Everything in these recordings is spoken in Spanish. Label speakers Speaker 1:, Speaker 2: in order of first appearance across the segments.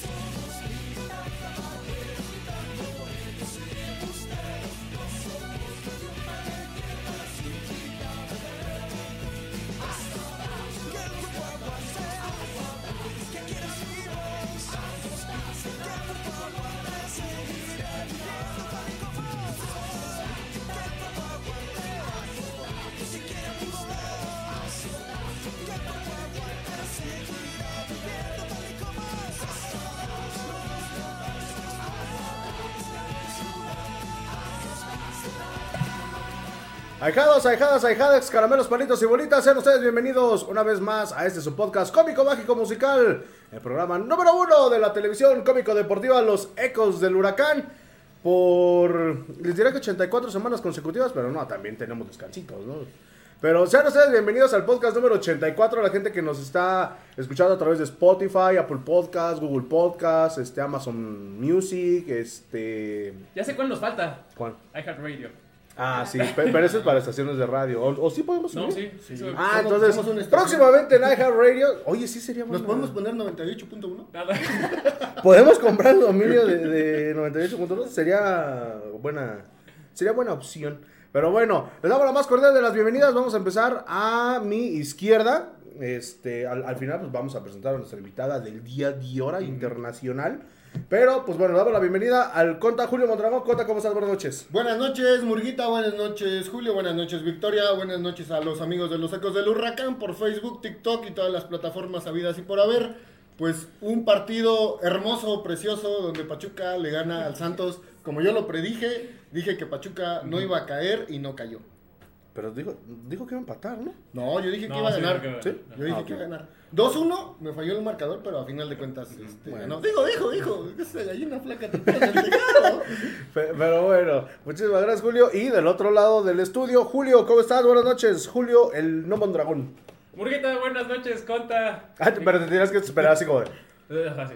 Speaker 1: Somos mitad caballeros, mitad bohemios y embusteros. No somos lo que un padre quiere para su hijita bebé.
Speaker 2: Que el grupo aguante, que quiera seguir vos, que el grupo aguante, seguir el viejo pánico vos. Que el grupo aguante, que si quiere vivo vos. Que el grupo aguante, seguir el viejo pánico vos.
Speaker 3: Ahijados, ahijadas, ahijadas, caramelos, palitos y bolitas, sean ustedes bienvenidos una vez más a este su podcast cómico, mágico, musical, el programa número uno de la televisión cómico-deportiva Los Ecos del Huracán, por, les diré que 84 semanas consecutivas, pero no, también tenemos descansitos, ¿no? Pero sean ustedes bienvenidos al podcast número 84, la gente que nos está escuchando a través de Spotify, Apple Podcast, Google Podcast, este, Amazon Music, este...
Speaker 4: Ya sé cuál nos falta.
Speaker 3: ¿Cuál?
Speaker 4: iHeartRadio.
Speaker 3: Ah, sí, pe- pero eso es para estaciones de radio. ¿O, o sí podemos subir?
Speaker 4: No, sí. sí.
Speaker 3: Ah,
Speaker 5: Somos-
Speaker 3: entonces,
Speaker 5: somos una estación.
Speaker 3: próximamente en iHeartRadio. Oye, sí sería bueno.
Speaker 5: ¿Nos podemos poner 98.1?
Speaker 4: Nada.
Speaker 3: ¿Podemos comprar el dominio de, de 98.2? Sería buena, sería buena opción. Pero bueno, les damos la más cordial de las bienvenidas. Vamos a empezar a mi izquierda. Este, al, al final, pues vamos a presentar a nuestra invitada del día de hora internacional. Pero, pues bueno, le damos la bienvenida al Conta Julio Mondragón. Conta, ¿cómo estás? Buenas noches.
Speaker 5: Buenas noches, Murguita. Buenas noches, Julio. Buenas noches, Victoria. Buenas noches a los amigos de los Ecos del Huracán por Facebook, TikTok y todas las plataformas habidas y por haber. Pues un partido hermoso, precioso, donde Pachuca le gana al Santos. Como yo lo predije, dije que Pachuca no iba a caer y no cayó.
Speaker 3: Pero dijo, dijo que iba a empatar, ¿no?
Speaker 5: No, yo dije que
Speaker 4: No,
Speaker 5: iba a
Speaker 4: sí,
Speaker 5: ganar.
Speaker 4: creo que
Speaker 3: ¿Sí?
Speaker 5: Yo dije
Speaker 3: Ah, ok.
Speaker 5: que iba a ganar. 2-1, me falló el marcador, pero a final de cuentas, este, ganó. Digo, dijo, dijo, esa gallina flaca te pega en el tejado.
Speaker 3: Pe- Pero bueno, muchísimas gracias Julio. Y del otro lado del estudio, Julio, ¿cómo estás? Buenas noches, Julio, el no mondragón.
Speaker 4: Murguita, buenas noches, conta.
Speaker 3: Ah, pero te tienes que esperar así como de...
Speaker 4: Eh, ajá, sí.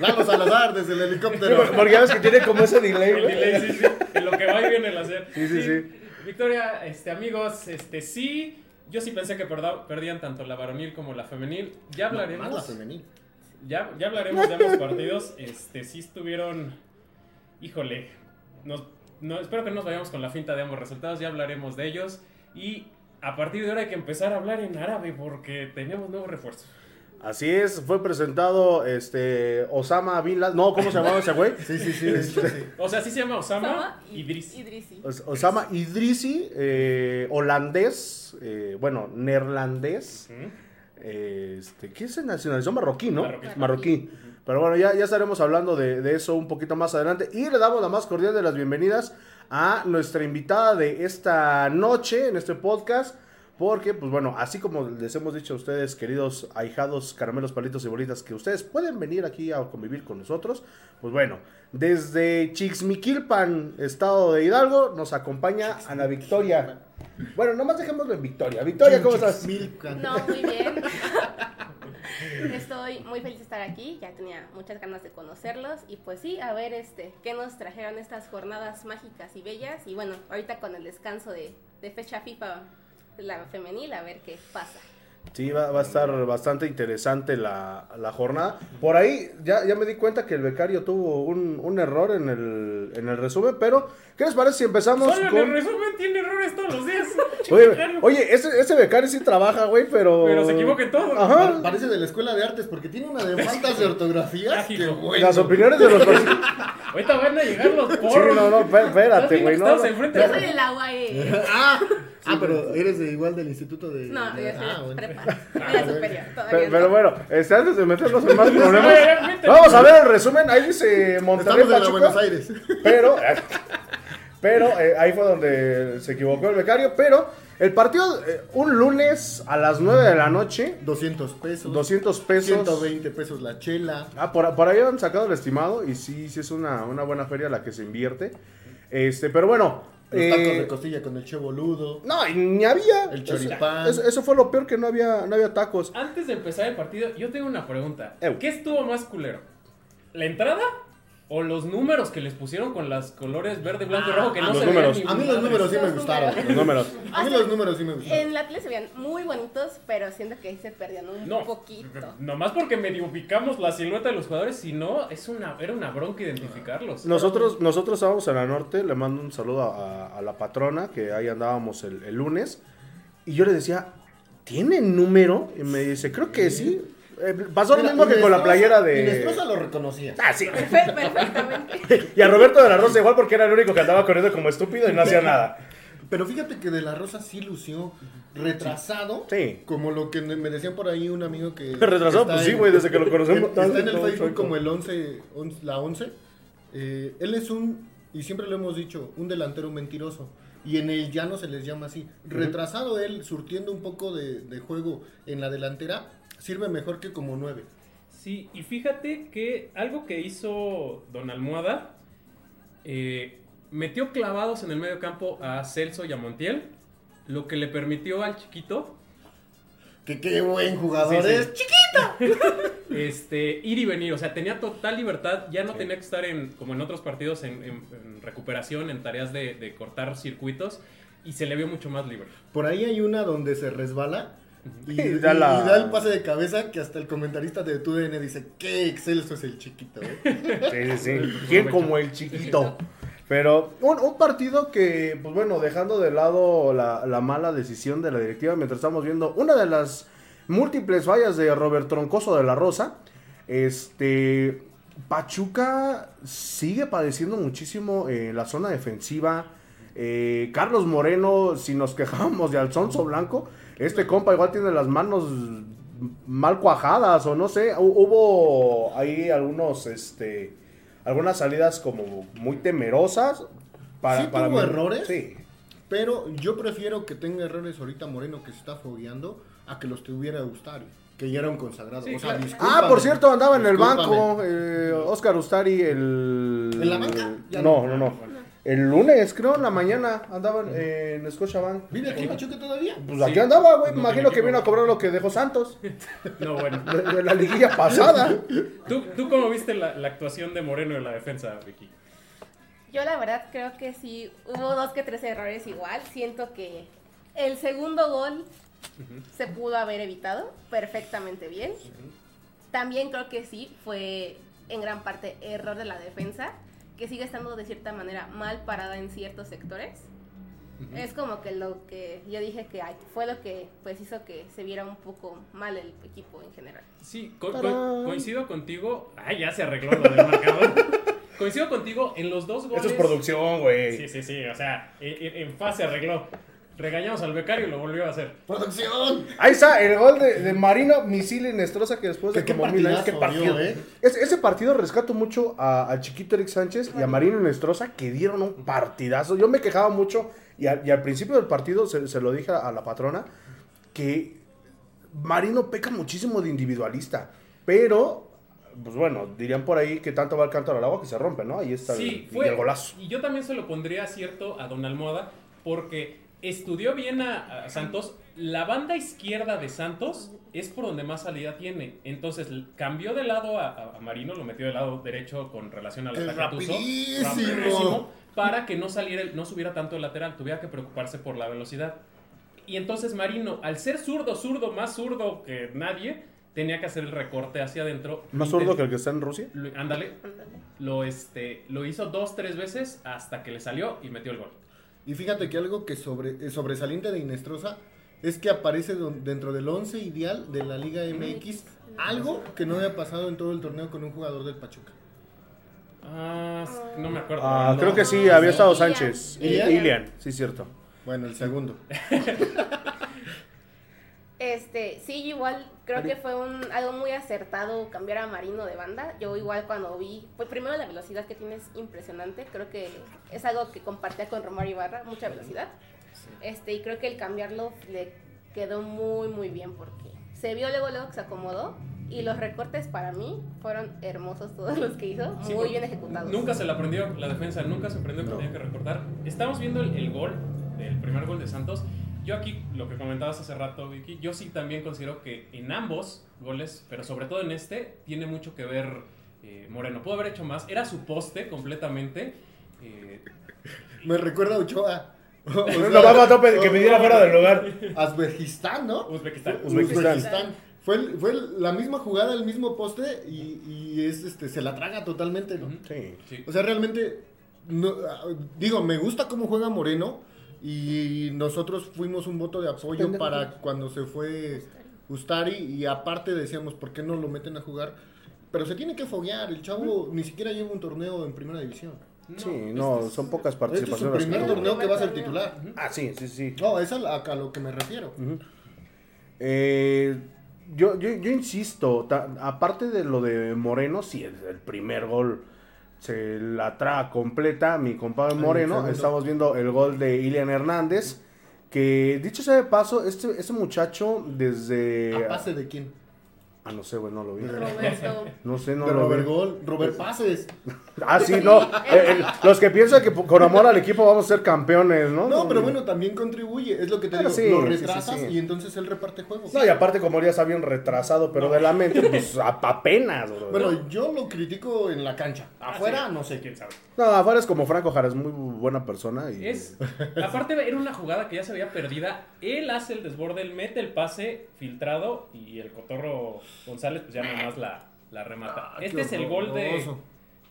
Speaker 5: Lalo Salazar desde el helicóptero.
Speaker 3: Porque ya ves que tiene como ese delay,
Speaker 4: El
Speaker 3: güey.
Speaker 4: delay, sí, sí. En lo que va y viene el hacer.
Speaker 3: Sí, sí, sí.
Speaker 4: Victoria, este, amigos, este, sí. Yo sí pensé que perda- perdían tanto la varonil como la femenil. Ya hablaremos.
Speaker 5: Más la femenil.
Speaker 4: Ya, ya hablaremos de ambos partidos. Este, sí estuvieron. Híjole. nos- no, espero que no nos vayamos con la finta de ambos resultados. Ya hablaremos de ellos. Y a partir de ahora hay que empezar a hablar en árabe porque tenemos nuevo refuerzo.
Speaker 3: Así es, fue presentado este Osama Bin Laden. No, ¿cómo se llamaba ese güey? Este,
Speaker 5: Sí, sí, sí.
Speaker 4: O sea, sí se llama Osama,
Speaker 6: Sama
Speaker 4: y Idris.
Speaker 6: Idrisi.
Speaker 3: Os- Osama Idrisi, eh, holandés, eh, bueno, neerlandés.
Speaker 4: Ujú.
Speaker 3: Eh, Este, ¿Qué se nacionalizó? Marroquí, ¿no?
Speaker 4: Marroquí.
Speaker 3: Marroquí. Pero bueno, ya, ya estaremos hablando de, de eso un poquito más adelante. Y le damos la más cordial de las bienvenidas a nuestra invitada de esta noche en este podcast. Porque, pues bueno, así como les hemos dicho a ustedes, queridos ahijados, caramelos, palitos y bolitas, que ustedes pueden venir aquí a convivir con nosotros. Pues bueno, desde Chixmiquilpan, estado de Hidalgo, nos acompaña Ana Victoria. Bueno, nomás dejémoslo en Victoria. Victoria, ¿cómo estás?
Speaker 5: Milkan.
Speaker 6: No, muy bien. Estoy muy feliz de estar aquí, ya tenía muchas ganas de conocerlos y pues sí, a ver este, qué nos trajeron estas jornadas mágicas y bellas y bueno, ahorita con el descanso de, de fecha FIFA la femenil, a ver qué pasa.
Speaker 3: Sí, va, va a estar bastante interesante la, la jornada. Por ahí ya, ya me di cuenta que el becario tuvo un, un error en el, en el resumen, pero ¿qué les parece si empezamos
Speaker 4: Solo en el
Speaker 3: con...
Speaker 4: resumen tiene errores todos los días.
Speaker 3: Oye, oye, ese, ese becario sí trabaja, güey, pero...
Speaker 4: Pero se equivoca en todo.
Speaker 3: Ajá.
Speaker 5: Parece de la escuela de artes porque tiene una de faltas de
Speaker 3: Ah,
Speaker 5: ortografía.
Speaker 4: Trágico.
Speaker 5: Qué bueno.
Speaker 3: Las opiniones de los... Sí,
Speaker 4: Ahorita van a llegar los porros.
Speaker 3: no, no, espé-
Speaker 4: ¿Estás
Speaker 3: espérate,
Speaker 4: viendo
Speaker 3: güey.
Speaker 4: que
Speaker 3: No,
Speaker 4: estamos
Speaker 3: no.
Speaker 4: enfrente
Speaker 6: Yo
Speaker 4: de-
Speaker 6: soy de la E. UAE.
Speaker 5: Ah, ah, pero eres de igual del instituto de.
Speaker 6: No, yo
Speaker 5: de-
Speaker 6: soy
Speaker 5: ah,
Speaker 6: de
Speaker 5: bueno.
Speaker 6: prepa, soy de superior, todavía
Speaker 3: Pe-
Speaker 6: no.
Speaker 3: Pero bueno, este, antes de meternos en más problemas,
Speaker 4: Oye, ya, métete.
Speaker 3: vamos a ver el resumen. Ahí dice Monterrey
Speaker 5: Estamos en la
Speaker 3: Pachuca,
Speaker 5: Buenos Aires.
Speaker 3: pero... Pero eh, ahí fue donde se equivocó el becario. Pero el partido, eh, un lunes a las 9 de la noche,
Speaker 5: 200 pesos.
Speaker 3: 200 pesos.
Speaker 5: 120 pesos la chela.
Speaker 3: Ah, por, por ahí han sacado el estimado y sí, sí es una, una buena feria la que se invierte. Este, pero bueno.
Speaker 5: Los tacos
Speaker 3: eh,
Speaker 5: de costilla con el che boludo.
Speaker 3: no, y ni había.
Speaker 5: El
Speaker 3: Eso-
Speaker 5: choripán.
Speaker 3: Eso, eso fue lo peor que no había, no había tacos.
Speaker 4: Antes de empezar el partido, yo tengo una pregunta.
Speaker 3: Ew.
Speaker 4: ¿Qué estuvo más culero? ¿La entrada? ¿O los números que les pusieron con las colores verde, blanco y rojo que no
Speaker 3: Ah, los
Speaker 4: se
Speaker 3: números.
Speaker 4: veían ni
Speaker 5: A mí los
Speaker 4: madres?
Speaker 5: números sí me
Speaker 6: Los
Speaker 5: gustaron.
Speaker 3: Los números.
Speaker 5: A mí los números sí me gustaron.
Speaker 6: En la tele se veían muy bonitos, pero siento que ahí se perdían un
Speaker 4: No,
Speaker 6: poquito.
Speaker 4: nomás porque medio ubicamos la silueta de los jugadores, si no, es una, era una bronca identificarlos.
Speaker 3: Nosotros, nosotros estábamos en la norte, le mando un saludo a, a- a la patrona, que ahí andábamos el, el lunes, y yo le decía, ¿tiene número? Y me dice, creo que sí. Eh, pasó lo
Speaker 5: Mira,
Speaker 3: mismo que con la
Speaker 5: Inestrosa-
Speaker 3: playera de...
Speaker 5: Inestrosa lo reconocía.
Speaker 3: Ah, sí.
Speaker 6: Perfe- Perfectamente.
Speaker 3: Y a Roberto de la Rosa igual porque era el único que andaba corriendo como estúpido y no hacía nada.
Speaker 5: Pero fíjate que De La Rosa sí lució retrasado.
Speaker 3: Sí.
Speaker 5: Como lo que me decía por ahí un amigo que.
Speaker 3: Retrasado,
Speaker 5: está
Speaker 3: pues sí,
Speaker 5: en-
Speaker 3: güey, desde que lo
Speaker 5: que
Speaker 3: conocemos.
Speaker 5: Está en el
Speaker 3: tanto,
Speaker 5: Facebook
Speaker 3: soy
Speaker 5: como el 11, on- la 11. Eh, él es un, y siempre lo hemos dicho, un delantero mentiroso. Y en el llano se les llama así. Retrasado él, surtiendo un poco de, de juego en la delantera, sirve mejor que como 9.
Speaker 4: Sí, y fíjate que algo que hizo Don Almohada, eh, metió clavados en el medio campo a Celso y a Montiel, lo que le permitió al chiquito
Speaker 5: Que qué buen jugador
Speaker 4: Sí, sí.
Speaker 5: es. Chiqui-
Speaker 4: este, ir y venir. O sea, tenía total libertad, ya no tenía que estar en, como en otros partidos, en, en- en recuperación, en tareas de, de cortar circuitos, y se le vio mucho más libre.
Speaker 5: Por ahí hay una donde se resbala. Y,
Speaker 3: Y da la-
Speaker 5: y da el pase de cabeza que hasta el comentarista de TUDN dice, qué excelso es el chiquito. eh".
Speaker 3: Sí, sí, sí. ¿Quién como el chiquito? Pero un, un partido que, pues bueno, dejando de lado la, la mala decisión de la directiva, mientras estamos viendo una de las múltiples fallas de Robert Troncoso de la Rosa, este, Pachuca sigue padeciendo muchísimo en la zona defensiva. Eh, Carlos Moreno, si nos quejábamos de Alfonso Blanco, este compa igual tiene las manos mal cuajadas o no sé, hu- hubo ahí algunos, este, algunas salidas como muy temerosas. Para,
Speaker 5: ¿Sí
Speaker 3: para
Speaker 5: tuvo errores?
Speaker 3: Sí.
Speaker 5: Pero yo prefiero que tenga errores ahorita Moreno que se está fogueando a que los tuviera Eustario, que ya era un consagrado.
Speaker 4: Sí,
Speaker 5: O sea,
Speaker 4: claro.
Speaker 3: Ah, por
Speaker 5: discúlpame,
Speaker 3: cierto, andaba en el
Speaker 5: discúlpame.
Speaker 3: banco eh, Oscar Ustari el...
Speaker 5: ¿En la banca? Ya
Speaker 3: No, no,
Speaker 5: no.
Speaker 3: no. El lunes, creo, en la mañana, andaban en Scotiabank.
Speaker 5: ¿Vive aquí en Pachuca todavía?
Speaker 3: Pues
Speaker 4: Sí.
Speaker 3: aquí andaba, güey.
Speaker 4: No
Speaker 3: Imagino
Speaker 4: tenía
Speaker 3: que vino
Speaker 4: equipo.
Speaker 3: a cobrar lo que dejó Santos
Speaker 4: No, bueno.
Speaker 3: de, de la liguilla pasada.
Speaker 4: ¿Tú, tú cómo viste la, la actuación de Moreno en la defensa, Vicky?
Speaker 6: Yo la verdad creo que sí, hubo dos que tres errores igual. Siento que el segundo gol se pudo haber evitado perfectamente bien. También creo que sí, fue en gran parte error de la defensa, que sigue estando de cierta manera mal parada en ciertos sectores. Es como que lo que yo dije que ay, fue lo que pues hizo que se viera un poco mal el equipo en general.
Speaker 4: Sí, co- co-
Speaker 3: Tarán.
Speaker 4: coincido contigo. Ah, ya se arregló lo del marcador. coincido contigo en los dos goles.
Speaker 3: Eso es producción, güey.
Speaker 4: Sí, sí, sí. O sea, en, en- en fase arregló. Regañamos al becario y lo volvió a hacer.
Speaker 5: ¡Producción!
Speaker 3: Ahí está el gol de, de Marino, misil y Nestroza que después de
Speaker 5: Que qué
Speaker 3: como mil años.
Speaker 5: partidazo
Speaker 3: qué partido.
Speaker 5: dio, ¿eh?
Speaker 3: Es- ese partido rescato mucho a, a Chiquito Eric Sánchez y a Marino Nestroza que dieron un partidazo. Yo me quejaba mucho y, al- y al principio del partido se, se lo dije a, a la patrona que Marino peca muchísimo de individualista, pero. Pues bueno, dirían por ahí que tanto va el cántaro al agua que se rompe, ¿no? Ahí está el-
Speaker 4: Sí,
Speaker 3: y
Speaker 4: fue.
Speaker 3: el golazo.
Speaker 4: Y yo también se lo pondría cierto a Don Almoda porque estudió bien a, a Santos. La banda izquierda de Santos es por donde más salida tiene. Entonces l- cambió de lado a, a- a Marino, lo metió del lado derecho con relación al
Speaker 5: Es
Speaker 4: ataque Tuzo.
Speaker 5: rapidísimo.
Speaker 4: para que no saliera, el- no subiera tanto el lateral, tuviera que preocuparse por la velocidad. Y entonces Marino, al ser zurdo, zurdo, más zurdo que nadie, tenía que hacer el recorte hacia adentro.
Speaker 3: Más zurdo
Speaker 4: Intent-
Speaker 3: que el que está en Rusia.
Speaker 4: lo- Ándale. Lo, este, lo hizo dos, tres veces hasta que le salió y metió el gol.
Speaker 5: Y fíjate que algo que sobre, eh, sobresaliente de Inestrosa es que aparece don- dentro del 11 ideal de la Liga MX, algo que no había pasado en todo el torneo con un jugador del Pachuca.
Speaker 4: Ah, s- no me acuerdo.
Speaker 3: Ah,
Speaker 4: No.
Speaker 3: creo que sí, había estado Sánchez.
Speaker 6: Ilian.
Speaker 3: Ilian, sí, cierto.
Speaker 5: Bueno, el segundo.
Speaker 6: Este, sí, igual creo que fue un, algo muy acertado cambiar a Marino de banda. Yo igual cuando vi, pues primero la velocidad que tiene es impresionante, creo que es algo que compartía con Romario Ibarra, mucha velocidad. Este, y creo que el cambiarlo le quedó muy muy bien porque se vio luego luego que se acomodó y los recortes para mí fueron hermosos todos los que hizo,
Speaker 4: Sí,
Speaker 6: muy
Speaker 4: porque
Speaker 6: bien ejecutados.
Speaker 4: Nunca se la aprendió la defensa, nunca se aprendió que
Speaker 3: No.
Speaker 4: tenía que recortar. Estamos viendo el, el gol, el primer gol de Santos. Yo aquí, lo que comentabas hace rato, Vicky, yo sí también considero que en ambos goles, pero sobre todo en este, tiene mucho que ver eh, Moreno. Pudo haber hecho más, era su poste completamente. eh,
Speaker 5: Me recuerda a Ochoa. O sea,
Speaker 3: Lo va a matar pe- que
Speaker 5: o-
Speaker 3: pidiera fuera del lugar.
Speaker 5: Azbejistán, ¿no?
Speaker 4: Uzbekistán.
Speaker 3: Uzbekistán.
Speaker 5: Fue, el- fue el- la misma jugada, el mismo poste y, y es, este, se la traga totalmente, ¿no?
Speaker 4: Ujú.
Speaker 3: Sí.
Speaker 4: Sí.
Speaker 5: O sea, realmente, no, ah, digo, me gusta cómo juega Moreno y nosotros fuimos un voto de apoyo para cuando se fue Ustari y aparte decíamos, ¿por qué no lo meten a jugar? Pero se tiene que foguear, el chavo ni siquiera lleva un torneo en primera división.
Speaker 3: Sí, no,
Speaker 4: este es-
Speaker 3: son pocas
Speaker 5: Este es su
Speaker 3: participaciones.
Speaker 5: primer
Speaker 3: que tuvo.
Speaker 5: torneo que va a ser titular.
Speaker 3: Ah, sí, sí, sí.
Speaker 5: No, es a, la- a lo que me refiero.
Speaker 3: Eh, yo, yo, yo insisto, ta- aparte de lo de Moreno, si el, el primer gol se la traga completa, mi compadre
Speaker 5: El
Speaker 3: Moreno,
Speaker 5: segundo.
Speaker 3: estamos viendo el gol de Ilian Hernández, que dicho sea de paso, este, este muchacho desde...
Speaker 5: ¿A pase de quién?
Speaker 3: Ah, no sé, güey, no lo vi.
Speaker 6: Roberto,
Speaker 3: No sé, no
Speaker 5: de
Speaker 3: lo Pues,
Speaker 5: Robert
Speaker 3: vi.
Speaker 5: Gol, Robert Pases.
Speaker 3: Ah, sí, no. eh, eh, los que piensan que po- con amor al equipo vamos a ser campeones, ¿no?
Speaker 5: No, pero bueno, también contribuye, es lo que te
Speaker 3: Claro,
Speaker 5: digo,
Speaker 3: sí,
Speaker 5: lo
Speaker 3: sí, sí,
Speaker 5: retrasas
Speaker 3: sí.
Speaker 5: y entonces él reparte juegos.
Speaker 3: No, y aparte como él ya está bien retrasado, pero de la mente, pues a- apenas. bro.
Speaker 5: Bueno, yo lo critico en la cancha.
Speaker 4: Ah,
Speaker 5: Afuera, no sé
Speaker 4: quién sabe.
Speaker 3: No, afuera es como Franco Jara, es muy buena persona. Y...
Speaker 4: Es, aparte era una jugada que ya se había perdida. Él hace el desborde, él mete el pase filtrado y el cotorro González pues ya nada más la, la remata.
Speaker 5: Ah, qué
Speaker 4: este es el gol de,
Speaker 5: horroroso.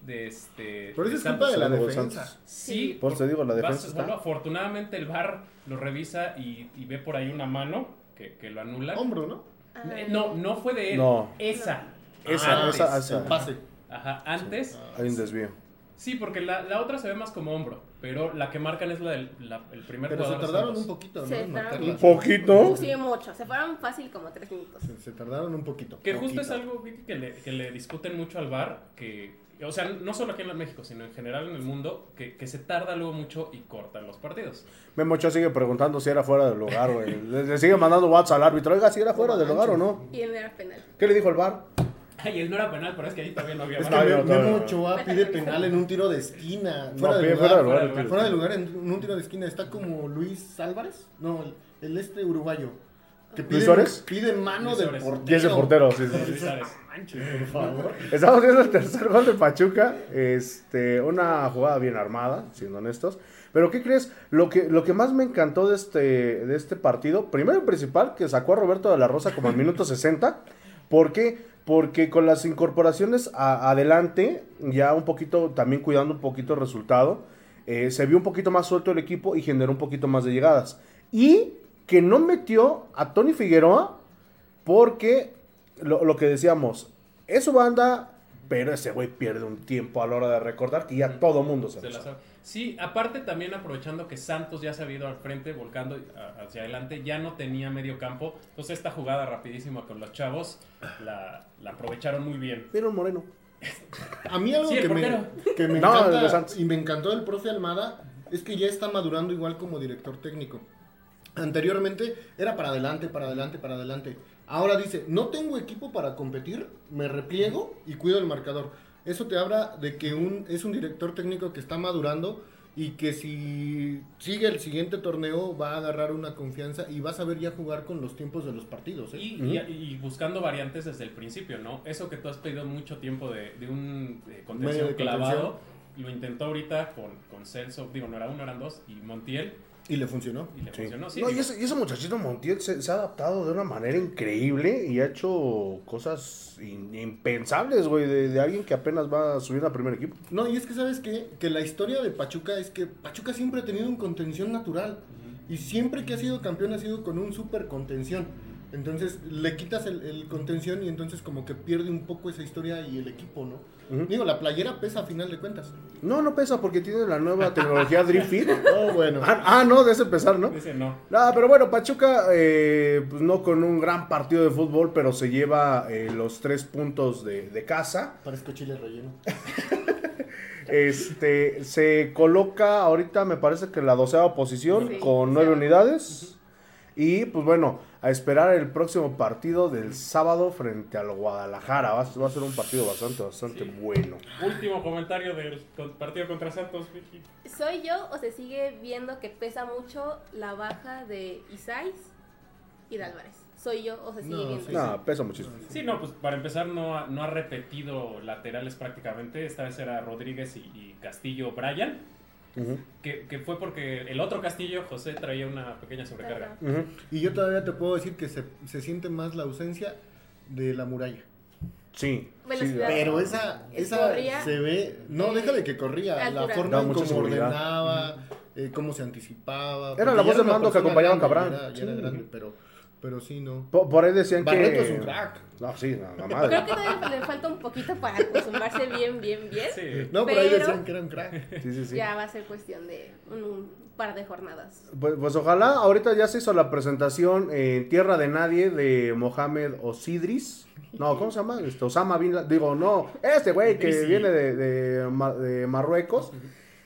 Speaker 4: de este.
Speaker 5: Pero eso
Speaker 4: de
Speaker 5: es culpa
Speaker 4: Santos.
Speaker 5: de la
Speaker 3: Santos.
Speaker 5: defensa.
Speaker 4: Sí,
Speaker 3: Por eso te digo, la
Speaker 4: vas-
Speaker 3: defensa está-
Speaker 4: bueno, afortunadamente el VAR lo revisa y, y ve por ahí una mano que, que lo anula. Eh,
Speaker 5: Hombro, ¿no?
Speaker 6: ah,
Speaker 4: No, no fue de él.
Speaker 3: No.
Speaker 4: Esa.
Speaker 3: Esa,
Speaker 4: Antes.
Speaker 3: esa, esa.
Speaker 5: El pase.
Speaker 4: Ajá, antes.
Speaker 3: Hay un desvío.
Speaker 4: Sí, porque la, la otra se ve más como hombro, pero la que marcan es la del la- el primer
Speaker 5: Pero se
Speaker 4: jugador de
Speaker 5: tardaron
Speaker 4: Santos.
Speaker 5: un poquito, ¿no?
Speaker 6: Se
Speaker 5: En
Speaker 6: tardaron
Speaker 5: marcarla.
Speaker 3: ¿Poquito?
Speaker 6: Sí, mucho, se fueron fácil como tres minutos.
Speaker 5: Se, se tardaron un poquito.
Speaker 4: Que justo es algo Vicky, que le, que le discuten mucho al bar, que, o sea, no solo aquí en México, sino en general en el mundo, que, que se tarda luego mucho y cortan los partidos.
Speaker 3: Memo Ochoa sigue preguntando si era fuera del lugar, güey. Le, le sigue mandando WhatsApp al árbitro. Oiga, si era fuera del lugar o no.
Speaker 6: Y él era penal.
Speaker 3: ¿Qué le dijo el bar?
Speaker 4: Ay, él no era penal, pero es que ahí todavía no había
Speaker 5: Es
Speaker 4: bar.
Speaker 5: que
Speaker 3: No, yo
Speaker 5: Me-
Speaker 3: no, no,
Speaker 5: Memo
Speaker 3: no.
Speaker 5: Ochoa pide penal en un tiro de esquina. Fuera,
Speaker 3: No,
Speaker 5: de,
Speaker 3: pide
Speaker 5: lugar,
Speaker 3: fuera del
Speaker 4: fuera
Speaker 3: lugar.
Speaker 4: del
Speaker 3: tío.
Speaker 5: Fuera de lugar en un tiro de esquina. Está como Luis Álvarez. No, el, el este uruguayo. Que pide,
Speaker 3: ¿Luis Suárez?
Speaker 5: Pide mano
Speaker 4: Luis
Speaker 5: del
Speaker 4: Suárez.
Speaker 5: portero.
Speaker 3: Y es de portero, sí, sí.
Speaker 4: Luis Suárez.
Speaker 5: Por favor.
Speaker 3: Estamos viendo el tercer gol de Pachuca. Este, una jugada bien armada, siendo honestos. Pero ¿qué crees? Lo que, lo que más me encantó de este, de este partido, primero y principal, que sacó a Roberto de la Rosa como al minuto 60. ¿Por qué? Porque con las incorporaciones a- adelante, ya un poquito, también cuidando un poquito el resultado, eh, se vio un poquito más suelto el equipo y generó un poquito más de llegadas. Y que no metió a Tony Figueroa porque lo, lo que decíamos, es su banda, pero ese güey pierde un tiempo a la hora de recordar que ya todo mundo se,
Speaker 4: Se
Speaker 3: lo
Speaker 4: la
Speaker 3: sabe.
Speaker 4: sabe. Sí, aparte también aprovechando que Santos ya se había ido al frente, volcando a- hacia adelante, ya no tenía medio campo. Entonces esta jugada rapidísima con los chavos la, la aprovecharon muy bien.
Speaker 3: Mira un moreno.
Speaker 5: A mí algo
Speaker 4: Sí, el
Speaker 5: que, me,
Speaker 4: portero.
Speaker 5: que me
Speaker 3: No, el de
Speaker 5: encanta
Speaker 3: Santos.
Speaker 5: y me encantó del profe Almada es que ya está madurando igual como director técnico. Anteriormente era para adelante, para adelante, para adelante. Ahora dice, no tengo equipo para competir, me repliego y cuido el marcador. Eso te habla de que un, es un director técnico que está madurando y que si sigue el siguiente torneo va a agarrar una confianza y va a saber ya jugar con los tiempos de los partidos. ¿eh?
Speaker 4: Y, y- y buscando variantes desde el principio, ¿no? Eso que tú has pedido mucho tiempo de, de un eh, contención
Speaker 5: Medio de
Speaker 4: clavado, lo intentó ahorita con, con Celso, digo, no era uno, eran dos, y Montiel,
Speaker 5: Y le funcionó.
Speaker 4: y le
Speaker 3: Sí.
Speaker 4: funcionó. Sí,
Speaker 3: No, y,
Speaker 4: digo,
Speaker 3: ese, y ese muchachito Montiel se, se ha adaptado de una manera increíble y ha hecho cosas in- impensables, güey, de, de alguien que apenas va a subir al primer equipo.
Speaker 5: No, y es que sabes qué? que la historia de Pachuca es que Pachuca siempre ha tenido un contención natural. Y siempre que ha sido campeón ha sido con un super contención. Entonces le quitas el, el contención y entonces como que pierde un poco esa historia y el equipo, ¿no?
Speaker 3: Ujú.
Speaker 5: Digo, la playera pesa a final de cuentas.
Speaker 3: No, no pesa porque tiene la nueva tecnología Drift Fit.
Speaker 5: Oh, bueno.
Speaker 3: Ah, ah, no, de ese pesar, ¿no?
Speaker 4: Dice no.
Speaker 3: Nada, pero bueno, Pachuca, eh, pues no con un gran partido de fútbol, pero se lleva eh, los tres puntos de, de casa.
Speaker 5: Parezco chile relleno.
Speaker 3: Este, se coloca ahorita, me parece que la doceava posición
Speaker 6: Sí,
Speaker 3: con nueve
Speaker 6: doceava.
Speaker 3: unidades. Y pues bueno, a esperar el próximo partido del sábado frente al Guadalajara. Va, a- va a ser un partido bastante, bastante
Speaker 4: Sí.
Speaker 3: bueno.
Speaker 4: Último comentario del con- partido contra Santos, Vicky.
Speaker 6: ¿Soy yo o se sigue viendo que pesa mucho la baja de Isais y de Álvarez? ¿Soy yo o se sigue
Speaker 5: No,
Speaker 6: viendo?
Speaker 5: sí,
Speaker 3: No, pesa muchísimo.
Speaker 4: Sí, no, pues para empezar no ha, no ha repetido laterales prácticamente. Esta vez era Rodríguez y, y Castillo Bryan,
Speaker 3: Ujú,
Speaker 4: que, que fue porque el otro Castillo, José, traía una pequeña sobrecarga.
Speaker 3: ujú.
Speaker 5: Y yo todavía te puedo decir que se, se siente más la ausencia de la muralla.
Speaker 3: Sí. sí,
Speaker 6: Velocidad.
Speaker 5: Pero esa,
Speaker 6: Él
Speaker 5: esa
Speaker 6: corría,
Speaker 5: se ve. No,
Speaker 6: eh,
Speaker 5: deja de que corría. La
Speaker 6: altura.
Speaker 5: forma
Speaker 3: Daba
Speaker 5: en
Speaker 3: mucha
Speaker 5: cómo
Speaker 3: seguridad.
Speaker 5: ordenaba, eh, cómo se anticipaba.
Speaker 3: Era la
Speaker 5: porque
Speaker 3: voz
Speaker 5: ya
Speaker 3: de
Speaker 5: una
Speaker 3: mando que
Speaker 5: persona
Speaker 3: acompañaba a Cabrán.
Speaker 5: grande, ya era- ya era
Speaker 3: Sí.
Speaker 5: grande, pero, pero sí, no.
Speaker 3: Po- Por, ahí decían
Speaker 5: Barreto
Speaker 3: que.
Speaker 5: es un crack.
Speaker 3: No, sí, la, la
Speaker 6: Creo
Speaker 3: madre.
Speaker 6: que todavía le falta un poquito para acostumbrarse bien, bien, bien.
Speaker 4: Sí.
Speaker 5: No, por ahí
Speaker 6: Pero-
Speaker 5: decían que era un crack.
Speaker 3: Sí, sí, sí.
Speaker 6: Ya va a ser cuestión de un, un par de jornadas.
Speaker 3: Pues, pues ojalá, ahorita ya se hizo la presentación en Tierra de Nadie de Mohamed Osidris. No, ¿cómo se llama? Este, Osama Bin Laden. Digo, no, este güey que
Speaker 4: Idrisi.
Speaker 3: viene de, de Ma- de Marruecos.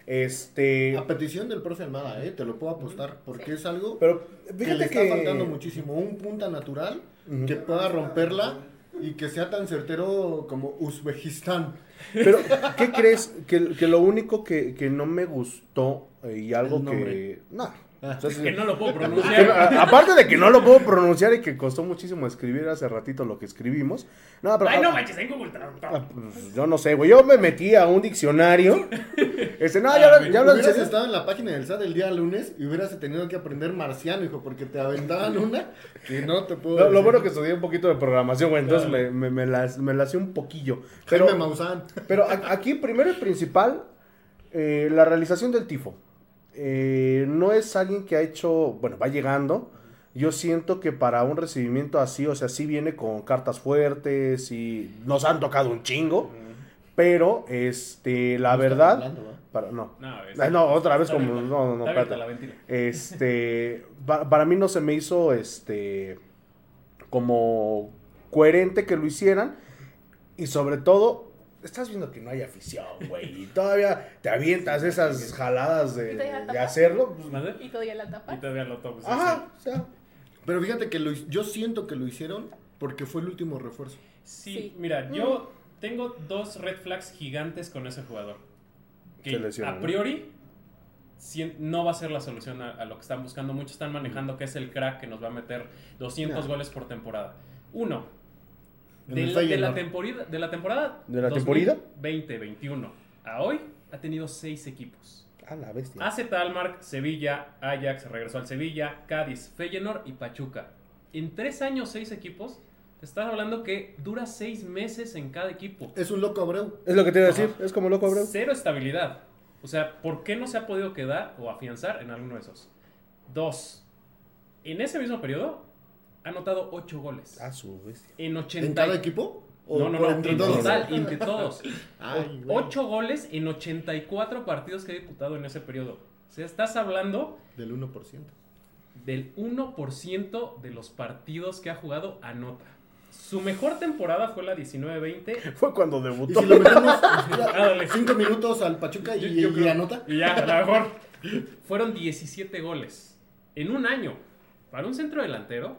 Speaker 3: Este.
Speaker 5: A petición del profe Almada, eh, te lo puedo apostar. Porque es algo
Speaker 3: Pero
Speaker 5: que le
Speaker 3: fíjate
Speaker 5: está faltando
Speaker 3: que.
Speaker 5: muchísimo. Un punta natural que pueda romperla y que sea tan certero como Uzbekistán.
Speaker 3: Pero, ¿qué crees? Que, que lo único que, que no me gustó eh, y algo
Speaker 5: El
Speaker 3: que.
Speaker 5: nombre. Ah,
Speaker 3: No.
Speaker 4: Que no lo puedo
Speaker 3: Que-
Speaker 4: pronunciar.
Speaker 3: a- aparte de que no lo puedo pronunciar y que costó muchísimo escribir hace ratito lo que escribimos. No, pero.
Speaker 4: Ay, no manches, en Google Traductor.
Speaker 3: Ah, pues, Yo no sé, güey. Yo me metí a un diccionario. Este, no, ya, hablan- ya hablan
Speaker 5: Ah, hubieras
Speaker 3: serio.
Speaker 5: estado en la página del SAT el día lunes y hubieras tenido que aprender marciano, hijo, porque te aventaban una que no te puedo.
Speaker 3: Lo, lo
Speaker 5: decir.
Speaker 3: bueno que estudié un poquito de programación, güey. Entonces me, me, me las, me las sé un poquillo.
Speaker 5: Jaime
Speaker 3: Pero,
Speaker 5: Maussan.
Speaker 3: pero a- aquí, primero y principal, eh, la realización del tifo. Eh, no es alguien que ha hecho. Bueno, va llegando. Yo siento que para un recibimiento así, o sea, sí viene con cartas fuertes y nos han tocado un chingo. Pero, este, la
Speaker 5: No
Speaker 3: verdad.
Speaker 5: está hablando, ¿va?
Speaker 3: Para, no.
Speaker 4: No, es-
Speaker 3: Ah, no, otra vez
Speaker 4: Está
Speaker 3: como.
Speaker 4: abierta.
Speaker 3: No, no, no,
Speaker 4: Está abierta
Speaker 3: espérate.
Speaker 4: la ventila.
Speaker 3: Este. pa- para mí no se me hizo este. Como coherente que lo hicieran. Y sobre todo. Estás viendo que no hay afición, güey. Y todavía te avientas esas jaladas de,
Speaker 6: ¿Y todavía la
Speaker 3: de
Speaker 6: tapas?
Speaker 3: hacerlo. pues,
Speaker 4: ¿Madre?
Speaker 6: ¿Y todavía la tapa?
Speaker 4: Y todavía lo toco. sí,
Speaker 3: Ajá, o sea,
Speaker 5: Pero fíjate que lo, hi- yo siento que lo hicieron porque fue el último refuerzo.
Speaker 4: Sí,
Speaker 6: Sí.
Speaker 4: mira, yo tengo dos red flags gigantes con ese jugador. Que
Speaker 3: Se lesiona,
Speaker 4: a
Speaker 3: ¿no?
Speaker 4: priori sien- no va a ser la solución a, a lo que están buscando. Muchos están
Speaker 3: Mm.
Speaker 4: manejando que es el crack que nos va a meter 200
Speaker 5: No.
Speaker 4: goles por temporada. Uno,
Speaker 5: En
Speaker 4: de
Speaker 5: el
Speaker 4: la, de la
Speaker 5: Feyenoord.
Speaker 4: temporada, de la temporada
Speaker 3: ¿De la
Speaker 4: 2021 a hoy ha tenido seis equipos.
Speaker 3: a la bestia.
Speaker 4: AZ Almark, Sevilla, Ajax, regresó al Sevilla, Cádiz, Feyenoord y Pachuca. En tres años, seis equipos, te estás hablando que dura seis meses en cada equipo.
Speaker 5: Es un loco Abreu.
Speaker 3: Es lo que te iba a decir. Es como loco, bro.
Speaker 4: Cero estabilidad. O sea, ¿por qué no se ha podido quedar o afianzar en alguno de esos? Dos, en ese mismo periodo ha anotado ocho goles.
Speaker 3: A su bestia.
Speaker 4: En 80
Speaker 5: Ah, ¿En cada equipo? ¿O
Speaker 4: No, no,
Speaker 5: por
Speaker 4: no,
Speaker 5: entre
Speaker 4: en
Speaker 5: todos?
Speaker 4: total, entre todos.
Speaker 5: Ay, güey.
Speaker 4: 8 goles en 84 partidos que ha disputado en ese periodo. O sea, estás hablando
Speaker 5: Del 1%.
Speaker 4: del 1% de los partidos que ha jugado anota. Su mejor temporada fue la 19-20.
Speaker 3: Fue cuando
Speaker 5: Y
Speaker 3: debutó.
Speaker 5: si lo metemos
Speaker 4: Ah, dale.
Speaker 5: 5 minutos al Pachuca y,
Speaker 4: Yo
Speaker 5: y
Speaker 4: creo-
Speaker 5: anota.
Speaker 4: Y ya, a lo mejor. Fueron 17 goles en un año. Para un centro delantero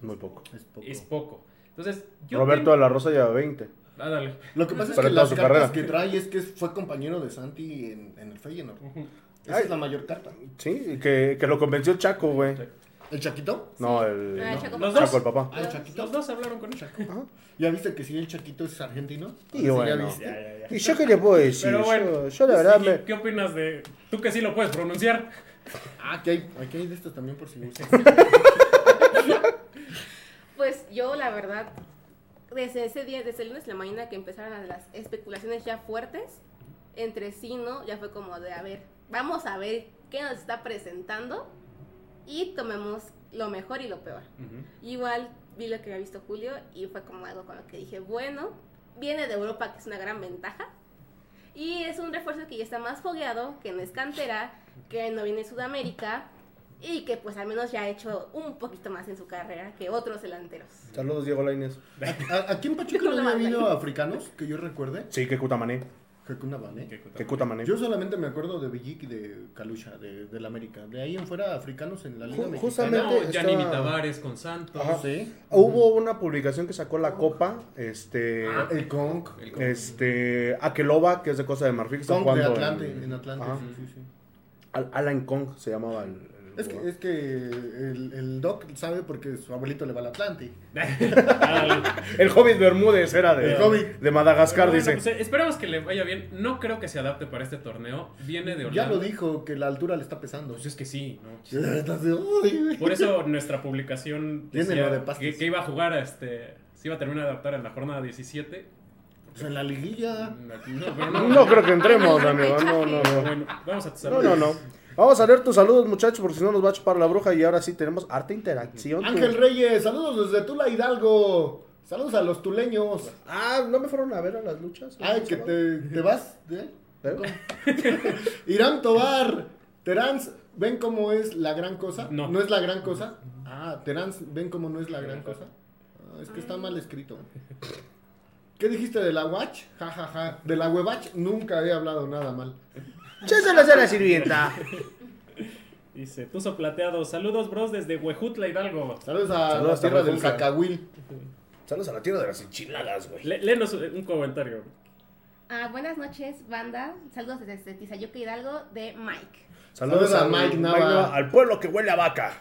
Speaker 3: Muy poco.
Speaker 5: Es poco.
Speaker 4: es poco. Entonces, yo
Speaker 3: Roberto de
Speaker 4: tengo-
Speaker 3: la Rosa lleva 20.
Speaker 4: Ah, dale.
Speaker 5: Lo que pasa es
Speaker 3: Para
Speaker 5: que
Speaker 3: toda
Speaker 5: las
Speaker 3: su
Speaker 5: cartas
Speaker 3: carrera.
Speaker 5: que trae es que fue compañero de Santi en, en el Feyenoord. Esa
Speaker 3: Ay.
Speaker 5: es la mayor carta.
Speaker 3: Sí, que, que lo convenció Chaco, güey.
Speaker 5: ¿El Chaquito?
Speaker 3: No, el.
Speaker 6: Ah,
Speaker 3: no,
Speaker 6: Chaco.
Speaker 4: Los
Speaker 3: Chaco,
Speaker 4: dos.
Speaker 3: el papá.
Speaker 5: Ah, el
Speaker 4: Los
Speaker 5: Chaquito.
Speaker 4: dos hablaron con Chaco.
Speaker 5: ¿Ya viste que sí, el Chaquito es argentino?
Speaker 3: Y
Speaker 5: Sí, ya
Speaker 3: bueno.
Speaker 5: viste.
Speaker 4: Ya, ya, ya.
Speaker 3: ¿Y yo qué le puedo decir?
Speaker 4: Pero bueno,
Speaker 3: yo, yo la verdad
Speaker 4: sí,
Speaker 3: me.
Speaker 4: ¿qué- ¿qué opinas de...? Tú que sí lo puedes pronunciar.
Speaker 5: Ah, aquí hay, aquí hay de estos también por si gustas.
Speaker 6: Pues yo, la verdad, desde ese día, desde el lunes en la mañana que empezaron las- las especulaciones ya fuertes, entre sí, ¿no? Ya fue como de, a ver, vamos a ver qué nos está presentando y tomemos lo mejor y lo peor.
Speaker 4: Ujú.
Speaker 6: Igual vi lo que había visto Julio y fue como algo con lo que dije, bueno, viene de Europa, que es una gran ventaja. Y es un refuerzo que ya está más fogueado, que no es cantera, que no viene de Sudamérica y que pues al menos ya ha hecho un poquito más en su carrera que otros delanteros.
Speaker 3: Saludos, Diego Lainez.
Speaker 5: ¿A- ¿Aquí en Pachuca no
Speaker 6: Hola,
Speaker 5: había
Speaker 6: Manuel.
Speaker 5: habido africanos que yo recuerde?
Speaker 3: Sí, que cutamané.
Speaker 5: Hakuna Bane.
Speaker 4: Qué cuta.
Speaker 3: Que cutamané.
Speaker 5: Yo solamente me acuerdo de Villic y de Kalusha, de, del América. De ahí en fuera, africanos en la Liga
Speaker 3: Ju-
Speaker 5: Mexicana.
Speaker 3: justamente-
Speaker 4: No, Janini
Speaker 3: estaba-
Speaker 4: Tavares con Santos.
Speaker 3: Ajá.
Speaker 5: Sí.
Speaker 3: Hubo una publicación que sacó la copa, este,
Speaker 4: Ah,
Speaker 5: El Conk.
Speaker 4: El con-
Speaker 3: este, Akeloba, que es de Cosa de Marfil, que está
Speaker 5: Conk de
Speaker 3: jugando
Speaker 5: Atlante,
Speaker 3: en-
Speaker 5: en Atlante.
Speaker 3: Ajá.
Speaker 5: sí, sí, sí.
Speaker 3: Al- Alan Kong se llamaba el, el
Speaker 5: Es que,
Speaker 3: jugador.
Speaker 5: es que el, el Doc sabe porque su abuelito le va al Atlante.
Speaker 4: Ah, Dale.
Speaker 3: El Hobbit Bermúdez era de,
Speaker 5: El Hobbit.
Speaker 3: de Madagascar,
Speaker 4: Bueno,
Speaker 3: dice.
Speaker 4: pues, eh, esperemos que le vaya bien. No creo que se adapte para este torneo. Viene de Holanda.
Speaker 5: Ya lo dijo, que la altura le está pesando.
Speaker 4: Pues es que sí, ¿no?
Speaker 5: Estás de, "Uy".
Speaker 4: Por eso nuestra publicación
Speaker 5: Tiene
Speaker 4: decía
Speaker 5: lo de pastes.
Speaker 4: que, que iba a jugar, este, se iba a terminar de adaptar en la jornada 17.
Speaker 5: Pues en la liguilla.
Speaker 4: No, pero no.
Speaker 3: No creo que entremos, amigo. No, no,
Speaker 4: Pero
Speaker 3: no.
Speaker 4: Bueno, vamos a tus
Speaker 3: No,
Speaker 4: saludos.
Speaker 3: no, no. Vamos a leer tus saludos, muchachos, porque si no nos va a chupar la bruja. Y ahora sí tenemos harta interacción. tú.
Speaker 5: Ángel Reyes, saludos desde Tula Hidalgo. Saludos a los tuleños.
Speaker 3: Ah, ¿no me fueron a ver a las luchas?
Speaker 5: Ay, que te, te vas. ¿eh?
Speaker 3: ¿Eh?
Speaker 5: Irán Tobar, Terán, ¿ven cómo es la gran cosa?
Speaker 4: No.
Speaker 5: es la gran cosa? Ah, Terán, ¿ven cómo no es la gran cosa? Ah, es que está mal escrito. ¿Qué dijiste de la Watch? Ja, ja, ja. De la Webach nunca he hablado nada mal.
Speaker 3: Chésela a la sirvienta.
Speaker 4: Dice, Tuzo Plateado, saludos bros desde Huejutla Hidalgo.
Speaker 5: Saludos a
Speaker 3: Saludos
Speaker 5: la tierra
Speaker 3: hasta
Speaker 5: del
Speaker 3: Huejutla.
Speaker 5: Zacahuil.
Speaker 3: Saludos a la tierra de las enchiladas, güey.
Speaker 4: Le- léenos un comentario.
Speaker 6: Ah, buenas noches, banda. Saludos desde Tizayuca Hidalgo de Mike.
Speaker 5: Saludos a Mike Nava.
Speaker 3: Al pueblo que huele a vaca.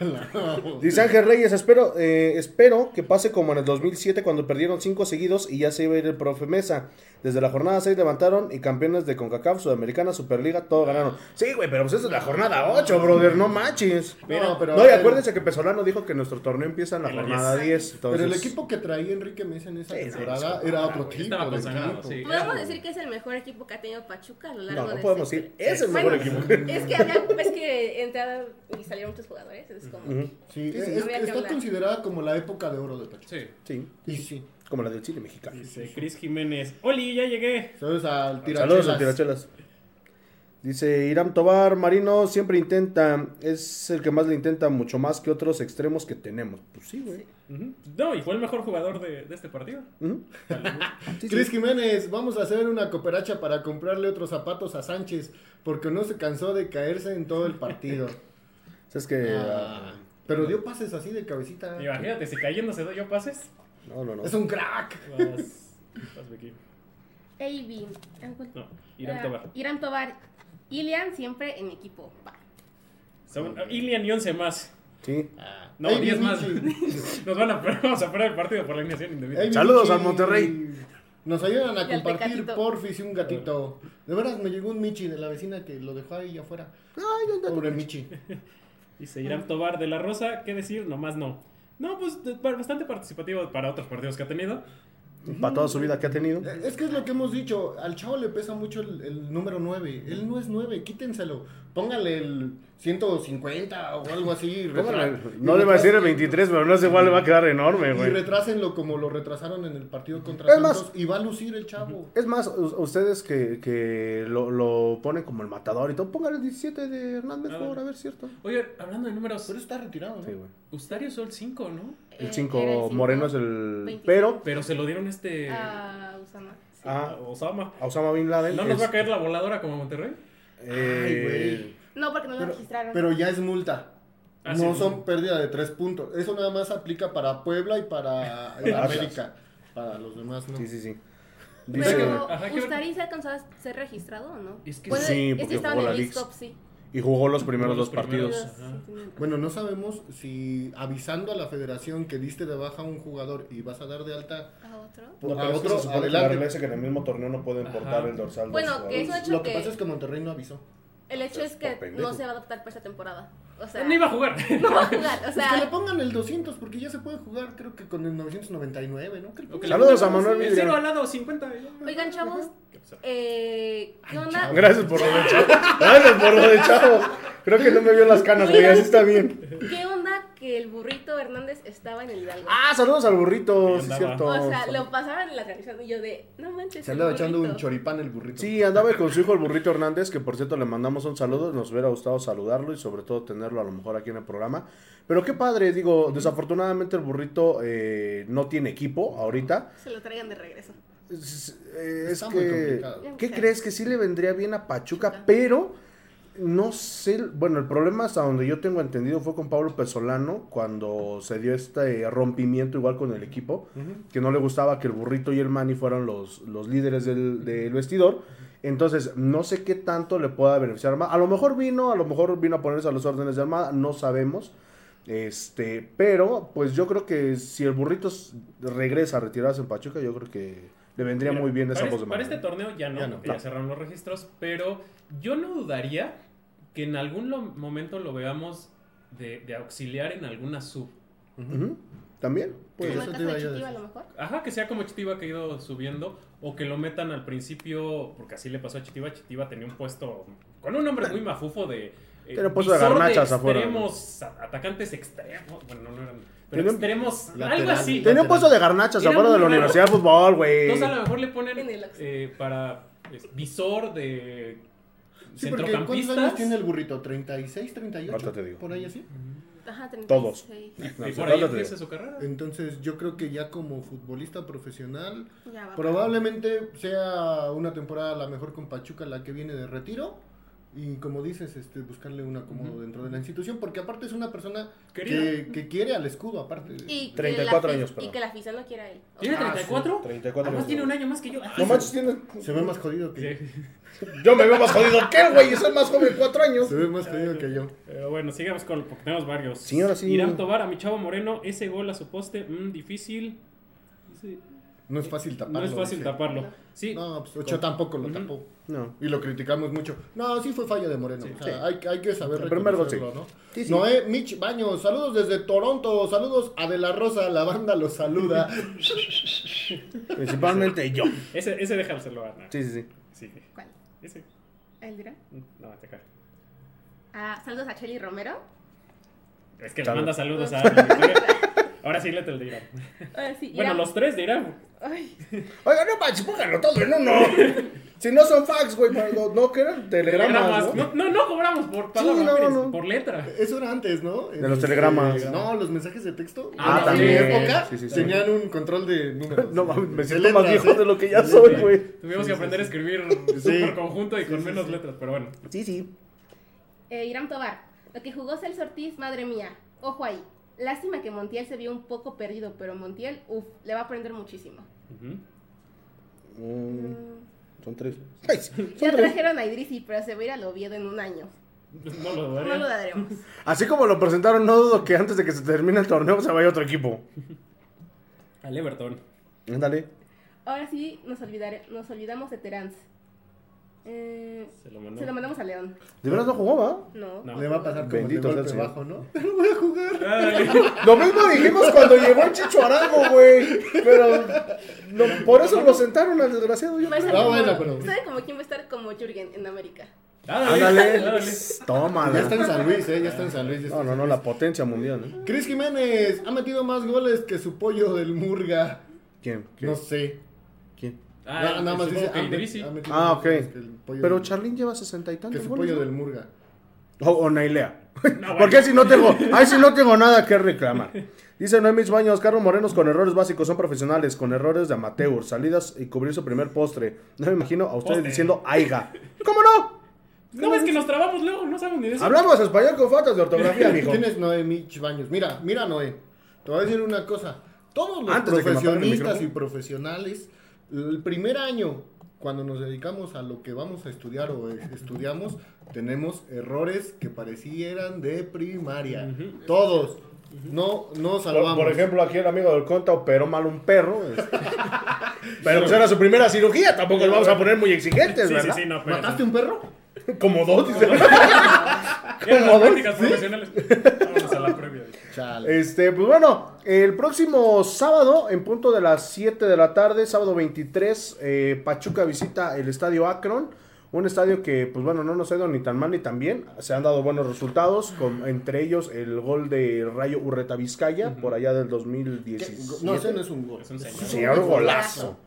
Speaker 3: Dice Ángel Reyes, espero, eh, espero que pase como en el 2007 cuando perdieron 5 seguidos y ya se iba a ir el profe Mesa. Desde la jornada 6 levantaron y campeones de CONCACAF, Sudamericana, Superliga, todo ganaron. Sí, güey, pero pues esa es la jornada 8, brother, no manches.
Speaker 5: No, pero,
Speaker 3: No, y acuérdense que Pesolano dijo que nuestro torneo empieza en la
Speaker 4: En la
Speaker 3: jornada 10.
Speaker 6: 10.
Speaker 5: pero el
Speaker 3: entonces-
Speaker 5: equipo que traía Enrique Mesa en esa
Speaker 3: Sí, no,
Speaker 5: temporada
Speaker 3: es
Speaker 5: era
Speaker 3: una
Speaker 5: otro
Speaker 4: güey.
Speaker 5: tipo
Speaker 4: Estaba
Speaker 5: de
Speaker 4: consagrado,
Speaker 5: equipo.
Speaker 4: sí.
Speaker 6: Podemos decir que es el mejor equipo que ha tenido Pachuca a lo largo
Speaker 3: No, no
Speaker 6: de
Speaker 3: podemos
Speaker 6: este-
Speaker 3: decir, es el mejor
Speaker 6: Bueno,
Speaker 3: equipo.
Speaker 6: Es que había, ves que entraron y salieron muchos jugadores, es como...
Speaker 3: Ujú,
Speaker 5: Sí,
Speaker 6: Sí,
Speaker 5: es-
Speaker 6: sí,
Speaker 5: es-
Speaker 6: había que
Speaker 5: está
Speaker 6: hablar.
Speaker 5: considerada como la época de oro de Pachuca.
Speaker 4: Sí.
Speaker 3: Sí,
Speaker 5: Y sí.
Speaker 3: como la del Chile mexicano.
Speaker 4: Dice Cris Jiménez, ¡Oli, ya llegué!
Speaker 5: Saludos al
Speaker 3: Saludos a
Speaker 5: Tirachelas.
Speaker 3: Tirachelas. Dice Iram Tobar, Marino siempre intenta, es el que más le intenta mucho más que otros extremos que tenemos. Pues sí, güey.
Speaker 4: Ujú. No, y fue el mejor jugador de, de este partido.
Speaker 3: Ujú. Sí, sí.
Speaker 5: Cris Jiménez, vamos a hacer una cooperacha para comprarle otros zapatos a Sánchez, porque no se cansó de caerse en todo el partido.
Speaker 3: O sea, es que...
Speaker 5: Ah, pero dio pases así de cabecita.
Speaker 4: Imagínate, si cayéndose doy yo pases.
Speaker 3: ah, no, no, no.
Speaker 5: Es un crack.
Speaker 4: Vas, vas, Becky.
Speaker 6: Ey, Angul.
Speaker 4: No, Irán
Speaker 6: Ah,
Speaker 4: Tobar.
Speaker 6: Irán Tobar. Ilian siempre en equipo. Va.
Speaker 4: Según- ah, Ilian y 11 más.
Speaker 3: Sí.
Speaker 4: No,
Speaker 5: Ey,
Speaker 4: 10
Speaker 5: mi
Speaker 4: más. Nos van a parar, vamos a parar el partido por la alineación indebida.
Speaker 5: Ey,
Speaker 3: Saludos
Speaker 5: Michi.
Speaker 3: al Monterrey.
Speaker 5: Nos ayudan a
Speaker 6: Y al
Speaker 5: compartir
Speaker 6: Tecatito.
Speaker 5: porfis y un gatito. De veras me llegó un Michi de la vecina que lo dejó ahí afuera. Pobre Michi.
Speaker 4: Dice Irán Tobar de la Rosa, ¿qué decir? Nomás no. No, pues de- ba- bastante participativo para otros partidos que ha tenido.
Speaker 3: Para toda su vida que ha tenido.
Speaker 5: Eh, Es que es lo que hemos dicho, al chavo le pesa mucho el, el número 9. Él no es 9, quítenselo. Póngale el 150 o algo así.
Speaker 3: Póngale-
Speaker 5: retra-
Speaker 3: No
Speaker 5: y
Speaker 3: le va a decir el
Speaker 5: retrasen-
Speaker 3: 23, pero no es igual, le va a quedar enorme,
Speaker 5: Y
Speaker 3: güey.
Speaker 5: retrásenlo como lo retrasaron en el partido contra
Speaker 3: Es más-
Speaker 5: Santos. Y va a lucir el chavo.
Speaker 3: Es más, u- ustedes que, que lo, lo ponen como el matador y todo, pónganle el 17 de Hernández, por
Speaker 4: Ah,
Speaker 3: favor, a
Speaker 4: bueno.
Speaker 3: ver, ¿cierto?
Speaker 4: Oye, hablando de números,
Speaker 5: Pero está retirado, ¿no?
Speaker 3: Sí, güey.
Speaker 4: Ustario Sol 5, ¿no?
Speaker 6: Eh,
Speaker 3: El
Speaker 6: era
Speaker 3: 5
Speaker 6: cinco.
Speaker 3: Moreno es el...
Speaker 6: 25.
Speaker 3: Pero
Speaker 4: Pero se lo dieron este.
Speaker 6: Ah, Usama. sí.
Speaker 4: a
Speaker 3: a,
Speaker 4: Osama.
Speaker 3: a Osama Bin Laden...
Speaker 4: ¿No nos va a
Speaker 3: es-
Speaker 4: caer la voladora como Monterrey?
Speaker 5: Ay,
Speaker 3: eh,
Speaker 5: güey.
Speaker 6: No, porque no lo
Speaker 5: Pero-
Speaker 6: registraron.
Speaker 5: Pero ya es multa.
Speaker 4: Ah,
Speaker 5: no
Speaker 4: sí.
Speaker 5: son pérdida de tres puntos. Eso nada más aplica para Puebla y para América. Para los demás, ¿no?
Speaker 3: Sí, sí, sí.
Speaker 6: Pero,
Speaker 3: Dice,
Speaker 4: Ajá, ¿qué-
Speaker 6: ¿Ustari se ha alcanzado a ser registrado o no?
Speaker 4: Es que
Speaker 6: Bueno,
Speaker 3: sí,
Speaker 6: es
Speaker 3: porque
Speaker 6: que estaba
Speaker 3: jugó
Speaker 6: en
Speaker 3: la
Speaker 6: el
Speaker 3: Leagues.
Speaker 6: Discord, sí.
Speaker 3: y jugó los primeros
Speaker 4: Los
Speaker 3: dos
Speaker 4: primeros.
Speaker 3: partidos.
Speaker 6: Ellos,
Speaker 4: Ajá.
Speaker 6: sí, tenían-
Speaker 5: Bueno, no sabemos si avisando a la federación que diste de baja a un jugador y vas a dar de alta.
Speaker 6: Pues, ¿A otro?
Speaker 5: No, pero es que se supone que la regla es
Speaker 3: que en el mismo torneo no pueden
Speaker 4: portar el
Speaker 3: dorsal.
Speaker 6: Bueno, que eso ha hecho
Speaker 5: Lo que
Speaker 6: que...
Speaker 5: pasa es que Monterrey no avisó.
Speaker 6: El hecho
Speaker 3: Estás
Speaker 6: es que
Speaker 3: por pendejo.
Speaker 6: no se va a adaptar para esta temporada. O sea,
Speaker 4: No iba a jugar.
Speaker 6: no va a jugar. O
Speaker 5: Pues que le
Speaker 6: sea,
Speaker 5: pongan el 200 porque ya se puede jugar, creo que con el 999, ¿no? Creo que-
Speaker 4: O que le
Speaker 3: Saludos
Speaker 4: pongan
Speaker 3: a Manuel
Speaker 4: El
Speaker 3: Vidrio.
Speaker 4: 0 al lado, 50. ya.
Speaker 6: oigan, chavos,
Speaker 4: ¿Qué pasó?
Speaker 6: eh, ¿qué onda?
Speaker 3: Gracias por lo de chavo. Gracias por lo de chavo. Creo que no me vio las canas, güey. Así está bien.
Speaker 6: ¿Qué onda que el el burrito Hernández estaba en el Hidalgo.
Speaker 3: Ah, saludos al burrito,
Speaker 4: Ahí
Speaker 3: sí,
Speaker 4: andaba.
Speaker 3: cierto.
Speaker 6: o sea, lo pasaban en la transmisión y yo de, no manches.
Speaker 5: Se
Speaker 6: el
Speaker 5: andaba echando un
Speaker 6: burrito".
Speaker 5: choripán el burrito.
Speaker 3: Sí, andaba con su hijo el burrito Hernández, que por cierto le mandamos un saludo, nos hubiera gustado saludarlo y sobre todo tenerlo a lo mejor aquí en el programa. Pero qué padre, digo, desafortunadamente el burrito eh, no tiene equipo ahorita.
Speaker 6: Se lo traigan de regreso.
Speaker 3: Es, eh, es
Speaker 5: Está muy
Speaker 3: que,
Speaker 5: complicado.
Speaker 3: ¿qué crees? Que sí le vendría bien a Pachuca, pero no sé, bueno, el problema hasta donde yo tengo entendido fue con Pablo Pesolano cuando se dio este rompimiento igual con el equipo, que no le gustaba que el burrito y el Mani fueran los, los líderes del, del vestidor. Entonces, no sé qué tanto le pueda beneficiar a Armada. A lo mejor vino, a lo mejor vino a ponerse a los órdenes de Armada, no sabemos. Este, pero pues yo creo que si el burrito s- regresa a retirarse en Pachuca, yo creo que le vendría
Speaker 4: Mira,
Speaker 3: muy bien esa
Speaker 4: para,
Speaker 3: voz
Speaker 4: este-
Speaker 3: de
Speaker 4: para
Speaker 3: mano.
Speaker 4: este torneo ya no, ya,
Speaker 5: Ya no.
Speaker 3: No.
Speaker 4: cerraron los registros, pero yo no dudaría que en algún lo- momento lo veamos de, de auxiliar en alguna sub.
Speaker 3: Ujú. También.
Speaker 5: Pues,
Speaker 6: Como
Speaker 5: eso
Speaker 6: el
Speaker 5: te
Speaker 6: caso
Speaker 5: iba
Speaker 6: de
Speaker 5: yo a
Speaker 6: Chitiba, a
Speaker 5: decir.
Speaker 6: lo mejor.
Speaker 4: Ajá, que sea como Chitiba que ha ido subiendo o que lo metan al principio, porque así le pasó a Chitiba. Chitiba tenía un puesto con un nombre muy mafufo de. eh,
Speaker 3: Tenía un puesto de
Speaker 4: visor
Speaker 3: garnachas afuera.
Speaker 4: extremos, a- atacantes extremos. Bueno, no eran. Pero
Speaker 3: Tenía un-
Speaker 4: extremos,
Speaker 5: Lateral.
Speaker 4: algo así.
Speaker 3: Tenía un puesto de garnachas
Speaker 4: Era
Speaker 3: afuera
Speaker 4: muy
Speaker 3: de la
Speaker 4: raro.
Speaker 3: Universidad de Fútbol, güey.
Speaker 5: Eh,
Speaker 4: Entonces a lo mejor le ponen
Speaker 6: En el Oxxo.
Speaker 4: eh, para es, visor de
Speaker 5: Sí, porque ¿cuántos años
Speaker 4: centrocampistas.
Speaker 5: tiene el burrito? ¿36, 38?
Speaker 3: Ahorita te digo.
Speaker 5: Por ahí así.
Speaker 6: Ajá, 36.
Speaker 3: Todos.
Speaker 4: Y
Speaker 3: No,
Speaker 4: por
Speaker 3: se
Speaker 4: ahí
Speaker 3: trata pues, de-
Speaker 4: empieza su
Speaker 5: Ah,
Speaker 4: carrera.
Speaker 5: Entonces yo creo que ya como futbolista profesional,
Speaker 6: Ya va.
Speaker 5: probablemente sea una temporada la mejor con Pachuca la que viene de retiro. Y como dices, este, buscarle un acomodo
Speaker 4: Ujú.
Speaker 5: dentro de la institución, porque aparte es una persona que,
Speaker 4: Querida.
Speaker 5: que quiere al escudo, aparte.
Speaker 6: Y que
Speaker 3: 34
Speaker 6: la afi-
Speaker 3: años, perdón.
Speaker 6: Y que la afición lo quiera él. O
Speaker 4: ¿Tiene
Speaker 6: sea,
Speaker 4: 34?
Speaker 5: Ah,
Speaker 3: 34
Speaker 4: Además
Speaker 3: años.
Speaker 4: tiene un año más que yo. Ah,
Speaker 3: No manches, tiene-
Speaker 5: Se ve más jodido que
Speaker 4: Sí.
Speaker 3: Yo me veo más jodido que él, güey. Soy más joven, 4 años.
Speaker 5: Se ve más jodido que yo.
Speaker 4: Pero Eh, bueno, sigamos con porque tenemos varios.
Speaker 3: Sí, ahora sí.
Speaker 4: Irán Tobar a mi chavo Moreno, ese gol a su poste, mm, difícil. Dice,
Speaker 5: No es fácil taparlo.
Speaker 4: no es fácil
Speaker 5: dice.
Speaker 4: taparlo. Sí,
Speaker 5: No, pues Ochoa tampoco lo
Speaker 4: Ujú.
Speaker 5: tapó.
Speaker 3: No.
Speaker 5: Y lo criticamos mucho. No, sí fue falla de Moreno. O sea, hay, hay que saber
Speaker 3: El primer gol, sí.
Speaker 5: reconocerlo, ¿no?
Speaker 3: Sí, sí.
Speaker 5: Noé Mitch Baños, saludos desde Toronto, saludos a De La Rosa, la banda los saluda.
Speaker 3: Principalmente yo.
Speaker 4: ese, ese déjalo a Ana.
Speaker 3: Sí, sí, sí.
Speaker 4: Sí.
Speaker 6: ¿Cuál?
Speaker 4: Ese. mm,
Speaker 6: ¿El dirá?
Speaker 4: No, te cae.
Speaker 6: Ah, saludos a Chelly Romero.
Speaker 4: Es que
Speaker 3: Claro.
Speaker 4: le manda saludos a Ana Victoria. Ahora sí, léete el de Irán.
Speaker 6: Ahora sí,
Speaker 4: Bueno,
Speaker 6: Irán-
Speaker 4: los tres de Irán.
Speaker 6: Ay,
Speaker 3: Oiga, no manches, póngalo todo en uno. Si no son fax, güey, perdón. No, que eran telegramas,
Speaker 4: Telegramas.
Speaker 3: ¿no?
Speaker 4: No, no, no cobramos por palabra,
Speaker 3: no,
Speaker 4: miren,
Speaker 3: no.
Speaker 4: por letra.
Speaker 5: Eso era antes, ¿no? Eh,
Speaker 3: los telegramas.
Speaker 5: no, los mensajes de texto.
Speaker 4: Ah,
Speaker 5: En
Speaker 4: también.
Speaker 5: mi época
Speaker 3: Sí, sí, sí.
Speaker 5: tenían un control de números.
Speaker 3: No mames, me
Speaker 5: De
Speaker 3: siento más
Speaker 5: letras,
Speaker 3: viejo
Speaker 5: ¿eh?
Speaker 3: de lo que ya soy, güey.
Speaker 4: Tuvimos que aprender a escribir
Speaker 5: pues. Sí.
Speaker 4: por conjunto y con
Speaker 5: sí,
Speaker 4: menos
Speaker 5: sí.
Speaker 4: letras, pero bueno.
Speaker 3: Sí, sí.
Speaker 6: eh, Irán Tobar. Lo que jugó Celso Ortiz, madre mía. Ojo ahí. Lástima que Montiel se vio un poco perdido, pero Montiel, uff, le va a aprender muchísimo.
Speaker 4: Ujú.
Speaker 3: Mm,
Speaker 6: Mm,
Speaker 3: son tres. Ay, son
Speaker 6: Ya
Speaker 3: tres.
Speaker 6: trajeron a Idrisi, pero se va a ir al Oviedo en un año.
Speaker 4: No lo
Speaker 6: No lo
Speaker 4: dudaría.
Speaker 6: daremos.
Speaker 3: Así como lo presentaron, no dudo que antes de que se termine el torneo se vaya otro equipo.
Speaker 4: Al Everton.
Speaker 3: Ándale.
Speaker 6: Ahora sí, nos, olvidare- nos olvidamos de Terán. Eh,
Speaker 4: Se lo mandó.
Speaker 6: se lo mandamos a León.
Speaker 3: De veras no jugó, ¿va?
Speaker 6: No.
Speaker 4: No.
Speaker 5: Le va a pasar como
Speaker 3: Bendito
Speaker 5: de
Speaker 3: sea el
Speaker 5: golpe
Speaker 3: Señor.
Speaker 5: bajo, ¿no?
Speaker 3: Lo mismo dijimos cuando llegó el Chicho Arango, güey. Pero no- por eso lo sentaron al desgraciado. Yo
Speaker 6: Va a estar
Speaker 5: No,
Speaker 6: como-
Speaker 5: bueno, pero-
Speaker 6: ¿Sabe como quién va a estar como Jürgen en América?
Speaker 3: Ándale.
Speaker 4: Ándale.
Speaker 5: Ya está
Speaker 3: Tómala.
Speaker 5: en San Luis, ¿eh? Ya está en San Luis. ya está
Speaker 3: No,
Speaker 5: en
Speaker 3: no,
Speaker 5: San
Speaker 3: no,
Speaker 5: Luis.
Speaker 3: la potencia mundial, ¿eh?
Speaker 5: Cris Jiménez ha metido más goles que su pollo del Murga.
Speaker 3: ¿Quién? ¿Quién?
Speaker 5: No sé.
Speaker 3: ¿Quién?
Speaker 4: Ah,
Speaker 5: Na- nada más
Speaker 4: supongo
Speaker 5: dice.
Speaker 4: que
Speaker 5: "Ha met-
Speaker 4: Idrissi.
Speaker 5: ha metido
Speaker 3: Ah,
Speaker 5: más
Speaker 3: ok.
Speaker 5: goles que el pollo
Speaker 3: Pero
Speaker 5: del-
Speaker 3: Charlín lleva sesenta y
Speaker 5: Que
Speaker 3: tantos
Speaker 5: su
Speaker 3: goles.
Speaker 5: pollo
Speaker 3: ¿no?
Speaker 5: del Murga.
Speaker 3: O, o Nailea.
Speaker 4: bueno.
Speaker 3: Porque si no tengo, ay, si no tengo nada que reclamar. Dice no mis baños, Carlos Morenos con errores básicos son profesionales, con errores de amateur, salidas y cubrir su primer postre. No me imagino a ustedes
Speaker 4: Postre.
Speaker 3: diciendo aiga. ¿Cómo no?
Speaker 4: No ves que nos trabamos luego, no sabemos ni de eso.
Speaker 3: Hablamos español con faltas de ortografía, mijo.
Speaker 5: ¿Quién es Noé Mitch Baños? Mira, mira Noé. Te voy a decir una cosa. Todos los
Speaker 3: Antes de que me apaguen el
Speaker 5: profesionistas y
Speaker 3: micrófono.
Speaker 5: profesionales, el primer año, cuando nos dedicamos a lo que vamos a estudiar o eh, estudiamos, tenemos errores que parecieran de primaria. Todos. No, no salvamos.
Speaker 3: Por, por ejemplo, aquí el amigo del Conta operó mal un perro. este. Pero pues era su primera cirugía, tampoco nos vamos a poner muy exigentes,
Speaker 4: Sí, sí,
Speaker 3: ¿verdad?
Speaker 4: sí, no, pero.
Speaker 5: ¿Mataste un perro?
Speaker 3: Como dos, dice.
Speaker 4: Ya eran las
Speaker 3: ¿Cómo?
Speaker 4: prácticas profesionales. Vámonos a la previa.
Speaker 5: Chale.
Speaker 3: Este, pues bueno, el próximo sábado, en punto de las 7 de la tarde, sábado 23, eh, Pachuca visita el Estadio Akron. Un estadio que, pues bueno, no nos ha ido ni tan mal ni tan bien. Se han dado buenos resultados, con, entre ellos el gol de Rayo Urreta Vizcaya, por allá del
Speaker 5: ¿Qué?
Speaker 3: 2017.
Speaker 5: No, ese no es un gol.
Speaker 4: Es un señor.
Speaker 3: Sí, era un golazo.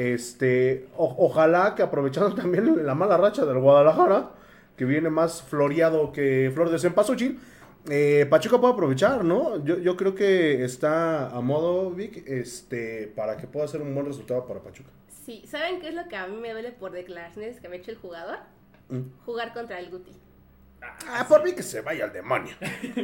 Speaker 3: Este, o- ojalá que aprovechando también la mala racha del Guadalajara, que viene más floreado que Flor de Cempasúchil, eh, Pachuca puede aprovechar, ¿no? Yo, yo creo que está a modo, Vic, este, para que pueda ser un buen resultado para Pachuca.
Speaker 6: Sí, ¿saben qué es lo que a mí me duele por declaraciones que me ha hecho el jugador?
Speaker 3: Mm.
Speaker 6: Jugar contra el Guti.
Speaker 3: Ah, por mí que se vaya al demonio.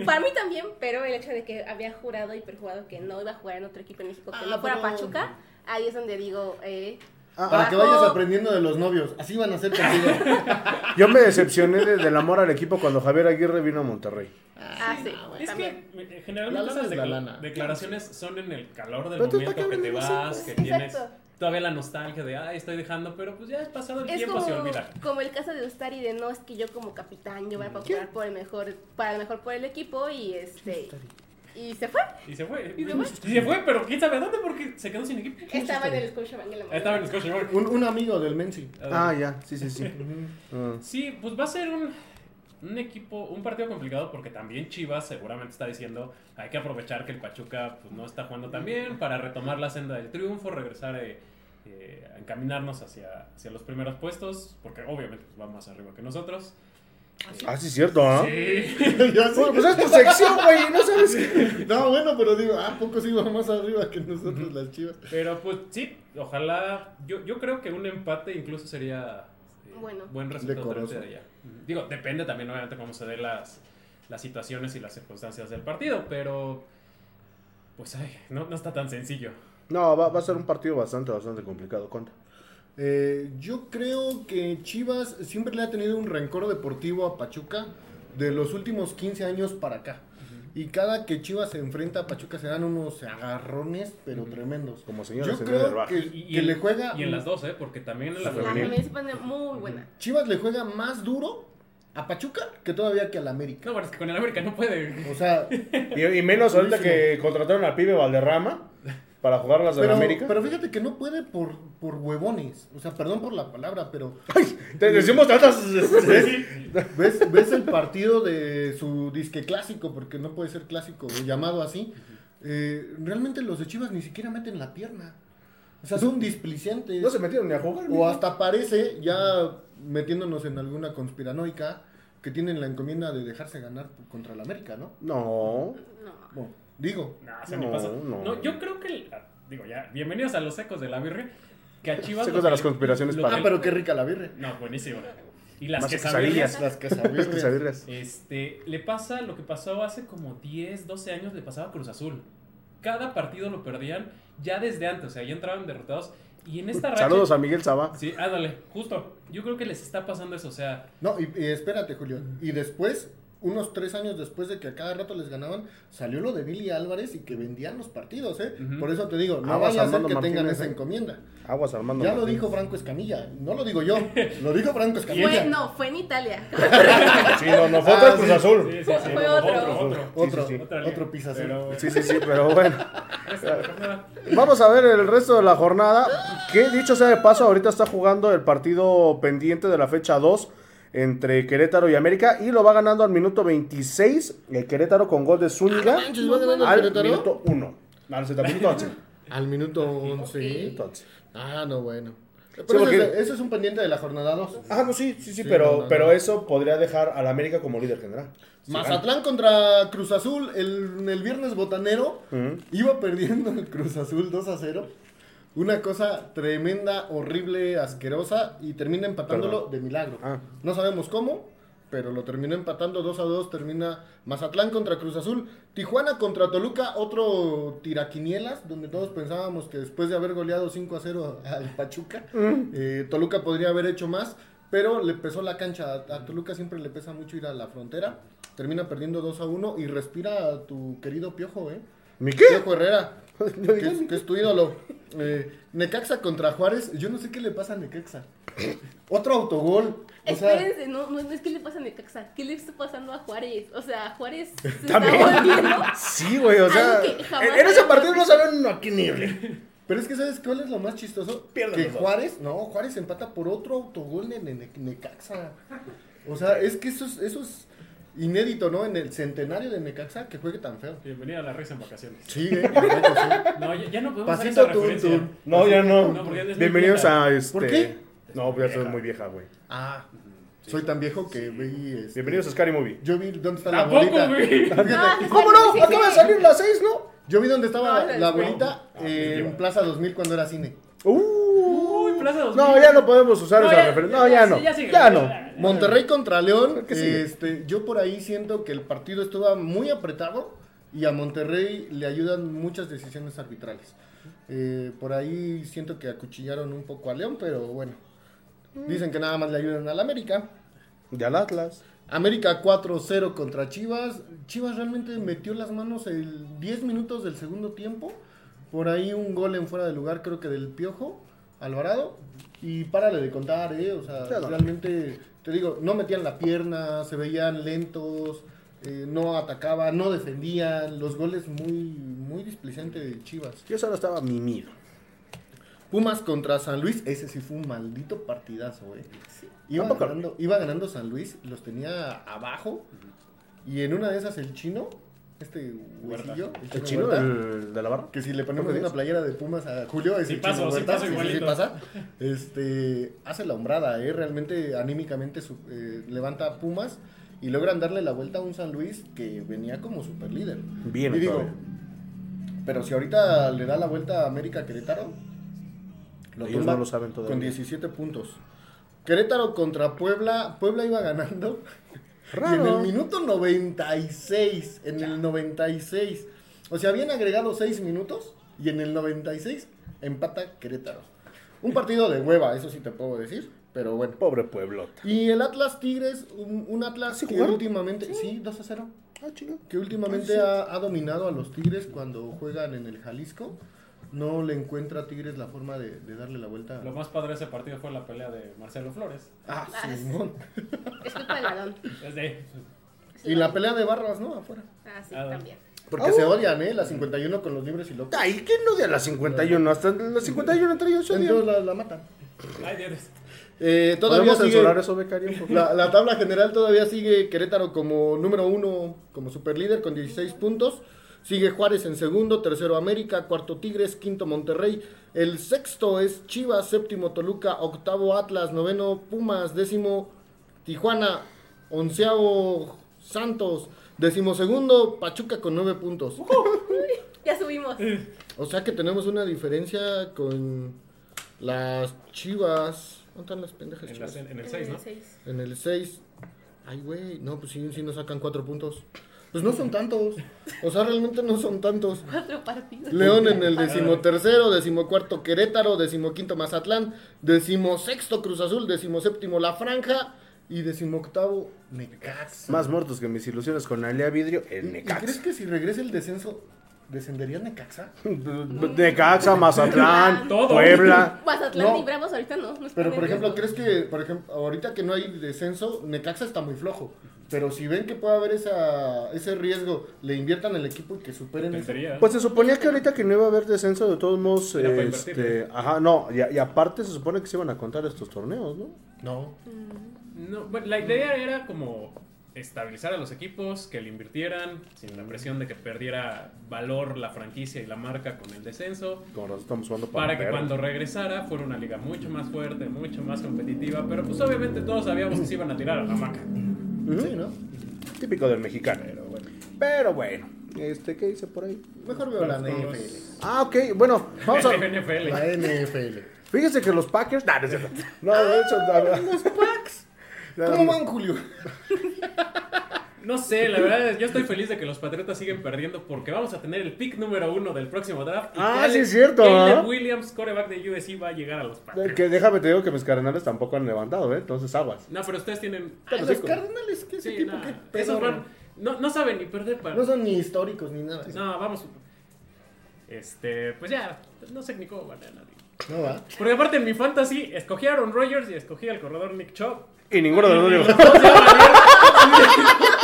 Speaker 6: Para mí también, pero el hecho de que había jurado y perjurado que no iba a jugar en otro equipo en México que
Speaker 5: Ah,
Speaker 6: no fuera
Speaker 5: pero-
Speaker 6: Pachuca, ahí es donde digo, eh,
Speaker 3: Ah,
Speaker 5: Para que
Speaker 6: bajo-
Speaker 5: vayas aprendiendo de los novios. Así van a ser contigo.
Speaker 3: ah, Yo me decepcioné de- del amor al equipo cuando Javier Aguirre vino a Monterrey.
Speaker 6: ah, sí,
Speaker 4: Es
Speaker 6: también.
Speaker 4: que eh,
Speaker 5: La
Speaker 4: generalmente
Speaker 5: lana
Speaker 4: esas
Speaker 5: es la
Speaker 4: decla-
Speaker 5: lana.
Speaker 4: declaraciones son en el calor del
Speaker 3: Pero tú
Speaker 4: momento
Speaker 3: estás
Speaker 4: que te
Speaker 3: cabrón,
Speaker 4: vas,
Speaker 3: sí,
Speaker 4: que
Speaker 6: pues.
Speaker 4: tienes
Speaker 6: Exacto.
Speaker 4: todavía la nostalgia de, ay, estoy dejando, pero pues ya es pasado el
Speaker 6: Es
Speaker 4: tiempo, se
Speaker 6: como,
Speaker 4: olvida.
Speaker 6: como el caso de Ustari de no, es que yo como capitán, yo voy
Speaker 3: Mm.
Speaker 6: a procurar por el mejor, para el mejor por el equipo y este y se fue.
Speaker 4: Y se fue.
Speaker 6: ¿Y se fue?
Speaker 4: Y se fue, pero quién sabe a dónde porque se quedó sin equipo.
Speaker 6: Estaba en el Scotiabank en la mañana.
Speaker 4: Estaba en el Scotiabank.
Speaker 5: Un, un amigo del Menzi.
Speaker 3: Ah, ya, sí, sí, sí. Ah.
Speaker 4: Sí, pues va a ser un, un equipo, un partido complicado porque también Chivas seguramente está diciendo hay que aprovechar que el Pachuca pues, no está jugando tan bien para retomar la senda del triunfo, regresar eh, eh, a encaminarnos hacia, hacia los primeros puestos, porque obviamente pues, va más arriba que nosotros.
Speaker 3: Ah, sí, cierto, ¿ah?
Speaker 5: Ya sé.
Speaker 3: Bueno, pues es tu sección, güey, no sabes qué.
Speaker 5: No, bueno, pero digo, ¿a poco sí va más arriba que nosotros las chivas?
Speaker 4: Pero pues sí, ojalá, yo, yo creo que un empate incluso sería eh,
Speaker 6: Bueno.
Speaker 4: buen resultado
Speaker 5: Decoroso.
Speaker 4: también de allá. Ujú. Digo, depende también obviamente cómo se den las, las situaciones y las circunstancias del partido, pero pues ay, no, no está tan sencillo.
Speaker 3: No, va, va a ser un partido bastante, bastante complicado, conta.
Speaker 5: Eh, yo creo que Chivas siempre le ha tenido un rencor deportivo a Pachuca de los últimos 15 años para acá. Y cada que Chivas se enfrenta a Pachuca se dan unos agarrones, pero tremendos.
Speaker 3: Como señora
Speaker 5: Yo
Speaker 3: se del
Speaker 5: creo
Speaker 3: bar.
Speaker 5: que,
Speaker 4: Y, y
Speaker 5: que
Speaker 4: en-
Speaker 5: le juega...
Speaker 4: Y en las dos, ¿eh? Porque también en la
Speaker 3: La
Speaker 6: La
Speaker 4: femenil.
Speaker 6: femenil se pone muy buena.
Speaker 5: Chivas le juega más duro a Pachuca que todavía que al América.
Speaker 4: No, pero es que con el América no puede.
Speaker 5: O sea,
Speaker 3: Y, y menos ahorita que contrataron al pibe Valderrama para jugar las de
Speaker 5: pero,
Speaker 3: América.
Speaker 5: pero fíjate que no puede por, por huevones. O sea, perdón por la palabra, pero...
Speaker 3: Te decimos tantas.
Speaker 5: ¿Ves, ves el partido de su disque clásico, porque no puede ser clásico o llamado así. Eh, realmente los de Chivas ni siquiera meten la pierna. O sea, son displicientes.
Speaker 3: No se metieron ni a jugar.
Speaker 5: o
Speaker 3: mijo.
Speaker 5: hasta parece, ya metiéndonos en alguna conspiranoica, que tienen la encomienda de dejarse ganar contra el América, ¿no?
Speaker 3: No.
Speaker 6: No.
Speaker 5: Bueno, digo.
Speaker 4: No, se me
Speaker 3: No,
Speaker 4: pasa.
Speaker 3: no.
Speaker 4: No. yo creo que. el- ah, digo, ya, bienvenidos a los ecos de la birria. Que a Chivas.
Speaker 3: Secos
Speaker 4: lo
Speaker 3: de
Speaker 4: que-
Speaker 3: las conspiraciones
Speaker 4: lo
Speaker 3: para-
Speaker 5: Ah,
Speaker 4: que-
Speaker 5: pero qué rica la birre.
Speaker 4: No, buenísimo. Y las
Speaker 3: Más
Speaker 4: quesadillas.
Speaker 5: Las que
Speaker 3: Es que sabirrias.
Speaker 4: Este, le pasa lo que pasó hace como 10, 12 años, le pasaba a Cruz Azul. Cada partido lo perdían ya desde antes, o sea, ya entraban derrotados. Y en esta racha.
Speaker 3: Saludos a Miguel Sabá.
Speaker 4: Sí, ándale, justo. Yo creo que les está pasando eso, o sea.
Speaker 5: No, y, y espérate, Julio. Y después, unos tres años después de que a cada rato les ganaban, salió lo de Billy Álvarez y que vendían los partidos, ¿eh?
Speaker 4: Ujú.
Speaker 5: Por eso te digo, no
Speaker 3: Ah, vas
Speaker 5: vaya a ser
Speaker 3: Armando
Speaker 5: que tengan
Speaker 3: Martínez,
Speaker 5: esa
Speaker 3: ¿eh?
Speaker 5: encomienda.
Speaker 3: Aguas Armando.
Speaker 5: Ya lo
Speaker 3: Martínez.
Speaker 5: dijo Franco Escamilla. No lo digo yo, lo dijo Franco Escamilla.
Speaker 6: Fue, no, fue en Italia.
Speaker 3: Sí, no, no, fue otro
Speaker 5: Ah,
Speaker 3: Cruz
Speaker 5: sí.
Speaker 3: Azul.
Speaker 4: Sí, sí,
Speaker 6: Fue-
Speaker 4: sí,
Speaker 6: fue otro.
Speaker 4: otro.
Speaker 5: Otro,
Speaker 3: Sí, sí, sí.
Speaker 4: Otra liga.
Speaker 5: otro pizza
Speaker 4: Pero-
Speaker 3: Sí, sí, sí, pero bueno.
Speaker 4: Esta, no pasa nada.
Speaker 3: Vamos a ver el resto de la jornada. Que dicho sea de paso, ahorita está jugando el partido pendiente de la fecha 2 entre Querétaro y América. Y lo va ganando al minuto 26. El Querétaro con gol de Zúñiga.
Speaker 5: Ah, manches, ¿va ganando el
Speaker 3: al
Speaker 5: Querétaro?
Speaker 3: minuto 1. No, no, sé, al minuto 11.
Speaker 5: Al minuto 11.
Speaker 3: Entonces.
Speaker 5: Ah, no, bueno. Pero
Speaker 3: porque-
Speaker 5: ese, ese es un pendiente de la jornada 2.
Speaker 3: Ah, no, sí, sí, sí,
Speaker 5: Sí,
Speaker 3: pero,
Speaker 5: no, no, no.
Speaker 3: pero eso podría dejar al América como líder general. Si gana.
Speaker 5: Mazatlán contra Cruz Azul el, el viernes botanero iba perdiendo el Cruz Azul 2 a 0. Una cosa tremenda, horrible, asquerosa y termina empatándolo
Speaker 3: Perdón.
Speaker 5: de milagro.
Speaker 3: Ah.
Speaker 5: No sabemos cómo, pero lo terminó empatando 2 a 2, termina Mazatlán contra Cruz Azul, Tijuana contra Toluca, otro tiraquinielas donde todos pensábamos que después de haber goleado 5 a 0 al Pachuca,
Speaker 3: Mm.
Speaker 5: eh, Toluca podría haber hecho más, pero le pesó la cancha, a, a Toluca siempre le pesa mucho ir a la frontera, termina perdiendo 2 a 1 y respira a tu querido Piojo, ¿eh?
Speaker 3: ¿Mi qué?
Speaker 5: Piojo Herrera.
Speaker 3: No digas
Speaker 5: Que, que es tu ídolo. Eh, Necaxa contra Juárez. Yo no sé qué le pasa a Necaxa. Otro autogol. O sea,
Speaker 6: Espérense, no, no, no es que le pasa a Necaxa, ¿qué le está pasando a Juárez? O sea, Juárez se está
Speaker 3: También.
Speaker 6: volviendo
Speaker 3: Sí, güey, o sea.
Speaker 6: Algo que jamás
Speaker 3: En en ese
Speaker 6: habíamos
Speaker 3: partido no sabían a quién irle.
Speaker 5: Pero es que, ¿sabes cuál es lo más chistoso?
Speaker 7: Pierden
Speaker 5: que
Speaker 7: los dos.
Speaker 5: Juárez, no, Juárez empata por otro autogol en el Ne- Necaxa. O sea, es que eso es, eso es inédito, ¿no? En el centenario de Necaxa, que juegue tan feo.
Speaker 4: Bienvenida a la risa en vacaciones.
Speaker 5: Sí, eh, perfecto, sí.
Speaker 4: No, ya, ya no podemos hacer
Speaker 5: Pasito
Speaker 4: esa
Speaker 5: tun,
Speaker 4: referencia.
Speaker 5: tun.
Speaker 7: No, ya no.
Speaker 4: No, porque es muy
Speaker 3: Bienvenidos
Speaker 4: vieja.
Speaker 3: a este.
Speaker 5: ¿Por qué?
Speaker 3: No, pues ya soy muy vieja, güey.
Speaker 5: Ah, soy tan viejo que vi... este,
Speaker 3: Bienvenidos a Scary Movie.
Speaker 5: Yo vi dónde está la
Speaker 4: Tampoco,
Speaker 5: bolita.
Speaker 4: güey.
Speaker 6: No,
Speaker 3: ¿Cómo no?
Speaker 6: sí, sí.
Speaker 3: Acaba de salir las seis, ¿no?
Speaker 5: Yo vi dónde estaba
Speaker 6: No, no,
Speaker 5: la
Speaker 6: no.
Speaker 5: abuelita
Speaker 7: Ah,
Speaker 3: pues
Speaker 5: eh,
Speaker 7: sí,
Speaker 5: en
Speaker 7: sí.
Speaker 5: Plaza 2000 cuando era cine.
Speaker 3: Ah. Uh,
Speaker 4: Uy, Plaza 2000.
Speaker 3: no, ya no podemos usar
Speaker 4: No,
Speaker 3: esa
Speaker 4: ya-
Speaker 3: referencia. No, ya no.
Speaker 4: sí, ya sigue.
Speaker 3: Ya no.
Speaker 4: Ya.
Speaker 5: Monterrey contra León.
Speaker 3: Creo que sí.
Speaker 5: Este, yo por ahí siento que el partido estaba muy apretado y a Monterrey le ayudan muchas decisiones arbitrales. Eh, por ahí siento que acuchillaron un poco a León, pero bueno. Dicen que nada más le ayudan al América.
Speaker 3: Ya al Atlas.
Speaker 5: América 4-0 contra Chivas. Chivas realmente metió las manos el 10 minutos del segundo tiempo. Por ahí un gol en fuera de lugar, creo que del Piojo Alvarado. Y párale de contar, ¿eh? O sea,
Speaker 3: Ya no.
Speaker 5: realmente, te digo, no metían la pierna, se veían lentos, eh, no atacaban, no defendían. Los goles muy, muy displicente de Chivas.
Speaker 3: Yo solo estaba mimido.
Speaker 5: Pumas contra San Luis, ese sí fue un maldito partidazo, eh. Iba,
Speaker 3: Tampoco.
Speaker 5: ganando, iba ganando San Luis, los tenía abajo. Y en una de esas el chino, este huesillo,
Speaker 3: ¿El chino
Speaker 5: Huerta,
Speaker 3: el de la barra?
Speaker 5: que si le ponemos
Speaker 3: ¿Cómo
Speaker 5: una
Speaker 3: es?
Speaker 5: playera de Pumas a Julio, es
Speaker 4: Sí
Speaker 5: el
Speaker 4: paso,
Speaker 5: chino
Speaker 4: sí
Speaker 5: Huerta,
Speaker 4: paso
Speaker 5: sí, sí, sí
Speaker 4: igualito.
Speaker 5: pasa. Este, hace la hombrada, eh, realmente anímicamente su- eh, levanta a Pumas y logran darle la vuelta a un San Luis que venía como super líder.
Speaker 3: Bien,
Speaker 5: y digo,
Speaker 3: todavía.
Speaker 5: pero si ahorita le da la vuelta a América Querétaro, lo
Speaker 3: Ellos
Speaker 5: tumba
Speaker 3: no lo saben todavía.
Speaker 5: Con 17 puntos. Querétaro contra Puebla, Puebla iba ganando. Y en el
Speaker 3: Raro.
Speaker 5: minuto 96, en el 96. O sea, habían agregado 6 minutos y en el 96 empata Querétaro. Un partido de hueva, eso sí te puedo decir, pero bueno.
Speaker 3: Pobre pueblota.
Speaker 5: Y el Atlas Tigres, un, un Atlas
Speaker 3: ¿Sí Ah,
Speaker 5: que
Speaker 3: jugaron?
Speaker 5: últimamente, sí, 2 a 0,
Speaker 3: Ah, chido.
Speaker 5: que últimamente ha, ha dominado a los Tigres cuando juegan en el Jalisco. No le encuentra a Tigres la forma de, de darle la vuelta.
Speaker 4: Lo más padre de ese partido fue la pelea de Marcelo Flores.
Speaker 5: Ah,
Speaker 6: Ah,
Speaker 5: Simón.
Speaker 6: Es culpa del balón.
Speaker 4: Desde
Speaker 5: Y la pelea de barras, ¿no? Afuera.
Speaker 6: Ah, sí,
Speaker 4: Ah.
Speaker 6: también.
Speaker 5: Porque se odian, ¿eh? La 51 con los libres y locos.
Speaker 3: Ay, ¿quién odia la 51? Hasta la 51 entre ellos
Speaker 5: Entonces
Speaker 3: odian.
Speaker 5: la, la matan.
Speaker 4: Ay, Dios.
Speaker 5: Eh, todavía
Speaker 3: ¿Podemos
Speaker 5: sigue-
Speaker 3: censurar eso, Becario? por favor?
Speaker 5: La, la tabla general todavía sigue Querétaro como número uno, como superlíder con 16 puntos. Sigue Juárez en segundo, tercero América, cuarto Tigres, quinto Monterrey. El sexto es Chivas, séptimo Toluca, octavo Atlas, noveno Pumas, décimo Tijuana, onceavo Santos, décimo segundo Pachuca con nueve puntos.
Speaker 6: Ya subimos.
Speaker 5: O sea que tenemos una diferencia con las Chivas. ¿Dónde están las pendejas
Speaker 4: En,
Speaker 5: Chivas?
Speaker 4: la- en el 6, ¿no?
Speaker 6: Seis.
Speaker 5: En el 6. Ay, güey. No, pues sí, sí nos sacan 4 puntos. Pues no son tantos. O sea, realmente no son tantos.
Speaker 6: Cuatro partidos.
Speaker 5: León en el decimotercero, decimocuarto Querétaro, decimoquinto Mazatlán, decimosexto Cruz Azul, decimoséptimo La Franja y decimoctavo Necaxa.
Speaker 3: Más muertos que mis ilusiones con Alea Vidrio,
Speaker 5: ¿Y-
Speaker 3: el
Speaker 5: y crees
Speaker 3: Necaxa.
Speaker 5: que si regresa el descenso, descendería Necaxa?
Speaker 3: Necaxa, Mazatlán,
Speaker 4: Todo.
Speaker 3: Puebla.
Speaker 6: Mazatlán
Speaker 5: No.
Speaker 6: y Bravos ahorita no. no
Speaker 5: Pero
Speaker 6: están
Speaker 5: por
Speaker 6: en
Speaker 5: ejemplo, ¿crees
Speaker 6: riesgo.
Speaker 5: que, por ejemplo, ahorita que no hay descenso, Necaxa está muy flojo? Pero si ven que puede haber esa, ese riesgo, le inviertan el equipo y que superen eso.
Speaker 4: Tontería.
Speaker 3: Pues se suponía que ahorita que no iba a haber descenso, de todos modos,
Speaker 4: Era para
Speaker 3: este,
Speaker 4: invertirle.
Speaker 3: ajá, no, y, y aparte se supone que se iban a contar estos torneos, ¿no?
Speaker 5: No.
Speaker 4: No, bueno, la idea era como estabilizar a los equipos, que le invirtieran, sin la presión de que perdiera valor la franquicia y la marca con el descenso,
Speaker 3: Con razón estamos jugando
Speaker 4: para que
Speaker 3: perros.
Speaker 4: cuando regresara fuera una liga mucho más fuerte, mucho más competitiva, pero pues obviamente todos sabíamos que se iban a tirar a la maca.
Speaker 5: Sí, ¿no?
Speaker 3: Típico del mexicano. Pero bueno. este, ¿qué dice por ahí?
Speaker 5: Mejor veo la
Speaker 4: Vamos.
Speaker 5: NFL.
Speaker 3: Ah, ok, bueno, vamos a...
Speaker 4: NFL.
Speaker 5: La NFL.
Speaker 3: Fíjense que los Packers... Nah, no, es cierto. No, de hecho, los Packers.
Speaker 5: ¿Cómo van, Julio?
Speaker 4: No sé, la verdad, es- yo estoy feliz de que los Patriotas siguen perdiendo porque vamos a tener el pick número uno del próximo draft. y
Speaker 3: Ah,
Speaker 4: Caleb-
Speaker 3: sí es cierto,
Speaker 4: Caleb
Speaker 3: ¿ah?
Speaker 4: Williams, coreback de USC, va a llegar a los Patriotas.
Speaker 3: Que déjame te digo que mis cardenales tampoco han levantado, ¿eh? Entonces aguas.
Speaker 4: No, pero ustedes tienen...
Speaker 5: Ah, los
Speaker 3: chico.
Speaker 5: Cardinales, ¿qué ese
Speaker 4: Sí,
Speaker 5: equipo?
Speaker 4: no,
Speaker 5: ¿Qué
Speaker 4: esos
Speaker 5: pedo?
Speaker 4: van- no, no saben ni perder para...
Speaker 5: No son ni históricos ni nada. No,
Speaker 4: No, vamos. Este, pues ya, no sé ni cómo van a nadie.
Speaker 5: va.
Speaker 4: Porque aparte en mi fantasy escogí a Aaron Rodgers y escogí al corredor Nick Chubb.
Speaker 3: Y ninguno de los dos llegó.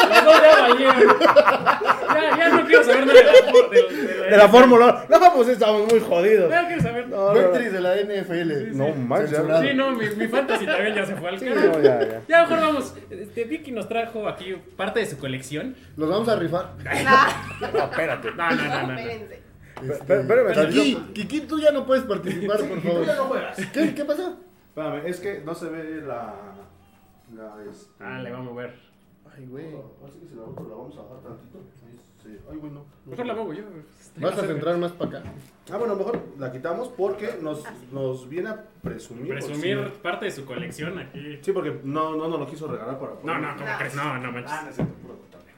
Speaker 4: Entonces, ya valieron. Los dos ya valieron. Ya, ya no quiero saber nada de la, for- de,
Speaker 3: De la Fórmula 1. No, pues estamos muy jodidos.
Speaker 4: Ya no quiero saber.
Speaker 3: No, no,
Speaker 5: Buen
Speaker 3: no.
Speaker 5: tris de la NFL.
Speaker 3: No manches.
Speaker 5: Censurado.
Speaker 4: Sí, no, mi, mi fantasy también ya se fue al
Speaker 3: Sí,
Speaker 4: carajo.
Speaker 3: no, ya, ya.
Speaker 4: Ya mejor vamos. Este, Vicky nos trajo aquí parte de su colección.
Speaker 5: Los vamos a rifar.
Speaker 3: No, espérate.
Speaker 4: No, no, no, no. no.
Speaker 6: Espérense.
Speaker 3: Espé- Espérame, tantito.
Speaker 5: Kiki, Este, Kiki, tú ya no puedes participar, por favor. ¿Qué, ¿Qué pasa?
Speaker 3: Espérame, es que no se ve la. La. es-
Speaker 4: Ah, le vamos a ver.
Speaker 5: Ay, güey.
Speaker 3: Parece que si la boto la vamos a bajar tantito. Sí. Ay, bueno.
Speaker 4: Mejor la muevo yo. Este,
Speaker 5: Vas a centrar más para acá.
Speaker 3: Ah, bueno, mejor la quitamos porque nos, nos viene a presumir.
Speaker 4: Presumir
Speaker 3: porque
Speaker 4: parte de su colección aquí.
Speaker 3: sí. Sí, porque no, no nos lo quiso regalar para.
Speaker 4: No, no, ¿cómo crees? No, no manches.
Speaker 3: Ah, no es cierto, puro cotorreo.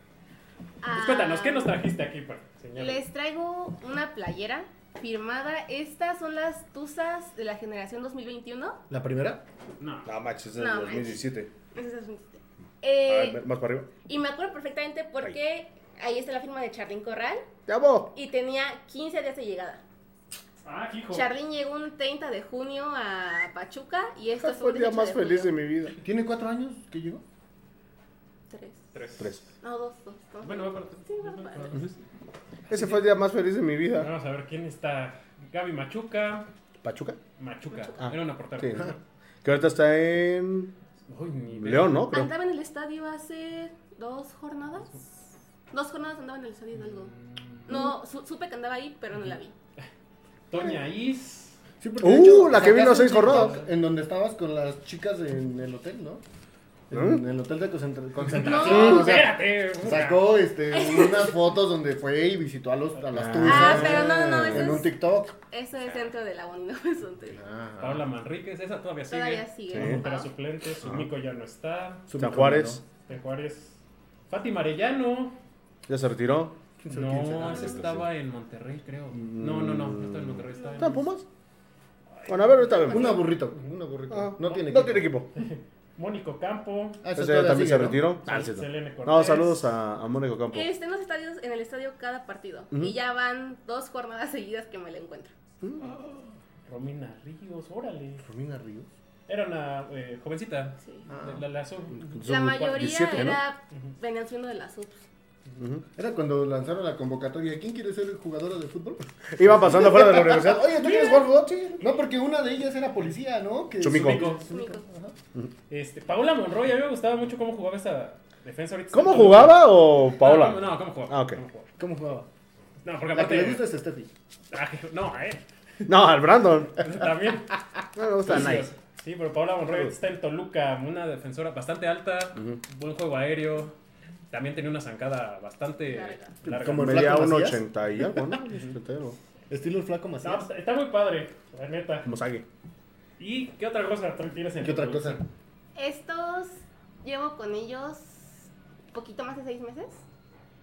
Speaker 4: Pues cuéntanos, ¿qué nos trajiste aquí pues, para señalar?
Speaker 6: Ah, Les traigo una playera firmada. Estas son las tuzas de la generación 2021.
Speaker 3: ¿La primera?
Speaker 4: No.
Speaker 3: No, manches, es del
Speaker 6: No,
Speaker 3: 2017.
Speaker 6: Esas son mis-
Speaker 3: A
Speaker 6: Eh,
Speaker 3: ver, más para arriba.
Speaker 6: y me acuerdo perfectamente porque ahí está la firma de Charlín Corral
Speaker 3: ¡Ya vos!
Speaker 6: y tenía 15 días de llegada.
Speaker 4: Ah, hijo.
Speaker 6: Charlín llegó un 30 de junio a Pachuca y esto es
Speaker 3: Fue
Speaker 6: un
Speaker 3: el día
Speaker 6: 18
Speaker 3: más
Speaker 6: de
Speaker 3: feliz de
Speaker 6: junio.
Speaker 3: mi vida.
Speaker 5: ¿Tiene cuatro años que llegó?
Speaker 6: Tres.
Speaker 4: Tres.
Speaker 3: Tres.
Speaker 6: No, dos, dos. dos.
Speaker 4: Bueno, va para
Speaker 6: Sí, va para atrás.
Speaker 3: Ese fue el día más feliz de mi vida.
Speaker 4: Vamos a ver quién está. Gaby Machuca.
Speaker 3: ¿Pachuca?
Speaker 4: Machuca.
Speaker 3: Ah,
Speaker 4: Era una portada.
Speaker 3: Sí. Que ahorita está en.
Speaker 4: Uy, ni idea.
Speaker 3: León, ¿no? Creo.
Speaker 6: Andaba en el estadio hace dos jornadas. Dos jornadas andaba en el estadio Hidalgo. No, su- supe que andaba ahí, pero no la vi.
Speaker 4: Toña Is.
Speaker 5: Sí,
Speaker 3: ¡Uh! La que vino a
Speaker 5: sacaste
Speaker 3: seis
Speaker 5: un TikTok
Speaker 3: jornadas.
Speaker 5: En donde estabas con las chicas en el hotel, ¿no? En
Speaker 3: ¿Eh?
Speaker 5: el hotel de concentra- concentración.
Speaker 6: No.
Speaker 5: o sea,
Speaker 4: Espérate. puta.
Speaker 5: sacó este, unas fotos donde fue y visitó a, los, a las tuyas.
Speaker 6: Ah, pero no, no, no, eso
Speaker 5: En
Speaker 6: es-
Speaker 5: un TikTok.
Speaker 6: Eso es dentro de la Bonino Horizonte.
Speaker 3: Ah.
Speaker 4: Paola Manríquez. Esa todavía sigue.
Speaker 6: Todavía sigue.
Speaker 4: Pero
Speaker 6: Ajá.
Speaker 4: suplente.
Speaker 3: Ah.
Speaker 4: Su Nico ya no está.
Speaker 3: San Juárez.
Speaker 4: De Juárez. Fátima Arellano.
Speaker 3: Ya se retiró.
Speaker 4: No, esa estaba en Monterrey, creo. No, no, no. No estaba en Monterrey. Estaba
Speaker 3: ¿Está en
Speaker 4: en...
Speaker 3: Pumas? Bueno, a ver, ahorita vemos.
Speaker 5: Un aburrito, un aburrito.
Speaker 3: Ah,
Speaker 5: no tiene
Speaker 3: No tiene equipo.
Speaker 4: Mónico Campo.
Speaker 5: Ah, esa
Speaker 3: Ese
Speaker 5: todavía
Speaker 3: también
Speaker 5: sigue,
Speaker 3: se
Speaker 5: ¿no?
Speaker 3: retiró. Ah,
Speaker 4: Sel-
Speaker 3: sí, no.
Speaker 4: Selene Cortés.
Speaker 3: No, saludos a, a Mónico Campo.
Speaker 6: Está Este, en los estadios, en el estadio cada partido. Y ya van dos jornadas seguidas que me la encuentro.
Speaker 4: Romina Ríos. Órale.
Speaker 5: Romina Ríos.
Speaker 4: Era una eh, jovencita.
Speaker 6: Sí.
Speaker 3: Ah.
Speaker 4: La, la, la azul.
Speaker 3: Son
Speaker 6: La mayoría
Speaker 3: 17, ¿no?
Speaker 6: era venían siendo de pues, las subs.
Speaker 5: Era cuando lanzaron la convocatoria. ¿Quién quiere ser jugadora de fútbol?
Speaker 3: Iba pasando fuera de la universidad. Oye, ¿tú quieres jugar fútbol? Sí.
Speaker 5: No, porque una de ellas era policía, ¿no? Que
Speaker 3: Chumico.
Speaker 4: Nico.
Speaker 6: Único.
Speaker 4: Este, Paola Monroy, a mí me gustaba mucho cómo jugaba esa defensa ahorita.
Speaker 3: ¿Cómo jugaba o
Speaker 4: No,
Speaker 3: Paola?
Speaker 4: no, cómo jugaba.
Speaker 3: Ah, ok.
Speaker 4: cómo jugaba.
Speaker 5: ¿Cómo jugaba?
Speaker 4: No, porque
Speaker 5: La que
Speaker 4: aparte.
Speaker 5: le gusta es Steffi.
Speaker 4: Ah, no, eh.
Speaker 3: No, al Brandon.
Speaker 4: También.
Speaker 3: No me gusta Nice.
Speaker 4: Sí, pero Paola Monroy está en Toluca, una defensora bastante alta, buen juego aéreo. También tenía una zancada bastante
Speaker 6: Larga.
Speaker 4: larga.
Speaker 5: Como el-
Speaker 3: Medía
Speaker 5: ¿Flaco
Speaker 3: un
Speaker 5: Macías?
Speaker 3: 80 y algo, ¿no? 80 y algo.
Speaker 5: Estilo el flaco
Speaker 4: No,
Speaker 5: Macías.
Speaker 4: está- está muy padre, la neta.
Speaker 3: Como Sague.
Speaker 4: ¿Y qué otra cosa también tienes en
Speaker 5: ¿Qué
Speaker 4: tu
Speaker 5: otra cosa?
Speaker 4: colección?
Speaker 6: Estos llevo con ellos poquito más de seis meses.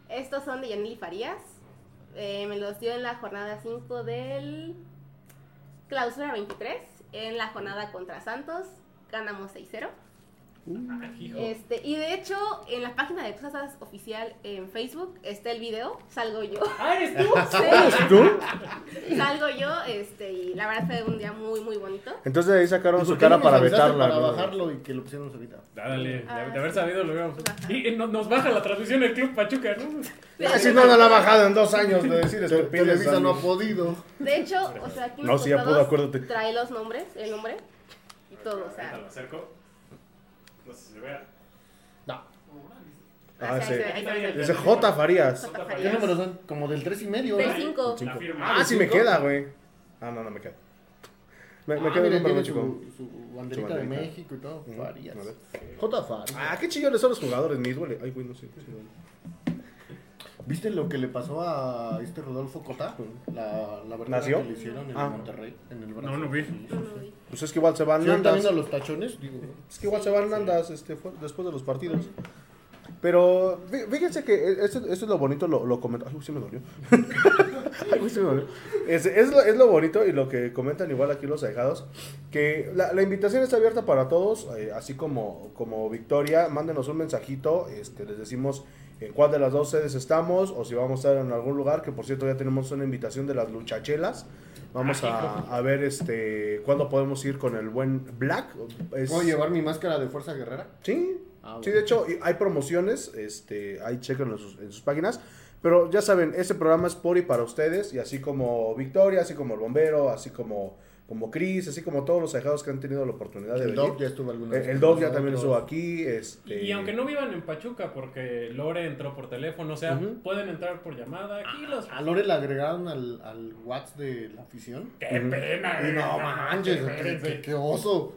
Speaker 6: Estos son de Yanely Farías. Eh, me los dio en la jornada 5 del clausura 23. En la jornada contra Santos ganamos 6-0.
Speaker 4: Ah, hijo.
Speaker 6: Este, y de hecho, en la página de Tuzas Oficial en Facebook está el video. Salgo yo.
Speaker 4: Ah, ¿eres tú?
Speaker 6: Sí,
Speaker 3: ¿Tú?
Speaker 6: salgo yo. Este, y la verdad fue un día muy, muy bonito.
Speaker 3: Entonces de ahí sacaron
Speaker 5: ¿Por
Speaker 3: su
Speaker 5: qué
Speaker 3: cara
Speaker 5: no nos
Speaker 3: para
Speaker 5: avisaste
Speaker 3: vetarla.
Speaker 5: Para
Speaker 3: ¿no?
Speaker 5: bajarlo y que lo pusiéramos ahorita.
Speaker 4: Dale, de,
Speaker 6: Ah,
Speaker 4: de haber
Speaker 6: sí.
Speaker 4: sabido lo hubiéramos.
Speaker 6: Ajá.
Speaker 4: Y eh, no- nos baja la transmisión el Club Pachuca, ¿no?
Speaker 3: Ah, si no, no la ha bajado en dos años de decir estupideces.
Speaker 5: Televisa no ha podido.
Speaker 6: De hecho, o sea, aquí
Speaker 3: No,
Speaker 6: mis
Speaker 3: sí, ya pudo,
Speaker 6: costados
Speaker 3: acuérdate.
Speaker 6: Trae los nombres, el nombre y todo, o
Speaker 4: Ahorita
Speaker 6: sea.
Speaker 4: lo acerco. No sé si Pues, se vea.
Speaker 5: No.
Speaker 3: Ah, sí.
Speaker 6: ahí se ve, ahí
Speaker 3: Dice
Speaker 6: se ve.
Speaker 3: J. Farías.
Speaker 6: J.
Speaker 5: ¿Qué
Speaker 6: Farías.
Speaker 5: números son? Como del 3 y medio.
Speaker 6: Del
Speaker 5: ¿no?
Speaker 6: cinco.
Speaker 4: La firma.
Speaker 3: Ah, sí me queda, güey. Ah, no, no me queda. Me, me
Speaker 5: Ah,
Speaker 3: queda el
Speaker 5: mira,
Speaker 3: número
Speaker 5: tiene
Speaker 3: chico.
Speaker 5: su, su banderita de
Speaker 3: banderita.
Speaker 5: México y todo. Farías.
Speaker 3: a ver.
Speaker 5: J. Farías.
Speaker 3: Ah, qué chillones son los jugadores, ni duele. Ay, güey, no sé. sí duele.
Speaker 5: ¿Viste lo que le pasó a este Rodolfo Cota? La, la verdad
Speaker 3: ¿Nació?
Speaker 5: que le hicieron en
Speaker 3: Ah.
Speaker 5: Monterrey, en el brazo.
Speaker 4: No, no vi.
Speaker 3: Pues es que igual se van
Speaker 5: ¿Sí ahorita
Speaker 3: Nandas.
Speaker 5: viendo los tachones? Digo,
Speaker 3: Es que igual se van Nandas este, fu- después de los partidos. Pero fí- fíjense que esto, esto es lo bonito, lo, lo comento. Ay, güey, sí me dolió. Ay, güey, sí me dolió. Es, es lo, es lo bonito y lo que comentan igual aquí los ahijados. Que la, la invitación está abierta para todos, eh, así como, como Victoria. Mándenos un mensajito, este, les decimos en cuál de las dos sedes estamos o si vamos a estar en algún lugar. Que por cierto, ya tenemos una invitación de las luchachelas. Vamos a, a ver este cuándo podemos ir con el buen Black. Es-
Speaker 5: ¿Puedo llevar mi máscara de fuerza guerrera?
Speaker 3: Sí,
Speaker 7: Ah,
Speaker 3: Sí,
Speaker 7: bueno.
Speaker 3: de hecho, y- hay promociones, este, ahí chequen en sus, en sus páginas. Pero ya saben, este programa es por y para ustedes. Y así como Victoria, así como el bombero, así como, como Chris, así como todos los ajados que han tenido la oportunidad de
Speaker 5: El
Speaker 3: venir.
Speaker 5: Doc ya estuvo alguna
Speaker 3: El-
Speaker 5: vez
Speaker 3: Eh, el
Speaker 5: con
Speaker 3: Doc ya también
Speaker 5: nosotros.
Speaker 3: estuvo aquí.
Speaker 4: Y,
Speaker 3: Este,
Speaker 4: y aunque no vivan en Pachuca, porque Lore entró por teléfono, o sea,
Speaker 3: Ujú.
Speaker 4: pueden entrar por llamada. Aquí los.
Speaker 5: A Lore le agregaron al, al WhatsApp de la afición.
Speaker 4: ¡Qué pena!
Speaker 5: Y
Speaker 4: güey! Ah,
Speaker 5: no manches, qué,
Speaker 4: espérense.
Speaker 5: qué- qué oso.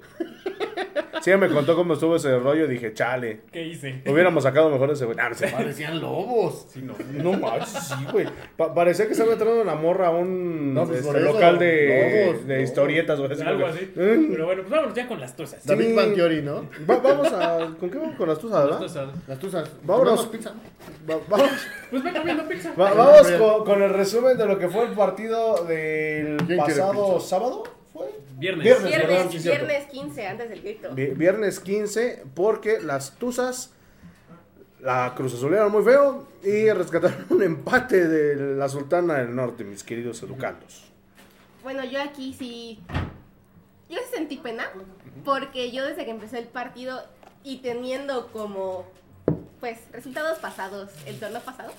Speaker 3: Sí, me contó cómo estuvo ese rollo. Dije, chale,
Speaker 4: ¿Qué hice?
Speaker 3: hubiéramos sacado mejor ese güey. Nah, no sé.
Speaker 5: Parecían lobos.
Speaker 4: Sí, no.
Speaker 3: No manches, sí, güey. Pa- parecía que estaba entrando una morra a un
Speaker 5: No, pues,
Speaker 3: este,
Speaker 5: por eso,
Speaker 3: local de,
Speaker 5: lobos,
Speaker 3: de
Speaker 5: lobos.
Speaker 3: historietas, güey. así
Speaker 4: Algo
Speaker 3: como
Speaker 4: así.
Speaker 3: que, "Mm".
Speaker 4: Pero bueno, pues vámonos ya con las tuzas.
Speaker 3: Sí.
Speaker 5: David Pantiori, ¿no?
Speaker 3: Va- vamos a. ¿Con qué vamos? Con las tuzas, ¿verdad?
Speaker 4: Las tuzas.
Speaker 5: Las tuzas.
Speaker 3: Vámonos.
Speaker 5: Comemos pizza.
Speaker 3: Va- vamos
Speaker 4: Pues ven comiendo pizza.
Speaker 3: va-
Speaker 5: Ay,
Speaker 3: vamos
Speaker 5: Gabriel.
Speaker 3: con, con el resumen de lo que fue el partido del
Speaker 5: quiere
Speaker 3: pasado
Speaker 5: pizza?
Speaker 3: sábado. ¿Fue?
Speaker 4: Viernes.
Speaker 3: Viernes. perdón,
Speaker 6: Viernes,
Speaker 3: sí, cierto.
Speaker 6: viernes 15, antes del grito.
Speaker 3: Vi- Viernes 15, porque las tuzas la cruzazulearon muy feo y rescataron un empate de la Sultana del Norte, mis queridos educandos.
Speaker 6: Bueno, yo aquí sí. Yo sí sentí pena porque yo desde que empecé el partido y teniendo como pues resultados pasados, el torneo pasado,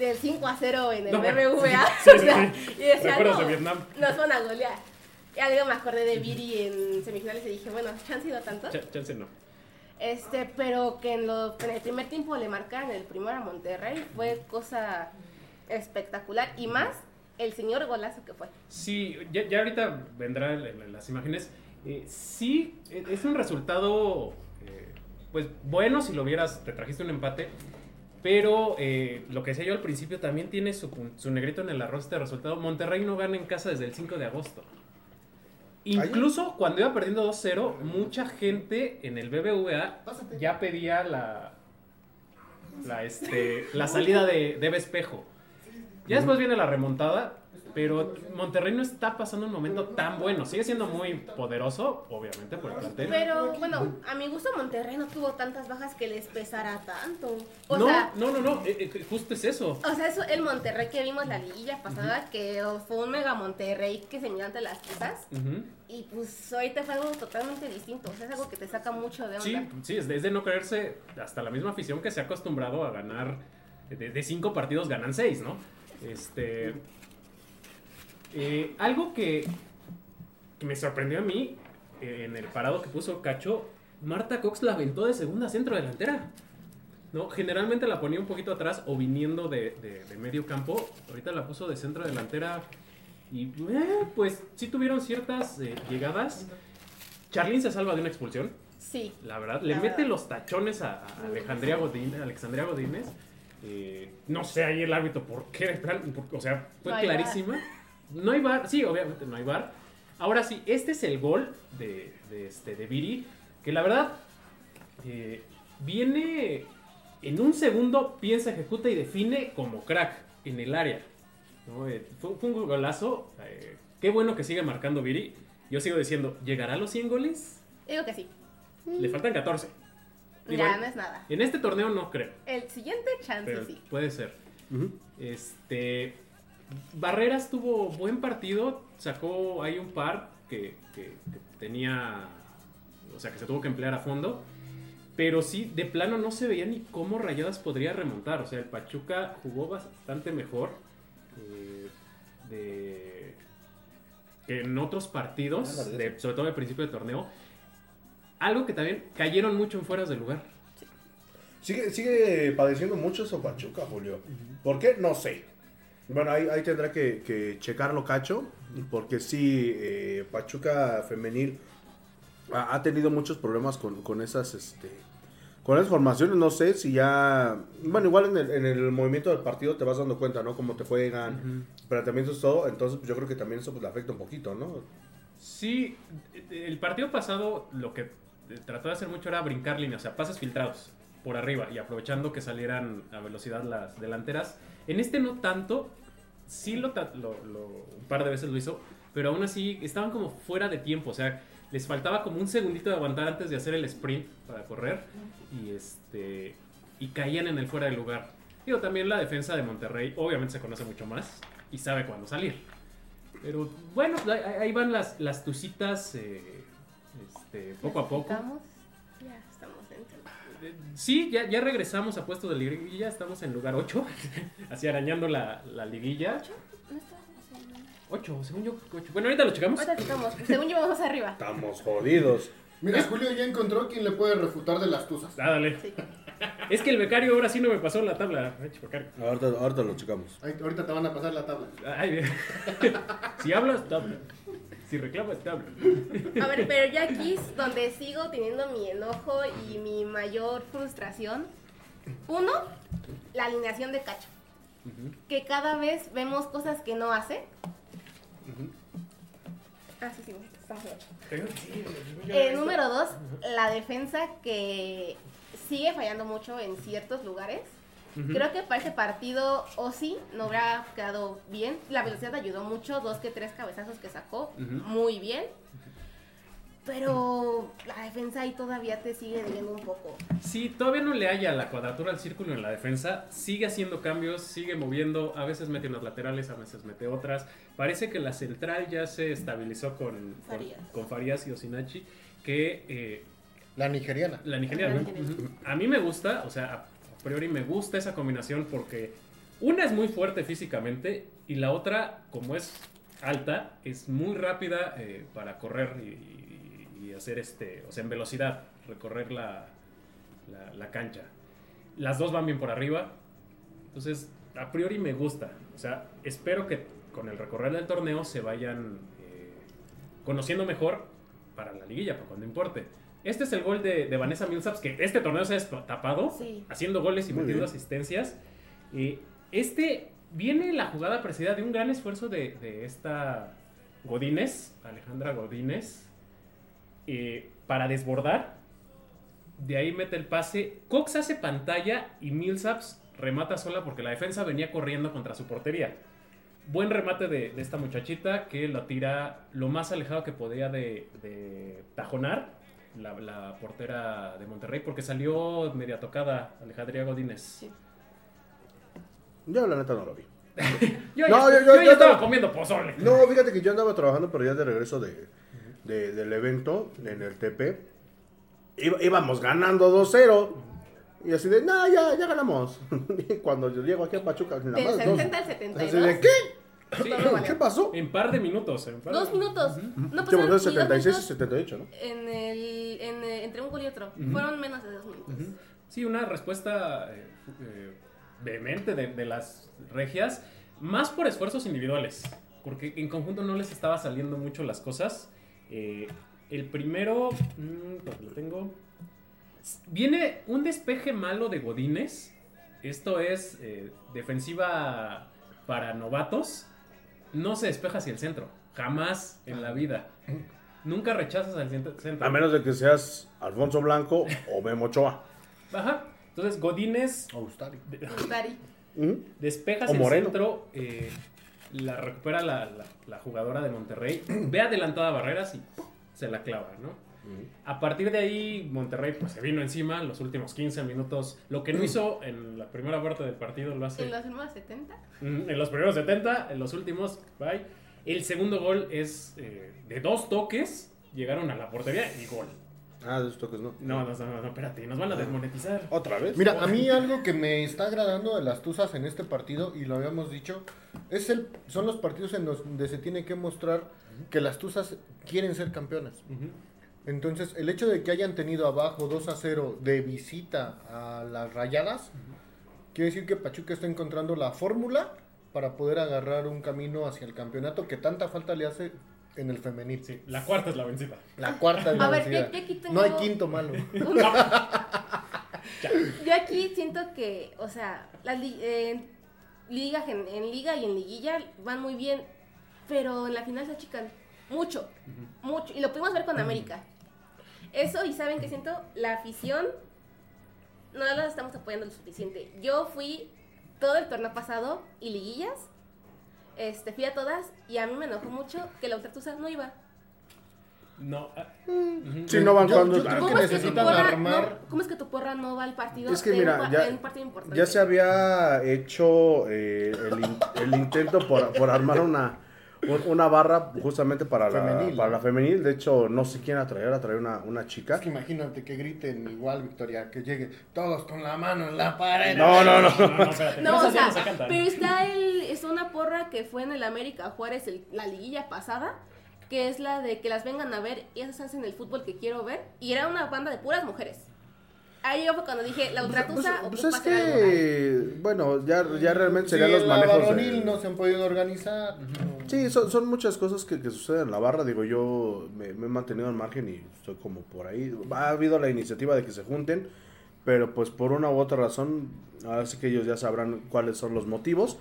Speaker 6: del 5 a 0 en el
Speaker 4: No, bueno,
Speaker 6: BBVA,
Speaker 4: sí,
Speaker 6: o sea,
Speaker 4: sí, sí.
Speaker 6: y decía,
Speaker 4: Recuerdos
Speaker 6: no,
Speaker 4: de Vietnam".
Speaker 6: nos van a golear. Y algo me acordé de Viri en semifinales y dije, bueno, han sido tantos.
Speaker 4: Ch- chance no.
Speaker 6: Este, pero que en, lo- en el primer tiempo le marcaran el primero a Monterrey fue cosa espectacular y más el señor golazo que fue.
Speaker 4: Sí, ya, ya ahorita vendrán el- el- las imágenes. Eh, sí, e- es un resultado, eh, pues bueno, si lo vieras, te trajiste un empate. Pero eh, lo que decía yo al principio también tiene su, pun- su negrito en el arroz de resultado. Monterrey no gana en casa desde el 5 de agosto. Incluso cuando iba perdiendo 2-0, mucha gente en el BBVA ya pedía la, la, este, la salida de, de Eva Espejo. Ya después viene la remontada, pero Monterrey no está pasando un momento tan bueno. Sigue siendo muy poderoso, obviamente, por el plantel.
Speaker 6: Pero bueno, a mi gusto Monterrey no tuvo tantas bajas que les pesara tanto. O
Speaker 4: No,
Speaker 6: sea,
Speaker 4: no, no, no, eh, eh, justo es eso.
Speaker 6: o sea, eso el Monterrey que vimos la liguilla pasada, que fue un mega Monterrey que se miró ante las cosas.
Speaker 4: Ujú.
Speaker 6: Y pues ahorita fue algo totalmente distinto. O sea, es algo que te saca mucho de onda.
Speaker 4: Sí, sí, es de, es de no creerse hasta la misma afición que se ha acostumbrado a ganar de, de cinco partidos ganan seis, ¿no? Este eh, algo que, que me sorprendió a mí eh, en el parado que puso Cacho, Marta Cox la aventó de segunda centro delantera. No, generalmente la ponía un poquito atrás o viniendo de, de- de medio campo. Ahorita la puso de centro delantera. Y eh, pues sí tuvieron ciertas eh, llegadas. Charlín se salva de una expulsión.
Speaker 6: Sí.
Speaker 4: La verdad, le
Speaker 6: La
Speaker 4: mete
Speaker 6: verdad.
Speaker 4: los tachones a, a Alejandría Godín- Alexandria Godínez. Eh, no sé ahí el árbitro por qué, de plan- por- o sea, fue
Speaker 6: No hay
Speaker 4: clarísima. No hay bar, sí, obviamente no hay bar. Ahora sí, este es el gol de, de este, de Viri, que la verdad eh, viene en un segundo, piensa, ejecuta y define como crack en el área. ¿no? Eh, fue, fue un golazo. eh, qué bueno que sigue marcando Viri. Yo sigo diciendo, ¿llegará a los 100 goles?
Speaker 6: Digo que sí.
Speaker 4: Le faltan 14. Digo,
Speaker 6: Ya no es nada.
Speaker 4: En este torneo no creo,
Speaker 6: El siguiente chance
Speaker 4: pero
Speaker 6: sí.
Speaker 4: puede ser. Este Barreras tuvo buen partido, sacó hay un par que, que- que tenía, o sea, que se tuvo que emplear a fondo, pero sí de plano no se veía ni cómo Rayadas podría remontar, o sea, el Pachuca jugó bastante mejor eh, de que en otros partidos, de- sobre todo al principio de torneo. Algo que también cayeron mucho en fueras de lugar.
Speaker 3: Sigue, sigue padeciendo mucho eso Pachuca, Julio. ¿Por qué? No sé. Bueno, ahí, ahí tendrá que, que checarlo, Cacho, porque sí, eh, Pachuca femenil ha, ha tenido muchos problemas con, con esas, este, con las formaciones. No sé si ya, bueno, igual en el, en el movimiento del partido te vas dando cuenta, ¿no? Cómo te juegan, planteamientos, todo. Entonces, pues, yo creo que también eso pues, le afecta un poquito, ¿no?
Speaker 4: Sí, el partido pasado lo que trató de hacer mucho era brincar líneas, o sea, pases filtrados por arriba y aprovechando que salieran a velocidad las delanteras. En este no tanto, sí lo, tra- lo- lo- un par de veces lo hizo, pero aún así estaban como fuera de tiempo, o sea, les faltaba como un segundito de aguantar antes de hacer el sprint para correr y este y caían en el fuera de lugar. Digo, también la defensa de Monterrey obviamente se conoce mucho más y sabe cuándo salir. Pero bueno, pues, ahí- ahí van las, las tucitas eh, este, poco a poco.
Speaker 6: Estamos- Ya estamos dentro.
Speaker 4: eh, sí, ya, ya regresamos a puesto de liguilla, estamos en lugar 8, así arañando la, la liguilla.
Speaker 6: No estaba haciendo nada.
Speaker 4: 8, según yo, 8. Bueno, ahorita lo checamos.
Speaker 6: Ahorita checamos. Según yo, vamos arriba.
Speaker 3: Estamos jodidos.
Speaker 5: Mira, Julio ya encontró quien le puede refutar de las tuzas.
Speaker 4: Ah, dale.
Speaker 6: Sí.
Speaker 4: Es que el becario ahora sí no me pasó la tabla. Ah, Ay, chupacar.
Speaker 3: Ahorita, ahorita lo checamos.
Speaker 5: Ahí- ahorita te van a pasar la tabla.
Speaker 4: Ay, bien. si hablas, tabla. Si reclamas, tabla.
Speaker 6: A ver, pero ya aquí es donde sigo teniendo mi enojo y mi mayor frustración. Uno, la alineación de Cacho. Que cada vez vemos cosas que no hace. Ah, sí, sí, estamos en ocho. Eh, número dos, la defensa que sigue fallando mucho en ciertos lugares. Creo que para ese partido Osi no habrá quedado bien. La velocidad ayudó mucho, dos que tres cabezazos que sacó, muy bien. Pero la defensa ahí todavía te sigue debiendo un poco.
Speaker 4: Si todavía no le haya la cuadratura al círculo en la defensa, sigue haciendo cambios, sigue moviendo, a veces mete unas laterales, a veces mete otras. Parece que la central ya se estabilizó con, con-
Speaker 6: Farías.
Speaker 4: con, Farías y Osinachi, que eh,
Speaker 7: La nigeriana.
Speaker 4: la nigeriana.
Speaker 6: La nigeriana.
Speaker 4: Ujú. A mí me gusta, o sea, a priori me gusta esa combinación porque una es muy fuerte físicamente y la otra, como es alta, es muy rápida eh, para correr y, y hacer este, o sea, en velocidad, recorrer la, la- la cancha. Las dos van bien por arriba, entonces a priori me gusta, o sea, espero que con el recorrer del torneo se vayan eh, conociendo mejor para la liguilla, para cuando importe. Este es el gol de, de Vanessa Millsaps, que este torneo se ha est- tapado,
Speaker 6: Sí.
Speaker 4: haciendo goles y
Speaker 3: Muy
Speaker 4: metiendo
Speaker 3: bien.
Speaker 4: asistencias. Eh, este viene la jugada precedida de un gran esfuerzo de, de esta Godínez, Alejandra Godínez, eh, para desbordar. De ahí mete el pase. Cox hace pantalla y Millsaps remata sola porque la defensa venía corriendo contra su portería. Buen remate de, de esta muchachita que la tira lo más alejado que podía de, de tajonar la, la portera de Monterrey porque salió media tocada Alejandría Godínez.
Speaker 3: Yo la neta no lo vi.
Speaker 4: Yo,
Speaker 3: No,
Speaker 4: ya,
Speaker 3: yo- yo-
Speaker 4: yo ya
Speaker 3: yo
Speaker 4: estaba
Speaker 3: no.
Speaker 4: comiendo pozole.
Speaker 3: No, fíjate que yo andaba trabajando, pero ya de regreso de, de- del evento en el TP. Iba- íbamos ganando 2-0. Y así de, no, ya, ya ganamos. Y cuando yo llego aquí a Pachuca, nada
Speaker 6: Del
Speaker 3: más dos.
Speaker 6: 70 al
Speaker 3: Así de,
Speaker 6: 72.
Speaker 3: ¿qué?
Speaker 4: Sí,
Speaker 3: ¿Qué pasó?
Speaker 4: en par de minutos. En par de-
Speaker 6: Dos minutos. No
Speaker 3: Se
Speaker 6: pasaron
Speaker 3: volvió
Speaker 6: ni
Speaker 3: de
Speaker 6: dos
Speaker 3: 76 y
Speaker 6: minutos
Speaker 3: 78, ¿no?
Speaker 6: en el, en el- entre un gol y otro. Fueron menos de dos minutos.
Speaker 4: Sí, una respuesta eh, eh, vehemente de, de las regias, más por esfuerzos individuales, porque en conjunto no les estaba saliendo mucho las cosas. Eh, el primero, mm, ¿dónde lo tengo. Viene un despeje malo de Godínez. Esto es eh, defensiva para novatos. No se despeja hacia el centro. Jamás en la vida. Nunca rechazas al cent- centro.
Speaker 3: A menos de que seas Alfonso Blanco o Memo Ochoa.
Speaker 4: Ajá. Entonces Godínez
Speaker 5: Oh,
Speaker 7: Austari.
Speaker 6: Dari.
Speaker 3: Ujú.
Speaker 4: despejas
Speaker 3: O
Speaker 4: el
Speaker 3: Moreno.
Speaker 4: centro, eh, la recupera la, la- la jugadora de Monterrey, ve adelantada a Barreras y ¡pum! se la clava, ¿no? A partir de ahí, Monterrey pues, se vino encima los últimos 15 minutos. Lo que no hizo en la primera parte del partido lo hace
Speaker 6: En los primeros 70.
Speaker 4: Mm, En los primeros 70, en los últimos, bye. El segundo gol es eh, de dos toques, llegaron a la portería y gol.
Speaker 3: Ah, de esos toques no.
Speaker 4: No, no, no, no, espérate, nos van a desmonetizar.
Speaker 3: ¿Otra vez?
Speaker 7: Mira, a mí algo que me está agradando de las Tuzas en este partido, y lo habíamos dicho, es el, son los partidos en los donde se tiene que mostrar que las Tuzas quieren ser campeonas.
Speaker 4: Ujú.
Speaker 7: Entonces, el hecho de que hayan tenido abajo 2 a 0 de visita a las rayadas, quiere decir que Pachuca está encontrando la fórmula para poder agarrar un camino hacia el campeonato que tanta falta le hace en el femenil.
Speaker 4: Sí, la cuarta es la vencida.
Speaker 7: La cuarta es la
Speaker 6: A ver,
Speaker 7: vencida.
Speaker 6: yo- yo aquí tengo-
Speaker 7: No hay quinto malo.
Speaker 6: Yo aquí siento que, o sea, las li- eh, liga, gen- en liga y en liguilla van muy bien, pero en la final se achican mucho, mucho. Y lo pudimos ver con América. Eso, y saben que siento, la afición no la estamos apoyando lo suficiente. Yo fui todo el torneo pasado y liguillas, este, fui a todas y a mí me enojó mucho que la Ultratusa no iba.
Speaker 4: No, ah,
Speaker 3: Si no van
Speaker 7: Yo-
Speaker 3: cuando.
Speaker 7: yo creo
Speaker 6: ¿Cómo
Speaker 7: que
Speaker 6: es, que tu
Speaker 7: necesitan
Speaker 6: porra,
Speaker 7: armar-
Speaker 6: no, ¿Cómo es que tu porra no va al partido?
Speaker 3: Es que
Speaker 6: de un
Speaker 3: mira,
Speaker 6: pa-
Speaker 3: ya-
Speaker 6: de un partido importante?
Speaker 3: Ya se había hecho eh, el, in- el intento por, por armar una, un- una barra justamente para la
Speaker 7: Femenil.
Speaker 3: para la femenil. De hecho, no sé quién atraer, atraer una, una chica.
Speaker 7: Es que imagínate que griten igual, Victoria, que llegue todos con la mano en la pared.
Speaker 3: No, no, no.
Speaker 4: No, no, espérate.
Speaker 6: No, o
Speaker 4: esas ya
Speaker 6: sea,
Speaker 4: no se cantan.
Speaker 6: pero está el, es una porra que fue en el América Juárez, el- la liguilla pasada, que es la de que las vengan a ver y esas hacen el fútbol que quiero ver. Y era una banda de puras mujeres. Ahí yo fue cuando dije, la
Speaker 3: Pues,
Speaker 6: ultratusa
Speaker 3: pues
Speaker 6: ocupa
Speaker 3: es
Speaker 6: hacer algo.
Speaker 3: que, bueno, ya, ya realmente serían
Speaker 7: Sí,
Speaker 3: los
Speaker 7: la
Speaker 3: manejos. de-
Speaker 7: varonil no se han podido organizar.
Speaker 3: Sí, son, son muchas cosas que, que suceden en la barra. Digo, yo me, me he mantenido al margen y estoy como por ahí. Ha habido la iniciativa de que se junten, pero pues por una u otra razón, así que ellos ya sabrán cuáles son los motivos.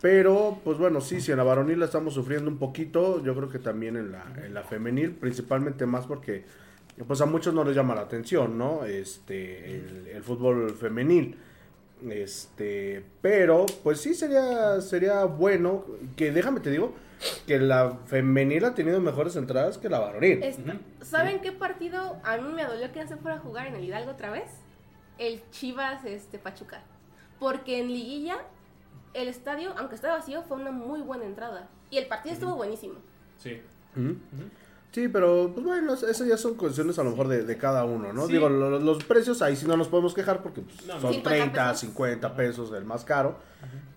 Speaker 3: Pero, pues bueno, sí, si en la varonil la estamos sufriendo un poquito, yo creo que también en la, en la femenil, principalmente más porque pues a muchos no les llama la atención, ¿no? Este, el, el fútbol femenil. Este, pero pues sí sería sería bueno que déjame te digo que la femenil ha tenido mejores entradas que la
Speaker 4: Eh,
Speaker 3: varonil.
Speaker 6: Esta- Este, ¿Saben qué partido a mí me dolió que no se fuera a jugar en el Hidalgo otra vez? El Chivas este, Pachuca. Porque en Liguilla, el estadio, aunque estaba vacío, fue una muy buena entrada. Y el partido estuvo buenísimo.
Speaker 4: Sí.
Speaker 3: Ujú. Sí, pero pues bueno, es- esas ya son cuestiones a lo mejor de, de cada uno, ¿no?
Speaker 4: Sí.
Speaker 3: Digo, lo- los precios ahí sí no nos podemos quejar porque pues,
Speaker 4: No, no.
Speaker 3: son
Speaker 6: 50
Speaker 3: 30,
Speaker 6: pesos.
Speaker 3: 50 pesos el más caro,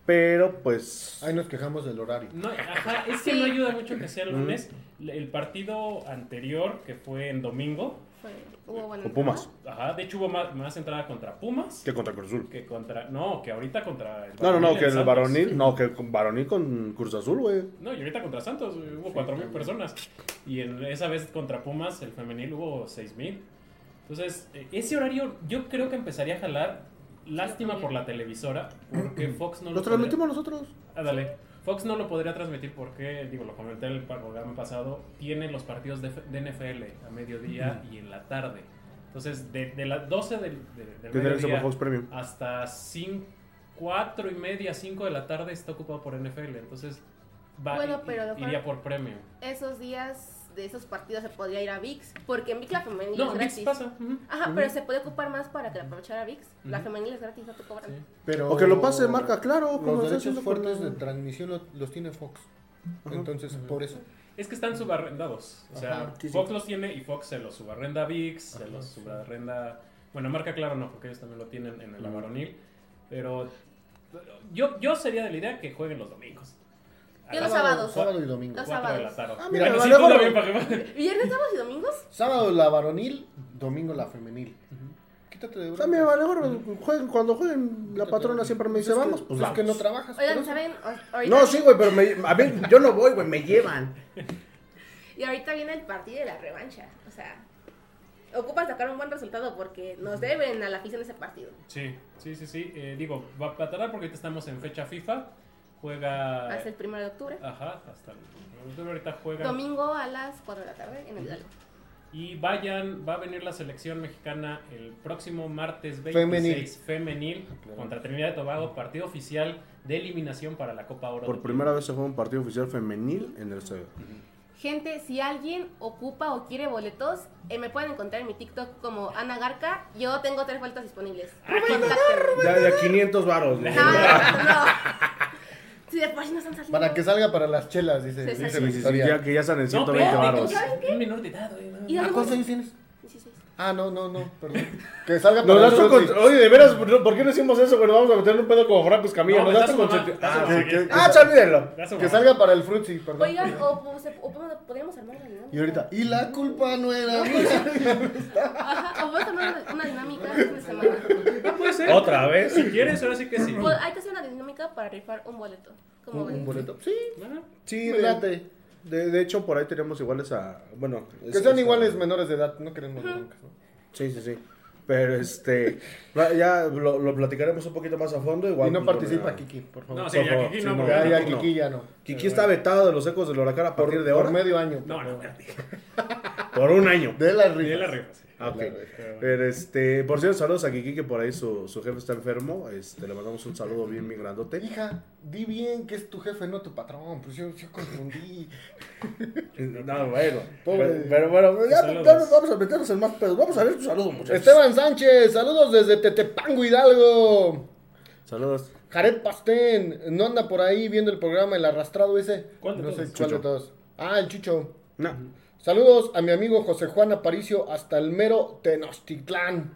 Speaker 3: pero pues
Speaker 7: Ahí nos quejamos del horario.
Speaker 4: No, ajá, es que
Speaker 6: Sí.
Speaker 4: no ayuda mucho que sea el lunes. El partido anterior, que fue en domingo,
Speaker 6: Fue, hubo buena
Speaker 3: con Pumas,
Speaker 6: entrada.
Speaker 4: ajá, de hecho hubo más, más entrada contra Pumas
Speaker 3: que contra Cruz Azul.
Speaker 4: que contra. No, que ahorita contra. El
Speaker 3: No, no, no,
Speaker 4: varonil
Speaker 3: que
Speaker 4: en
Speaker 3: el
Speaker 4: Santos.
Speaker 3: varonil, no, que con varonil con Cruz Azul, güey.
Speaker 4: No, y ahorita contra Santos güey, hubo 4.000 personas. Y en esa vez contra Pumas, el femenil, hubo 6.000. Entonces, eh, ese horario yo creo que empezaría a jalar. Lástima por la televisora, porque Fox no lo
Speaker 3: Los
Speaker 4: podría-
Speaker 3: transmitimos nosotros.
Speaker 4: Ah, dale. Fox no lo podría transmitir porque, digo, lo comenté en el programa pasado, tiene los partidos de, F- de NFL a mediodía y en la tarde. Entonces, de, de las 12 del, de- del
Speaker 3: Que tenemos
Speaker 4: mediodía
Speaker 3: por Fox Premium.
Speaker 4: hasta 5, 4 y media, 5 de la tarde está ocupado por NFL. Entonces, va,
Speaker 6: Bueno,
Speaker 4: i-
Speaker 6: pero
Speaker 4: i-
Speaker 6: lo
Speaker 4: iría por premio.
Speaker 6: Esos días de esos partidos se podía ir a VIX, porque en VIX la femenil
Speaker 4: No,
Speaker 6: es
Speaker 4: Mix
Speaker 6: gratis.
Speaker 4: pasa. ujú,
Speaker 6: Ajá, pero se puede ocupar más para que la aprovechara VIX. La
Speaker 4: Ujú.
Speaker 6: femenil es gratis, no te cobran.
Speaker 4: sí.
Speaker 7: Pero
Speaker 3: O que lo pase marca, claro,
Speaker 7: Los
Speaker 3: como lo está
Speaker 7: derechos
Speaker 3: haciendo con
Speaker 7: fuertes
Speaker 3: la-
Speaker 7: de transmisión lo- los tiene Fox. Entonces, por eso.
Speaker 4: Es que están subarrendados. O sea,
Speaker 7: Ajá,
Speaker 3: sí, sí.
Speaker 4: Fox los tiene y Fox se los subarrenda a VIX, se los subarrenda. Bueno, marca claro no, porque ellos también lo tienen en el varonil. Pero yo, yo sería de la idea que jueguen los domingos. A
Speaker 6: Yo
Speaker 4: las
Speaker 6: los sábados.
Speaker 7: Sábado y domingo.
Speaker 6: Los
Speaker 4: cuatro de la
Speaker 6: sábados.
Speaker 4: tarde.
Speaker 3: Ah, mira,
Speaker 4: Bueno, sí,
Speaker 3: vale,
Speaker 4: tú
Speaker 3: vale.
Speaker 4: también, para que-
Speaker 6: ¿Viernes, sábados y domingos?
Speaker 7: Sábado la varonil, domingo la femenil. Quítate de
Speaker 3: También vale, gorro, jueguen- cuando jueguen, la patrona siempre me dice,
Speaker 7: Es que-
Speaker 3: vamos, pues
Speaker 7: es que no
Speaker 3: vamos.
Speaker 7: trabajas. por
Speaker 6: Oigan,
Speaker 7: eso.
Speaker 6: ¿saben? O- Ahorita,
Speaker 3: No, sí, güey, pero me- a ver, yo no voy, güey, me llevan.
Speaker 6: Y ahorita viene el partido de la revancha. O sea, ocupa sacar un buen resultado porque nos deben a la afición ese partido.
Speaker 4: Sí, sí, sí, sí. Eh, digo, va a tardar porque ahorita estamos en fecha FIFA. Juega.
Speaker 6: Hasta el 1 de octubre.
Speaker 7: Ah,
Speaker 4: Ajá, hasta el. Ahorita juega.
Speaker 6: Domingo a las 4 de la tarde en el Hidalgo.
Speaker 4: Y vayan, va a venir la selección mexicana el próximo martes 26
Speaker 7: Femenil.
Speaker 4: femenil,
Speaker 7: claro.
Speaker 4: contra Trinidad y Tobago, partido oficial de eliminación para la Copa Oro.
Speaker 3: Por
Speaker 4: del
Speaker 3: primera
Speaker 4: Mundo.
Speaker 3: vez se juega un partido oficial femenil en el estadio.
Speaker 6: Gente, si alguien ocupa o quiere boletos, eh, me pueden encontrar en mi TikTok como Ana Garca. Yo tengo tres vueltas disponibles. Contáctenme.
Speaker 3: Ya, ya 500 varos. güey.
Speaker 6: No, no, no. Si de por sí no están saliendo.
Speaker 7: Para que salga para las chelas, dice,
Speaker 6: Sí, sí,
Speaker 7: dice
Speaker 3: Sí, sí, sí,
Speaker 7: Victoria.
Speaker 3: ya que ya están en
Speaker 4: No,
Speaker 3: 120
Speaker 4: espérate,
Speaker 3: varos.
Speaker 4: ¿tú sabes? Un menor de edad, güey, no.
Speaker 6: Y
Speaker 7: ¿A
Speaker 6: los
Speaker 7: cuántos
Speaker 6: demás-
Speaker 7: años tienes?
Speaker 6: 16.
Speaker 7: Ah, no, no, no, perdón. Que salga para
Speaker 3: Nos das tu
Speaker 7: nosotros y-
Speaker 3: cons- Oye, de veras, no, ¿por qué no hicimos eso, güey? Nos Vamos a meter un pedo como Franco Escamilla.
Speaker 4: No,
Speaker 3: Nos
Speaker 4: me
Speaker 3: das
Speaker 4: das
Speaker 3: tu
Speaker 4: una
Speaker 3: consenti-
Speaker 4: mamá,
Speaker 3: Ah,
Speaker 4: das una
Speaker 3: que-
Speaker 4: mamá.
Speaker 3: ah, chal, olvídenlo.
Speaker 4: Ya se
Speaker 7: Que
Speaker 4: mamó.
Speaker 7: salga para el Fruitsy, perdón.
Speaker 6: Oigan, o, pues, se- o podemos- podríamos armar una dinámica.
Speaker 7: Y ahorita, y la culpa no era mía.
Speaker 6: Ajá, o podemos armar una- una dinámica este fin de semana.
Speaker 4: Ah, puede ser.
Speaker 3: Otra vez.
Speaker 4: Si quieres, ahora sí que sí.
Speaker 6: Pues, hay que hacer una dinámica para rifar un boleto. ¿Cómo
Speaker 7: Un,
Speaker 6: ven?
Speaker 7: un boleto. Sí,
Speaker 4: Ajá.
Speaker 3: Sí,
Speaker 7: me
Speaker 3: de,
Speaker 7: late.
Speaker 3: de, de hecho, por ahí tenemos iguales a. Bueno,
Speaker 7: Que
Speaker 3: es-
Speaker 7: sean
Speaker 3: es-
Speaker 7: iguales menores de edad, no queremos broncas, ¿no?
Speaker 3: Sí, sí, sí. Pero este. va- Ya lo, lo platicaremos un poquito más a fondo. Igual,
Speaker 7: Y no
Speaker 3: pues,
Speaker 7: participa
Speaker 3: bueno,
Speaker 7: Kiki, por favor.
Speaker 4: No, sí, ya que aquí
Speaker 3: Sí,
Speaker 4: no,
Speaker 3: no,
Speaker 4: porque
Speaker 7: ya, ya,
Speaker 4: no, no.
Speaker 7: Kiki ya no.
Speaker 3: Kiki está vetado de los ecos del huracán a partir de ahora.
Speaker 7: Por medio año.
Speaker 4: No, no,
Speaker 3: Por un año.
Speaker 7: De la
Speaker 4: de la
Speaker 7: rifa.
Speaker 4: rifa, sí.
Speaker 3: Ah, ok.
Speaker 7: Claro,
Speaker 3: Pero este, por cierto, saludos a Kiki, que por ahí su, su jefe está enfermo. Este, le mandamos un saludo bien, bien grandote.
Speaker 7: Hija, di bien que es tu jefe, no tu patrón. Pues yo, yo confundí.
Speaker 3: No, bueno. Pero,
Speaker 7: Pobre.
Speaker 3: pero bueno, ya,
Speaker 4: Saludos.
Speaker 3: ya nos vamos a meternos en más pedos. Vamos a ver tu
Speaker 5: Pues,
Speaker 3: saludo, muchachos.
Speaker 7: Esteban Sánchez, saludos desde Tetepango Hidalgo.
Speaker 3: Saludos.
Speaker 5: Jared Pastén, no anda por ahí viendo el programa, el arrastrado ese.
Speaker 4: ¿Cuál de
Speaker 5: no
Speaker 4: todos?
Speaker 5: sé cuál de todos. Ah, el Chucho.
Speaker 3: No.
Speaker 5: Saludos a mi amigo José Juan Aparicio hasta el mero Tenochtitlán.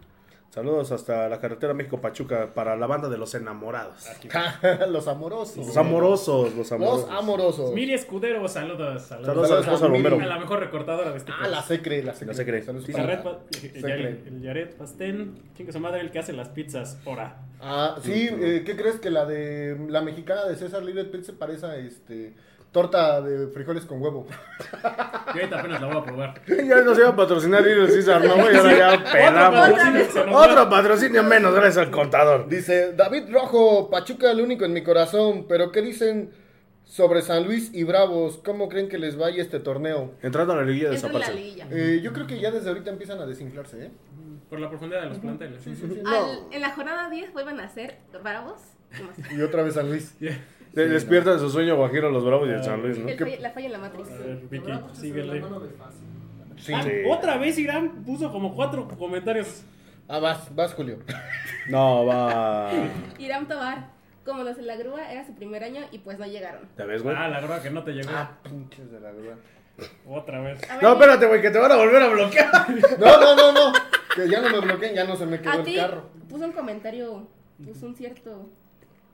Speaker 3: Saludos hasta la carretera México-Pachuca para la banda de los enamorados.
Speaker 4: Ah,
Speaker 5: Ja, los amorosos.
Speaker 3: Los amorosos, los amorosos.
Speaker 5: Los amorosos.
Speaker 4: Miri Escudero, saludos.
Speaker 3: Saludos, a la esposa
Speaker 5: Saludos a
Speaker 3: Romero.
Speaker 4: A la mejor recordadora de este
Speaker 5: Ah, la secre, la secre.
Speaker 3: La secre.
Speaker 5: Saludos
Speaker 3: Sí,
Speaker 5: para-
Speaker 4: Yaret Pa-
Speaker 5: Se
Speaker 4: Yaret-
Speaker 5: cree.
Speaker 4: el Yaret Pastén, chingue su madre, el que hace las pizzas, ora.
Speaker 5: Ah, sí, eh, ¿qué crees que la de la mexicana de César Libre se parece a este torta de frijoles con huevo?
Speaker 4: Yo ahorita apenas la voy a probar.
Speaker 3: ya nos iba a patrocinar y el César, ¿no? Y ahora ya
Speaker 4: Otro
Speaker 3: pelamos.
Speaker 4: patrocinio que se nos va.
Speaker 3: Otro patrocinio menos, gracias al contador.
Speaker 5: Dice David Rojo, Pachuca el único en mi corazón, pero ¿qué dicen sobre San Luis y Bravos? ¿Cómo creen que les vaya este torneo?
Speaker 3: Entrando a la liguilla de
Speaker 6: Esa es la
Speaker 3: desaparece.
Speaker 6: liguilla.
Speaker 5: Eh, yo creo que ya desde ahorita empiezan a desinflarse, ¿eh?
Speaker 4: Por la profundidad de los planteles.
Speaker 6: Al- en la jornada 10 vuelven a ser bravos. como sea,
Speaker 5: Y otra vez San Luis.
Speaker 4: Yeah.
Speaker 3: Se despiertan de su sueño guajiro los bravos y
Speaker 4: Ah,
Speaker 3: el San Luis, ¿no?
Speaker 6: el
Speaker 3: Que-
Speaker 6: falle- la falla en la matriz.
Speaker 4: A ver, Vicky, síguele.
Speaker 5: Sí.
Speaker 4: Ah, Otra vez Irán puso como cuatro comentarios.
Speaker 5: Ah, vas, vas, Julio.
Speaker 3: No, va.
Speaker 6: Irán Tobar, como los de la grúa, era su primer año y pues no llegaron.
Speaker 3: ¿Te ves, güey?
Speaker 4: Ah, la verdad que no te llegó.
Speaker 5: Ah. Pinches de la grúa.
Speaker 4: Otra vez.
Speaker 6: A ver,
Speaker 3: No, espérate, güey, que te van a volver a bloquear.
Speaker 5: No, no, no, no. Que ya no me bloqueen, ya no se me quedó
Speaker 6: A
Speaker 5: el
Speaker 6: ti
Speaker 5: carro.
Speaker 6: puso un comentario, puso un cierto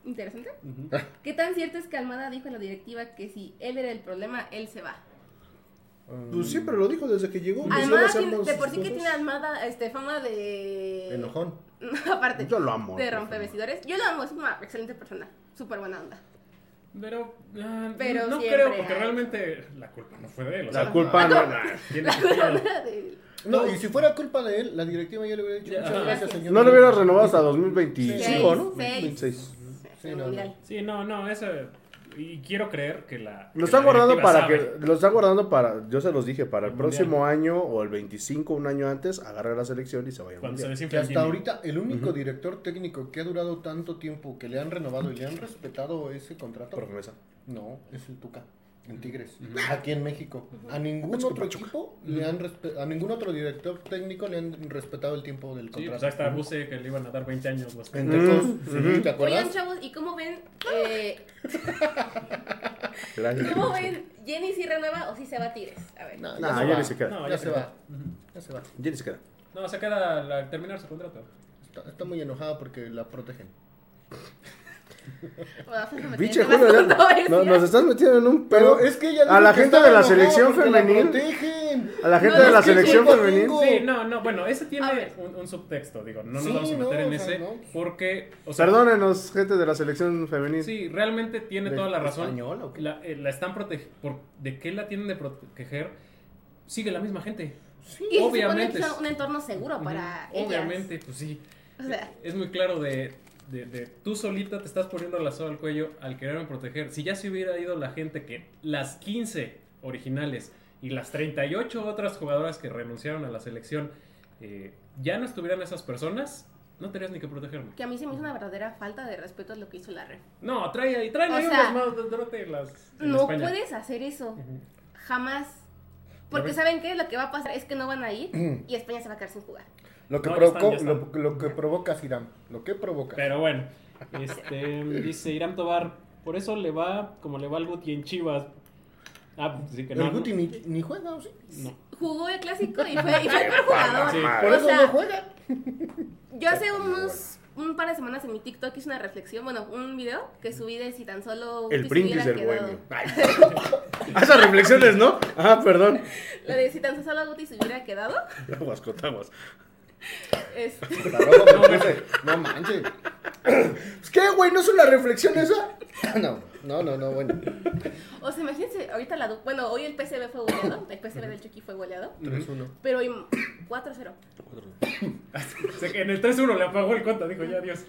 Speaker 6: interesante.
Speaker 3: Ah.
Speaker 6: ¿Qué tan cierto es que Almada dijo en la directiva que si él era el problema, él se va?
Speaker 3: Pues siempre lo dijo desde que llegó.
Speaker 6: Almada tiene, de por sí que tiene Almada este, fama de...
Speaker 5: Enojón.
Speaker 6: Aparte,
Speaker 3: Yo lo amo.
Speaker 6: de rompevesidores. Yo lo amo, es una excelente persona, súper buena onda.
Speaker 4: Pero, ah,
Speaker 6: Pero
Speaker 4: no
Speaker 6: siempre
Speaker 4: creo, porque
Speaker 6: hay.
Speaker 4: realmente la culpa Ah, no fue de él. o
Speaker 3: La
Speaker 4: sea,
Speaker 3: culpa no.
Speaker 4: tiene que ser-
Speaker 6: De-
Speaker 5: No, y si fuera culpa de él, la directiva ya le hubiera dicho
Speaker 4: Ya,
Speaker 5: muchas
Speaker 4: ajá.
Speaker 5: gracias,
Speaker 6: Gracias.
Speaker 5: señor.
Speaker 3: No lo hubiera renovado hasta 2025,
Speaker 6: Seis,
Speaker 3: ¿no?
Speaker 6: seis.
Speaker 3: 26.
Speaker 5: Sí, no, no.
Speaker 6: mundial.
Speaker 4: Sí, no, no, eso. Y quiero creer que la. que
Speaker 3: Lo están
Speaker 4: la
Speaker 3: guardando para
Speaker 4: directiva sabe.
Speaker 3: que. Lo están guardando para. Yo se los dije, para el,
Speaker 4: El
Speaker 3: próximo año o el 25, un año antes, agarrar la selección y se vaya. al
Speaker 4: Cuando se
Speaker 3: Mundial.
Speaker 5: Que
Speaker 4: desinfla el
Speaker 5: hasta
Speaker 4: Jimmy.
Speaker 5: ahorita el único director técnico que ha durado tanto tiempo, que le han renovado y le han respetado ese contrato,
Speaker 3: Por promesa.
Speaker 5: no, es el Tuca, en Tigres, aquí en México. A ningún otro equipo le han respe- a ningún otro director técnico le han respetado el tiempo del
Speaker 4: Sí, pues
Speaker 5: contrato.
Speaker 4: ahí está Buse que le iban a dar 20 años los
Speaker 5: En Tecos, sí, ¿te
Speaker 6: Oigan,
Speaker 5: acuerdas?
Speaker 6: chavos, ¿y cómo ven? eh,
Speaker 3: Gracias.
Speaker 6: ¿Cómo ven? ¿Jenny si renueva o si se va a Tigres? A ver.
Speaker 5: No,
Speaker 3: Nah,
Speaker 5: se
Speaker 3: ya
Speaker 5: va.
Speaker 3: ni se queda.
Speaker 4: No,
Speaker 5: Ya se va. Ya se va.
Speaker 3: Ya ni se queda.
Speaker 4: No, se queda la- al terminar su contrato.
Speaker 5: Está, está muy enojada porque la protegen.
Speaker 6: Bueno, vamos a meter
Speaker 3: Pinche
Speaker 6: temas
Speaker 3: Julio, ya- no-
Speaker 6: controversiales.
Speaker 3: nos estás metiendo en un pedo.
Speaker 5: Pero es que ella
Speaker 3: A la
Speaker 5: dijo que
Speaker 3: gente
Speaker 5: estaba
Speaker 3: de la
Speaker 5: enojada
Speaker 3: selección
Speaker 5: porque la
Speaker 3: femenil.
Speaker 5: protegen.
Speaker 3: A la gente
Speaker 6: No,
Speaker 3: de la
Speaker 6: es que
Speaker 3: selección
Speaker 5: sí,
Speaker 3: femenil.
Speaker 5: tengo-
Speaker 4: Sí, no, no, bueno, ese
Speaker 6: A
Speaker 4: tiene
Speaker 6: ver.
Speaker 4: un, un subtexto, digo, no
Speaker 5: Sí,
Speaker 4: nos vamos a
Speaker 5: no,
Speaker 4: meter en
Speaker 5: o sea,
Speaker 4: ese,
Speaker 5: no.
Speaker 4: porque, o sea,
Speaker 3: Perdónenos, gente de la selección femenil.
Speaker 4: sí, realmente tiene
Speaker 5: ¿De
Speaker 4: toda la razón.
Speaker 5: española o qué?
Speaker 4: La, eh, la están protegiendo, ¿de qué la tienen de proteger? Sigue la misma gente.
Speaker 6: Y se supone
Speaker 4: obviamente.
Speaker 6: que son un entorno seguro para ellas.
Speaker 4: Obviamente, pues sí.
Speaker 6: O sea,
Speaker 4: Es muy claro de, de- de tú solita te estás poniendo la soga al cuello al quererme proteger. Si ya se hubiera ido la gente que las 15 originales y las 38 otras jugadoras que renunciaron a la selección eh, ya no estuvieran esas personas, no tenías ni que protegerme.
Speaker 6: que a mí se me hizo una verdadera falta de respeto a lo que hizo la red.
Speaker 4: No, trae ahí, trae
Speaker 6: O
Speaker 4: ahí
Speaker 6: sea,
Speaker 4: unos más drote en las. en
Speaker 6: No
Speaker 4: España.
Speaker 6: puedes hacer eso. Jamás. Porque
Speaker 4: ves?
Speaker 6: ¿saben qué? Lo que va a pasar es que no van a ir y España se va a quedar sin jugar.
Speaker 5: Lo que,
Speaker 4: No, ya
Speaker 5: provocó,
Speaker 4: están, ya están.
Speaker 5: Lo, lo que provoca Siram. Lo que provoca.
Speaker 4: Pero bueno, este, dice Irán Tobar, por eso le va como le va al Guti en Chivas. Ah, pues sí que no.
Speaker 5: el
Speaker 4: ¿no?
Speaker 5: Guti ni, ni juega, ¿o sí?
Speaker 4: No.
Speaker 6: Jugó el clásico y fue, y fue el peor jugador.
Speaker 4: Sí.
Speaker 5: Por
Speaker 6: O
Speaker 5: eso
Speaker 6: sea,
Speaker 5: no juega.
Speaker 6: Yo hace unos un par de semanas en mi TikTok hice una reflexión, bueno, un video que subí de si tan solo
Speaker 3: El
Speaker 6: Guti se
Speaker 3: brindis
Speaker 6: hubiera
Speaker 3: del
Speaker 6: quedado-
Speaker 3: bohemio. Ay. Ah, Esas reflexiones, ¿no? Ah, perdón.
Speaker 6: Lo de si tan solo Guti se hubiera quedado.
Speaker 3: Aguas, contaguas.
Speaker 6: Este,
Speaker 5: No, no manches.
Speaker 3: Pues, ¿Qué, güey? ¿No es una reflexión esa?
Speaker 5: No, no, no, no, bueno.
Speaker 6: o sea, imagínense, ahorita la... du- Bueno, hoy el PCB fue goleado, el PCB del Chucky fue goleado,
Speaker 5: 3-1.
Speaker 6: pero hoy 4-0.
Speaker 4: Sé que en el 3-1 le apagó el cuenta, dijo ya adiós.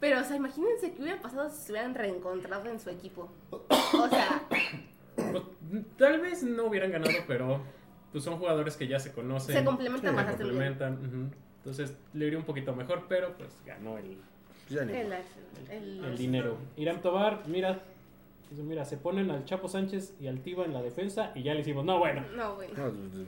Speaker 6: Pero, o sea, imagínense qué hubiera pasado si se hubieran reencontrado en su equipo. O sea,
Speaker 4: Pues, tal vez no hubieran ganado, pero pues son jugadores que ya se conocen.
Speaker 6: Se complementan
Speaker 4: se
Speaker 6: más, hacen
Speaker 4: complementan, ujú. Entonces le iría un poquito mejor, pero pues ganó el,
Speaker 3: Ya ni-
Speaker 6: el,
Speaker 4: el
Speaker 6: el-
Speaker 4: dinero. Irán Tobar, mira, dice, mira, se ponen al Chapo Sánchez y al Tiva en la defensa y ya le hicimos, no, bueno.
Speaker 6: No, bueno.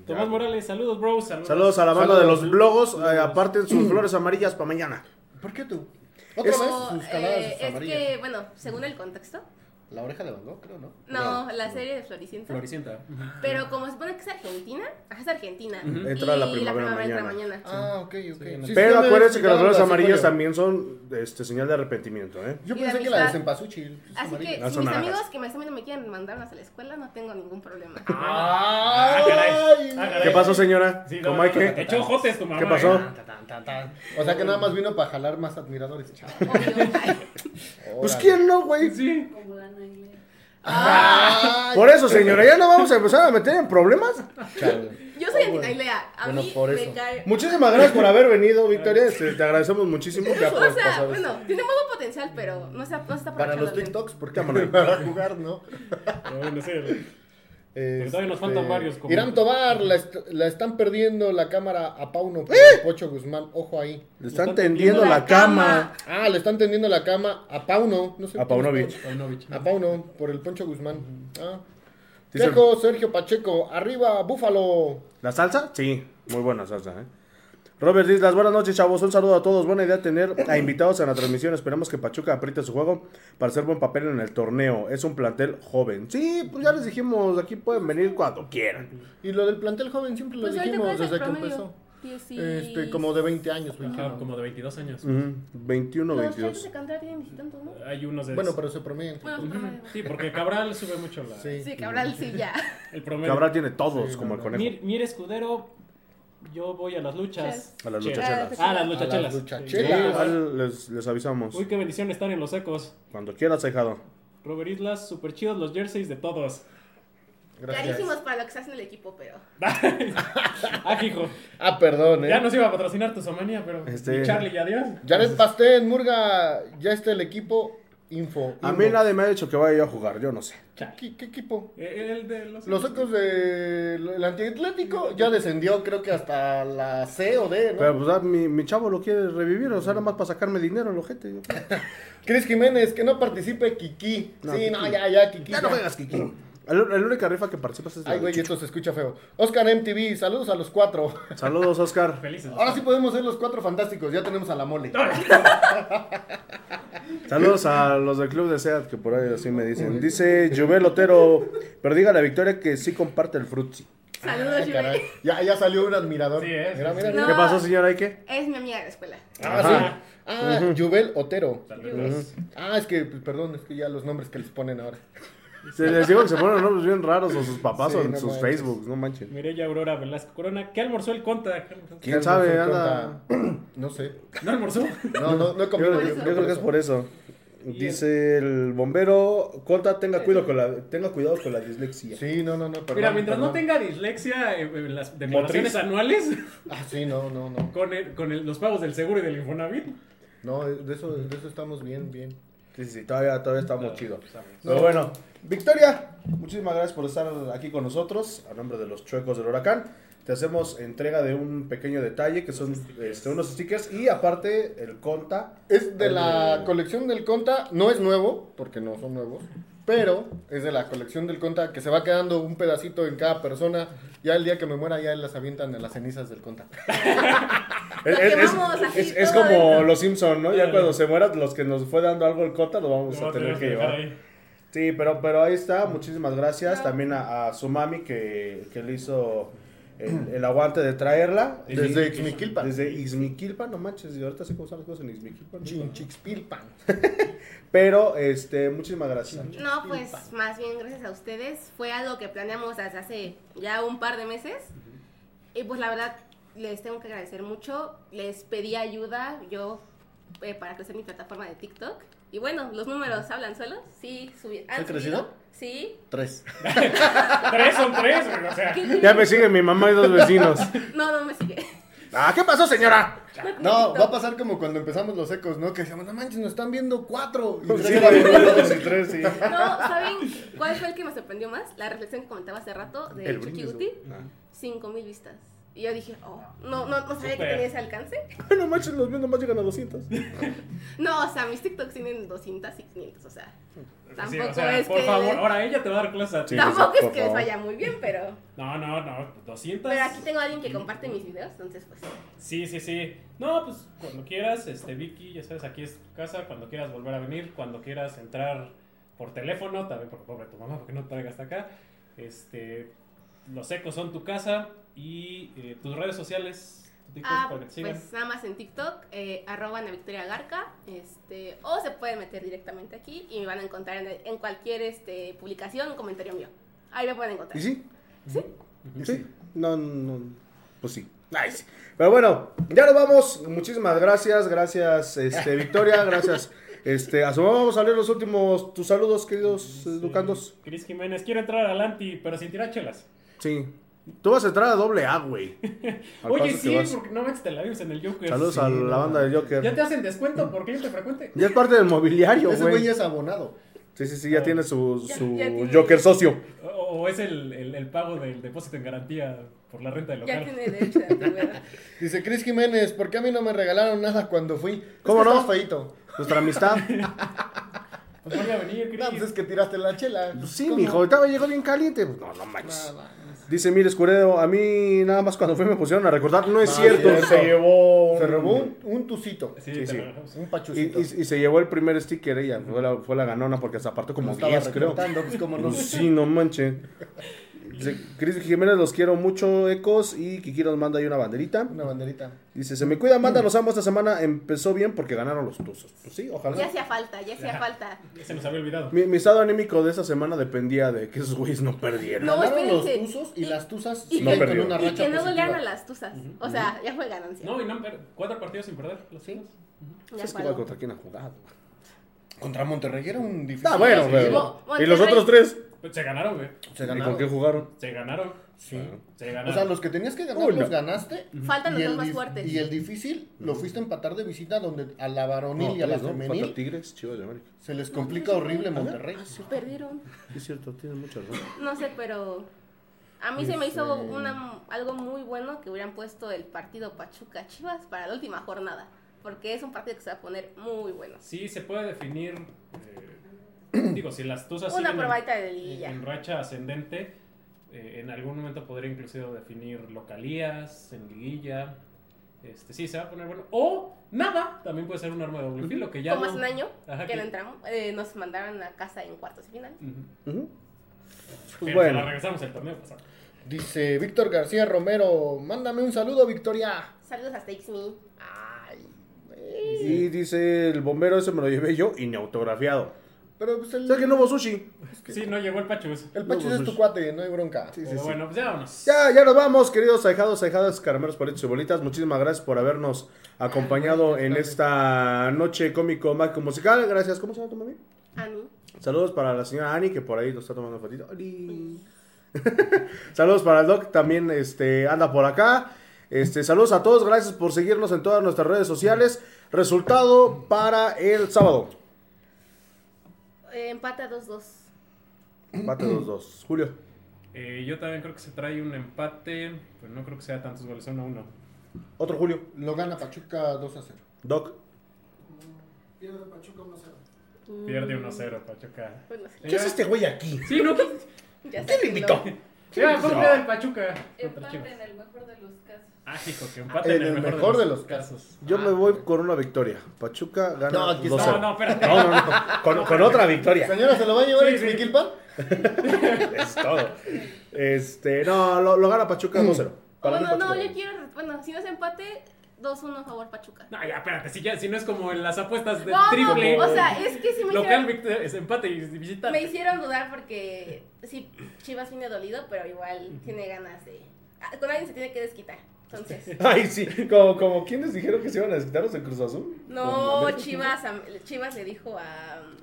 Speaker 4: Tomás Morales, saludos, bro. Saludos,
Speaker 3: Saludos a la banda de
Speaker 4: Saludos.
Speaker 3: los blogos.
Speaker 4: Saludos.
Speaker 3: eh, aparten sus flores amarillas para mañana.
Speaker 5: ¿Por qué tú? Otra
Speaker 3: Es-
Speaker 5: vez,
Speaker 6: O,
Speaker 5: sus caladas
Speaker 6: eh, es
Speaker 5: amarillas.
Speaker 6: que, bueno, según el contexto,
Speaker 5: La oreja de Van Gogh, creo, ¿no?
Speaker 6: no, la serie de Floricienta.
Speaker 4: Floricienta.
Speaker 6: Pero como se supone que es Argentina, ajá, es Argentina.
Speaker 4: Ujú.
Speaker 3: Entra la
Speaker 6: y
Speaker 3: primavera
Speaker 6: entra
Speaker 3: mañana.
Speaker 5: Ah, ok, ok.
Speaker 4: Sí,
Speaker 5: Sí, sí,
Speaker 3: Pero acuérdense
Speaker 5: me
Speaker 3: que las
Speaker 5: explicaron
Speaker 3: flores
Speaker 5: la
Speaker 3: amarillas
Speaker 5: secuela.
Speaker 3: también son este, señal de arrepentimiento, ¿eh?
Speaker 5: Yo
Speaker 6: Y de
Speaker 5: pensé que la de
Speaker 6: amistad.
Speaker 5: cempasúchil. es
Speaker 6: Así
Speaker 5: amarilla.
Speaker 6: que
Speaker 3: No
Speaker 6: si
Speaker 3: son
Speaker 6: mis
Speaker 3: naranjas.
Speaker 6: amigos que me están viendo me quieren mandar a la escuela, no tengo ningún problema.
Speaker 4: Ah, caray. Ah, caray.
Speaker 3: ¿Qué pasó, señora?
Speaker 4: Sí, no,
Speaker 3: ¿Cómo
Speaker 4: no,
Speaker 3: hay
Speaker 4: no,
Speaker 3: que?
Speaker 4: Te echó jotes tu mamá.
Speaker 3: ¿Qué pasó?
Speaker 4: eh.
Speaker 5: O sea que nada más vino para jalar más admiradores. chaval.
Speaker 6: Obvio.
Speaker 3: Pues
Speaker 5: Órale.
Speaker 3: quién no, güey.
Speaker 4: Sí.
Speaker 5: Ay,
Speaker 3: Por eso, señora, ya no vamos a empezar a meter en problemas.
Speaker 5: chale.
Speaker 6: Yo soy antinailea. A
Speaker 5: Oh, Bueno,
Speaker 6: mí
Speaker 5: por
Speaker 6: me
Speaker 5: eso.
Speaker 6: cae.
Speaker 3: Muchísimas gracias por haber venido, Victoria. Este, te agradecemos muchísimo que
Speaker 6: O
Speaker 3: hayas
Speaker 6: sea,
Speaker 3: pasado esto.
Speaker 6: bueno, tiene muy buen potencial, pero no se, no se está
Speaker 5: Para los
Speaker 6: aprovechando bien.
Speaker 5: TikToks, porque para jugar, ¿no?
Speaker 4: Pero bueno, sí.
Speaker 5: Pero
Speaker 4: todavía nos faltan varios, como-
Speaker 5: eh, Irán Tobar, la, est- la están perdiendo la cámara a Pauno por Pocho Guzmán. Ojo ahí.
Speaker 3: Le están tendiendo la cama.
Speaker 5: Ah, le están tendiendo la cama a Pauno. No sé
Speaker 3: A
Speaker 5: quién es
Speaker 3: Paunovic.
Speaker 4: Paunovic.
Speaker 5: A Pauno, por el Poncho Guzmán. Ah.
Speaker 3: Dice-
Speaker 5: Quejo, Sergio Pacheco, arriba, Búfalo.
Speaker 3: ¿La salsa? Sí, muy buena salsa, ¿eh? Robert Islas, buenas noches, chavos. Un saludo a todos. Buena idea tener a invitados en la transmisión. Esperemos que Pachuca apriete su juego para hacer buen papel en el torneo. Es un plantel joven. Sí, pues ya les dijimos, aquí pueden venir cuando quieran.
Speaker 5: Y lo del plantel joven siempre lo
Speaker 6: Pues ahorita
Speaker 5: dijimos
Speaker 6: cuál es
Speaker 5: desde
Speaker 6: el
Speaker 5: que
Speaker 6: promedio.
Speaker 5: empezó.
Speaker 6: Dieci-
Speaker 5: Este, como de 20 años, 21.
Speaker 4: Ajá, como de 22 años.
Speaker 3: Ujú, 21,
Speaker 6: Los chicos
Speaker 3: 22.
Speaker 6: de Cantar tienen veintitantos, ¿no?
Speaker 4: Hay unos de.
Speaker 5: Bueno, pero se promedia entre
Speaker 6: Bueno,
Speaker 5: todos.
Speaker 6: su promedio.
Speaker 4: Sí, porque Cabral sube mucho la,
Speaker 5: Sí.
Speaker 6: Sí, Cabral, sí, ya.
Speaker 4: el promedio.
Speaker 3: Cabral tiene todos, como el conejo.
Speaker 4: Mir, Mir Escudero, yo voy a las luchas.
Speaker 3: A las
Speaker 4: Che-
Speaker 3: luchachelas.
Speaker 4: Ah, las
Speaker 5: A
Speaker 4: luchachelas.
Speaker 5: las
Speaker 3: Sí,
Speaker 5: luchachelas.
Speaker 3: igual les, les avisamos.
Speaker 4: Uy, qué bendición estar en los ecos.
Speaker 3: Cuando quieras, cejado.
Speaker 4: Robert Islas, super chidos los jerseys de todos.
Speaker 6: Carísimos para lo que se hace en el equipo, pero.
Speaker 4: Ah, hijo.
Speaker 5: Ah, perdón, eh.
Speaker 4: Ya nos iba a patrocinar tu somanía, pero.
Speaker 3: Este-
Speaker 4: Y Charlie, y adiós.
Speaker 5: Jared Pastén, Murga, ya está el equipo. Info.
Speaker 3: A
Speaker 5: info.
Speaker 3: mí nadie me ha dicho que vaya yo a jugar, yo no sé.
Speaker 5: ¿Qué, qué equipo?
Speaker 4: Eh, El de los.
Speaker 5: Los ecos del antiatlético ya descendió, creo que hasta la C o D, ¿no?
Speaker 3: Pero pues ah, mi, mi chavo lo quiere revivir, o sea, nada más para sacarme dinero, el ojete. yo creo.
Speaker 5: Cris Jiménez, que no participe Kiki.
Speaker 3: No,
Speaker 5: sí,
Speaker 3: Kiki.
Speaker 5: no, ya, ya, Kiki. ya.
Speaker 3: Kiki. La única rifa que participas es la
Speaker 5: Ay,
Speaker 3: de
Speaker 5: güey,
Speaker 3: Chucho.
Speaker 5: esto se escucha feo. Oscar MTV, saludos a los cuatro.
Speaker 3: Saludos, Oscar.
Speaker 4: Felices.
Speaker 5: Ahora sí podemos ser los cuatro fantásticos, ya tenemos a la mole.
Speaker 3: Saludos a los del club de SEAT, que por ahí así me dicen. Dice Juvel Otero, pero diga la victoria que sí comparte el frutzi.
Speaker 6: Saludos,
Speaker 5: Ay,
Speaker 6: Juve.
Speaker 5: caray. Ya, ya salió un admirador.
Speaker 4: Sí, es,
Speaker 5: Mira,
Speaker 4: es,
Speaker 5: mira,
Speaker 6: es.
Speaker 5: mira.
Speaker 3: ¿Qué pasó, señora Ike?
Speaker 6: Es mi amiga de la escuela.
Speaker 5: Ah,
Speaker 3: Ajá.
Speaker 5: sí. Ah, Jubel Otero.
Speaker 4: Saludos.
Speaker 5: Ah, es que, pues, perdón, es que ya los nombres que les ponen ahora.
Speaker 3: Se les digo que se ponen nombres bien raros o sus papás
Speaker 5: Sí,
Speaker 3: o en
Speaker 5: no
Speaker 3: sus
Speaker 5: manches.
Speaker 3: Facebooks, no manchen.
Speaker 4: Mireya Aurora Velasco Corona. ¿Qué almorzó el conta?
Speaker 3: ¿Quién
Speaker 5: Carlos
Speaker 3: sabe?
Speaker 5: Ortega.
Speaker 3: Anda.
Speaker 5: No sé.
Speaker 4: ¿No almorzó?
Speaker 5: No, no, no he
Speaker 3: Yo, yo-
Speaker 5: comido. yo
Speaker 3: yo creo que es por eso. Dice el bombero, Conta, tenga cuidado con la, tenga cuidado con la dislexia.
Speaker 5: Sí, no, no, no, perdón.
Speaker 4: Mira, mientras no
Speaker 5: perdón.
Speaker 4: tenga dislexia eh, en las declaraciones
Speaker 3: Motriz.
Speaker 4: anuales
Speaker 5: Ah, sí, no, no, no.
Speaker 4: con, el- con el- los pagos del seguro y del Infonavit.
Speaker 5: No, eh, de eso, de eso estamos bien, bien.
Speaker 3: Sí, sí, sí, todavía, todavía estamos
Speaker 4: No,
Speaker 3: chidos.
Speaker 4: estamos.
Speaker 3: Pero bueno, Victoria, muchísimas gracias por estar aquí con nosotros. A nombre de los chuecos del huracán, te hacemos entrega de un pequeño detalle que son este, unos stickers y aparte el conta.
Speaker 5: Es de la colección del Conta, no es nuevo, porque no son nuevos, pero es de la colección del Conta que se va quedando un pedacito en cada persona. Ya el día que me muera ya las avientan en las cenizas del Conta.
Speaker 3: Es,
Speaker 6: que
Speaker 3: es-
Speaker 6: vamos así
Speaker 3: es- es
Speaker 6: todo
Speaker 3: como los Simpson, ¿no? Ya cuando se mueran los que nos fue dando algo el conta, lo vamos
Speaker 4: No,
Speaker 3: a tener
Speaker 4: tenemos
Speaker 3: que
Speaker 4: dejar
Speaker 3: llevar.
Speaker 4: ahí.
Speaker 3: Sí, pero, pero ahí está, muchísimas gracias también a, a su mami que, que le hizo el, el aguante de traerla.
Speaker 5: Desde
Speaker 3: Y-
Speaker 5: Ixmiquilpan.
Speaker 3: Desde Ixmiquilpan, no manches, y ahorita sé cómo están las cosas en Ixmiquilpan.
Speaker 5: Chinchixpilpan.
Speaker 3: Pero, este, muchísimas gracias.
Speaker 6: No, pues más bien gracias a ustedes. Fue algo que planeamos desde hace ya un par de meses. Y pues la verdad, les tengo que agradecer mucho. Les pedí ayuda yo eh, para crecer mi plataforma de TikTok. Y bueno, los números hablan solos. Sí, subí. ¿han
Speaker 5: ¿Ha crecido?
Speaker 6: subido? Sí.
Speaker 5: Tres.
Speaker 4: Tres son tres, güey, o sea.
Speaker 6: ¿Qué-
Speaker 3: Ya me sigue mi mamá y dos vecinos.
Speaker 6: No, no me sigue.
Speaker 3: Ah, ¿qué pasó, señora?
Speaker 5: No, va a pasar como cuando empezamos los ecos, ¿no? Que decíamos, no manches, nos están viendo cuatro. Y tres
Speaker 3: Sí,
Speaker 5: eran
Speaker 3: güey,
Speaker 5: dos.
Speaker 3: dos y tres, sí.
Speaker 6: No, ¿saben cuál fue el que me sorprendió más? La reflexión que comentaba hace rato de
Speaker 3: El
Speaker 6: Chucky
Speaker 3: brindis,
Speaker 6: Guti.
Speaker 3: ¿no? Ah.
Speaker 6: 5.000 vistas. Y yo dije, oh, no, no, no sabía que
Speaker 4: Súper.
Speaker 6: tenía ese alcance.
Speaker 3: No manches, los míos nomás llegan a 200.
Speaker 6: No, o sea, mis TikToks tienen 200 y 500, o sea. Tampoco
Speaker 4: Sí, o sea,
Speaker 6: es
Speaker 4: por
Speaker 6: que.
Speaker 4: favor, ahora ella te va a dar clases a ti.
Speaker 3: Sí.
Speaker 6: tampoco
Speaker 3: por
Speaker 6: es que les
Speaker 3: favor.
Speaker 6: vaya muy bien, pero.
Speaker 4: No, no, no, 200.
Speaker 6: Pero aquí tengo a alguien que comparte mis videos, entonces pues.
Speaker 4: Sí, sí, sí. No, pues cuando quieras, este Vicky, ya sabes, aquí es tu casa, cuando quieras volver a venir, cuando quieras entrar por teléfono, también por pobre tu mamá, porque no te traiga hasta acá. Este, los ecos son tu casa y eh, tus redes sociales, tu TikTok,
Speaker 6: Ah,
Speaker 4: para que te sigan.
Speaker 6: pues nada más en TikTok, eh, arroba Ana Victoria Garca, este, o se pueden meter directamente aquí y me van a encontrar en, en cualquier este, publicación o comentario mío. Ahí me pueden encontrar.
Speaker 3: ¿Y sí?
Speaker 6: Sí.
Speaker 3: Sí. No, no. Pues sí. Ay, sí. Pero bueno, ya nos vamos. Muchísimas gracias. Gracias, este, Victoria. Gracias. Este, a su mamá vamos a leer los últimos tus saludos, queridos
Speaker 4: Sí.
Speaker 3: educandos.
Speaker 4: Este, Cris Jiménez, quiero entrar al anti, pero sin tirar chelas.
Speaker 3: Sí. Tú vas a entrar a doble A, güey. Al
Speaker 4: Oye,
Speaker 3: paso que
Speaker 4: sí,
Speaker 3: vas.
Speaker 4: porque no manches, te la vimos en el Joker.
Speaker 3: Saludos
Speaker 4: Sí,
Speaker 3: a
Speaker 4: no
Speaker 3: la banda
Speaker 4: mames.
Speaker 3: de Joker.
Speaker 4: Ya te hacen descuento porque yo te frecuente.
Speaker 3: Ya es parte del mobiliario,
Speaker 7: Ese güey
Speaker 3: güey.
Speaker 7: ya es abonado.
Speaker 3: Sí, sí, sí, ya tiene su,
Speaker 6: Ya-
Speaker 3: su
Speaker 6: ya tiene-
Speaker 3: Joker socio.
Speaker 4: O, o es el, el- el pago del depósito en garantía por la renta del
Speaker 6: Ya
Speaker 4: local.
Speaker 6: tiene derecho de antigüedad.
Speaker 7: Dice Cris Jiménez, ¿por qué a mí no me regalaron nada cuando fui? Es
Speaker 3: ¿Cómo
Speaker 7: que
Speaker 3: no?
Speaker 7: estás feíto.
Speaker 3: Nuestra amistad.
Speaker 4: Pues voy a venir, Cris.
Speaker 7: No, pues es que tiraste la chela.
Speaker 3: Pues sí,
Speaker 7: ¿Cómo?
Speaker 3: mijo. Estaba llegó bien caliente. Pues, No, no manches.
Speaker 7: Nada.
Speaker 3: Dice, mire, escudero, a mí nada más cuando fui me pusieron a recordar.
Speaker 7: Ah,
Speaker 3: No es cierto.
Speaker 7: cierto.
Speaker 3: Se llevó. un-
Speaker 7: Se robó un, un tucito.
Speaker 4: Sí,
Speaker 3: Sí,
Speaker 4: te
Speaker 3: sí.
Speaker 4: lo dejamos.
Speaker 7: Un
Speaker 3: Y,
Speaker 7: pachucito.
Speaker 3: y- y se llevó el primer sticker ella, fue la, fue la ganona porque se apartó como
Speaker 7: Lo estaba
Speaker 3: 10, creo.
Speaker 7: recortando, pues, como no.
Speaker 3: Pues sí, no manchen. Dice, Cris Jiménez, los quiero mucho, Ecos, y Kikiro nos manda ahí una banderita.
Speaker 7: Una banderita.
Speaker 3: Dice, se me cuidan, banda, los amo, esta semana empezó bien porque ganaron los tuzos. Pues sí, ojalá.
Speaker 6: Ya hacía falta, ya hacía falta.
Speaker 4: Se nos había olvidado.
Speaker 3: Mi, mi estado anímico de esa semana dependía de que esos güeyes no perdieran.
Speaker 6: No,
Speaker 7: Ganaron los
Speaker 6: espérense.
Speaker 7: tuzos y,
Speaker 6: Y-
Speaker 7: las tuzas
Speaker 6: y
Speaker 7: siguen
Speaker 3: que-
Speaker 7: con una
Speaker 6: Y
Speaker 7: racha
Speaker 6: que no golearon
Speaker 7: positiva.
Speaker 6: a las tuzas. O sea, ya fue ganancia.
Speaker 4: No, pues y no, han per- cuatro partidos sin perder. Los sí.
Speaker 6: Ya
Speaker 3: Es que
Speaker 6: fue
Speaker 3: igual
Speaker 6: algo.
Speaker 3: contra quién ha jugado.
Speaker 7: Contra Monterrey era un difícil.
Speaker 3: Ah, bueno,
Speaker 7: partido.
Speaker 3: pero.
Speaker 6: Mo-
Speaker 3: ¿Y los
Speaker 6: Monterrey.
Speaker 3: otros tres?
Speaker 4: Pues se ganaron, güey.
Speaker 7: Se
Speaker 3: ¿Y
Speaker 7: ganaron.
Speaker 3: con qué jugaron?
Speaker 4: Se ganaron.
Speaker 7: Sí.
Speaker 4: Se ganaron.
Speaker 7: O sea, los que tenías que ganar
Speaker 3: Uy, no.
Speaker 7: los ganaste.
Speaker 6: Faltan los
Speaker 7: Y el
Speaker 6: dos más
Speaker 7: dif-
Speaker 6: fuertes.
Speaker 7: Y el difícil lo fuiste a empatar de visita donde a la varonil
Speaker 3: No,
Speaker 7: y a la
Speaker 3: tres, ¿no?
Speaker 7: femenil
Speaker 3: Contra Tigres, Chivas de América.
Speaker 7: se les complica horrible Monterrey.
Speaker 6: Perdieron.
Speaker 3: Es cierto, tienes mucha razón.
Speaker 6: No sé, pero a mí se me hizo una, algo muy bueno que hubieran puesto el partido Pachuca Chivas para la última jornada, porque es un partido que se va a poner muy bueno.
Speaker 4: Sí, se puede definir. eh, digo, si las tuzas
Speaker 6: Una
Speaker 4: siguen en-
Speaker 6: probadita de
Speaker 4: en,
Speaker 6: liguilla.
Speaker 4: en racha ascendente, eh, en algún momento podría inclusive definir localías, en liguilla. Este, sí, se va a poner bueno. O nada, también puede ser un arma de doble filo que ya.
Speaker 6: Como
Speaker 4: no-
Speaker 6: hace un año
Speaker 4: Ajá,
Speaker 6: que
Speaker 4: que-
Speaker 6: no entramos, eh, nos mandaron a casa en cuartos de final.
Speaker 4: Ujú.
Speaker 3: Ujú. Pues
Speaker 4: Pero
Speaker 3: bueno.
Speaker 4: la regresamos el torneo pasado.
Speaker 7: Dice Víctor García Romero, mándame un saludo, Victoria.
Speaker 6: Saludos hasta Xmi.
Speaker 7: Ay,
Speaker 3: Y dice el bombero, ese me lo llevé yo y ni autografiado.
Speaker 7: pero pues
Speaker 3: O
Speaker 7: el,
Speaker 3: sea que no hubo sushi.
Speaker 4: Sí, no llegó el Pachus.
Speaker 7: el Pachis
Speaker 3: No,
Speaker 7: es
Speaker 3: pues,
Speaker 7: tu cuate, no hay bronca.
Speaker 4: Pero bueno, pues ya vámonos.
Speaker 3: Ya, ya nos vamos, queridos ahijados, ahijadas, caramelos, palitos y bolitas. Muchísimas gracias por habernos acompañado en esta noche cómico mágico musical. Gracias. ¿Cómo se llama tu mami?
Speaker 6: Ani.
Speaker 3: Saludos para la señora Ani, que por ahí nos está tomando fotito. Oli. saludos para el Doc, también este, anda por acá. Este, saludos a todos, gracias por seguirnos en todas nuestras redes sociales. Resultado para el sábado.
Speaker 6: Eh, empate a 2-2.
Speaker 3: Bate los dos. Julio.
Speaker 4: Eh, yo también creo que se trae un empate, pero no creo que sea tantos goles, son a uno.
Speaker 3: Otro Julio.
Speaker 7: Lo gana Pachuca 2 a 0.
Speaker 3: Doc.
Speaker 5: Pierde Pachuca 1-0.
Speaker 6: Mm.
Speaker 4: Pierde 1-0 Pachuca.
Speaker 6: Pues no sé.
Speaker 3: ¿Qué hace este güey aquí?
Speaker 4: Sí, no,
Speaker 6: Ya sé que no.
Speaker 4: ya, ¿cómo queda el Pachuca? Contra
Speaker 8: Empate
Speaker 4: Chivas.
Speaker 8: en el mejor de los casos.
Speaker 4: Ah, hijo, que empate en el mejor, de, los casos.
Speaker 3: Yo me voy con una victoria. Pachuca gana
Speaker 7: No, aquí está.
Speaker 3: 2-0.
Speaker 4: No, no, espérate.
Speaker 3: No, no, no. Con, con otra victoria.
Speaker 7: Señora, ¿se lo va a llevar
Speaker 4: Sí,
Speaker 7: el
Speaker 4: sí.
Speaker 7: Xmiquilpan?
Speaker 3: Es todo. Este, no, lo, lo gana Pachuca 2-0. Para mí
Speaker 6: Bueno, no,
Speaker 3: Pachuca
Speaker 6: yo
Speaker 3: gana.
Speaker 6: quiero. Bueno, si no es empate, 2-1 a favor Pachuca.
Speaker 4: No, ya, espérate, si, ya, si no es como en las apuestas de
Speaker 6: No, no,
Speaker 4: triple.
Speaker 6: o sea, es que si me
Speaker 4: local
Speaker 6: dijeron-
Speaker 4: victoria, es empate y visita.
Speaker 6: Me hicieron dudar porque sí, Chivas viene dolido, pero igual tiene ganas de... ah, Con alguien se tiene que desquitar. Entonces...
Speaker 3: Ay, sí. Como, como quienes dijeron que se iban a desquitarlos en Cruz Azul. Con
Speaker 6: No,
Speaker 3: América.
Speaker 6: Chivas, am- Chivas le dijo a um,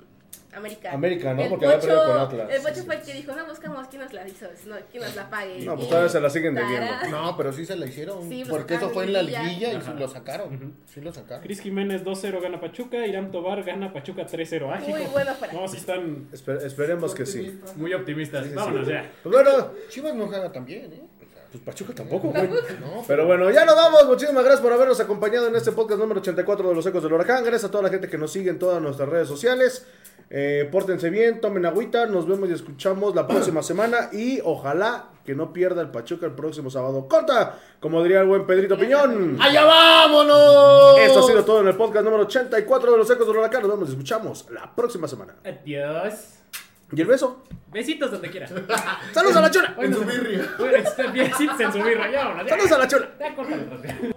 Speaker 6: América.
Speaker 3: América, ¿no?
Speaker 6: El
Speaker 3: Porque había
Speaker 6: Pocho-
Speaker 3: perdido con Atlas.
Speaker 6: El Pocho fue el que dijo, no buscamos quién nos la hizo, no, quién nos la pague.
Speaker 3: No, pues
Speaker 6: Y-
Speaker 3: todavía se la siguen
Speaker 6: Tarán.
Speaker 3: debiendo.
Speaker 7: No, pero sí se la hicieron.
Speaker 6: Sí, pues,
Speaker 7: porque eso
Speaker 6: sacaron
Speaker 7: fue en la
Speaker 6: liguilla.
Speaker 7: liguilla y
Speaker 4: Ajá.
Speaker 7: lo sacaron. Sí lo sacaron.
Speaker 4: Cris Jiménez 2-0 gana Pachuca, Irán Tobar gana Pachuca 3-0. Ah,
Speaker 6: Muy
Speaker 4: hijo.
Speaker 6: bueno fuera.
Speaker 4: No, sí están
Speaker 3: Espe- esperemos que sí.
Speaker 4: muy optimistas.
Speaker 3: sí.
Speaker 4: Vámonos ya.
Speaker 3: Pues bueno,
Speaker 7: Chivas no juega tan bien, ¿eh? O sea,
Speaker 3: Pues Pachuca tampoco, güey.
Speaker 7: No, pues.
Speaker 3: Pero bueno, ya nos vamos. Muchísimas gracias por habernos acompañado en este podcast número 84 de los Ecos del Huracán. Gracias a toda la gente que nos sigue en todas nuestras redes sociales. Eh, pórtense bien, tomen agüita. Nos vemos y escuchamos la próxima semana. Y ojalá que no pierda el Pachuca el próximo sábado. ¡Corta! Como diría el buen Pedrito Piñón.
Speaker 7: ¡Allá vámonos!
Speaker 3: Esto ha sido todo en el podcast número 84 de los Ecos del Huracán. Nos vemos y escuchamos la próxima semana.
Speaker 4: Adiós.
Speaker 3: Y el beso.
Speaker 4: Besitos donde quiera.
Speaker 3: ¡Saludos a la chona!
Speaker 5: En su birria.
Speaker 4: Bueno, este, Besitos en su birra. Ya, vámonos, ya.
Speaker 3: ¡Saludos a la chona!
Speaker 4: Ya, córtale, Rosy.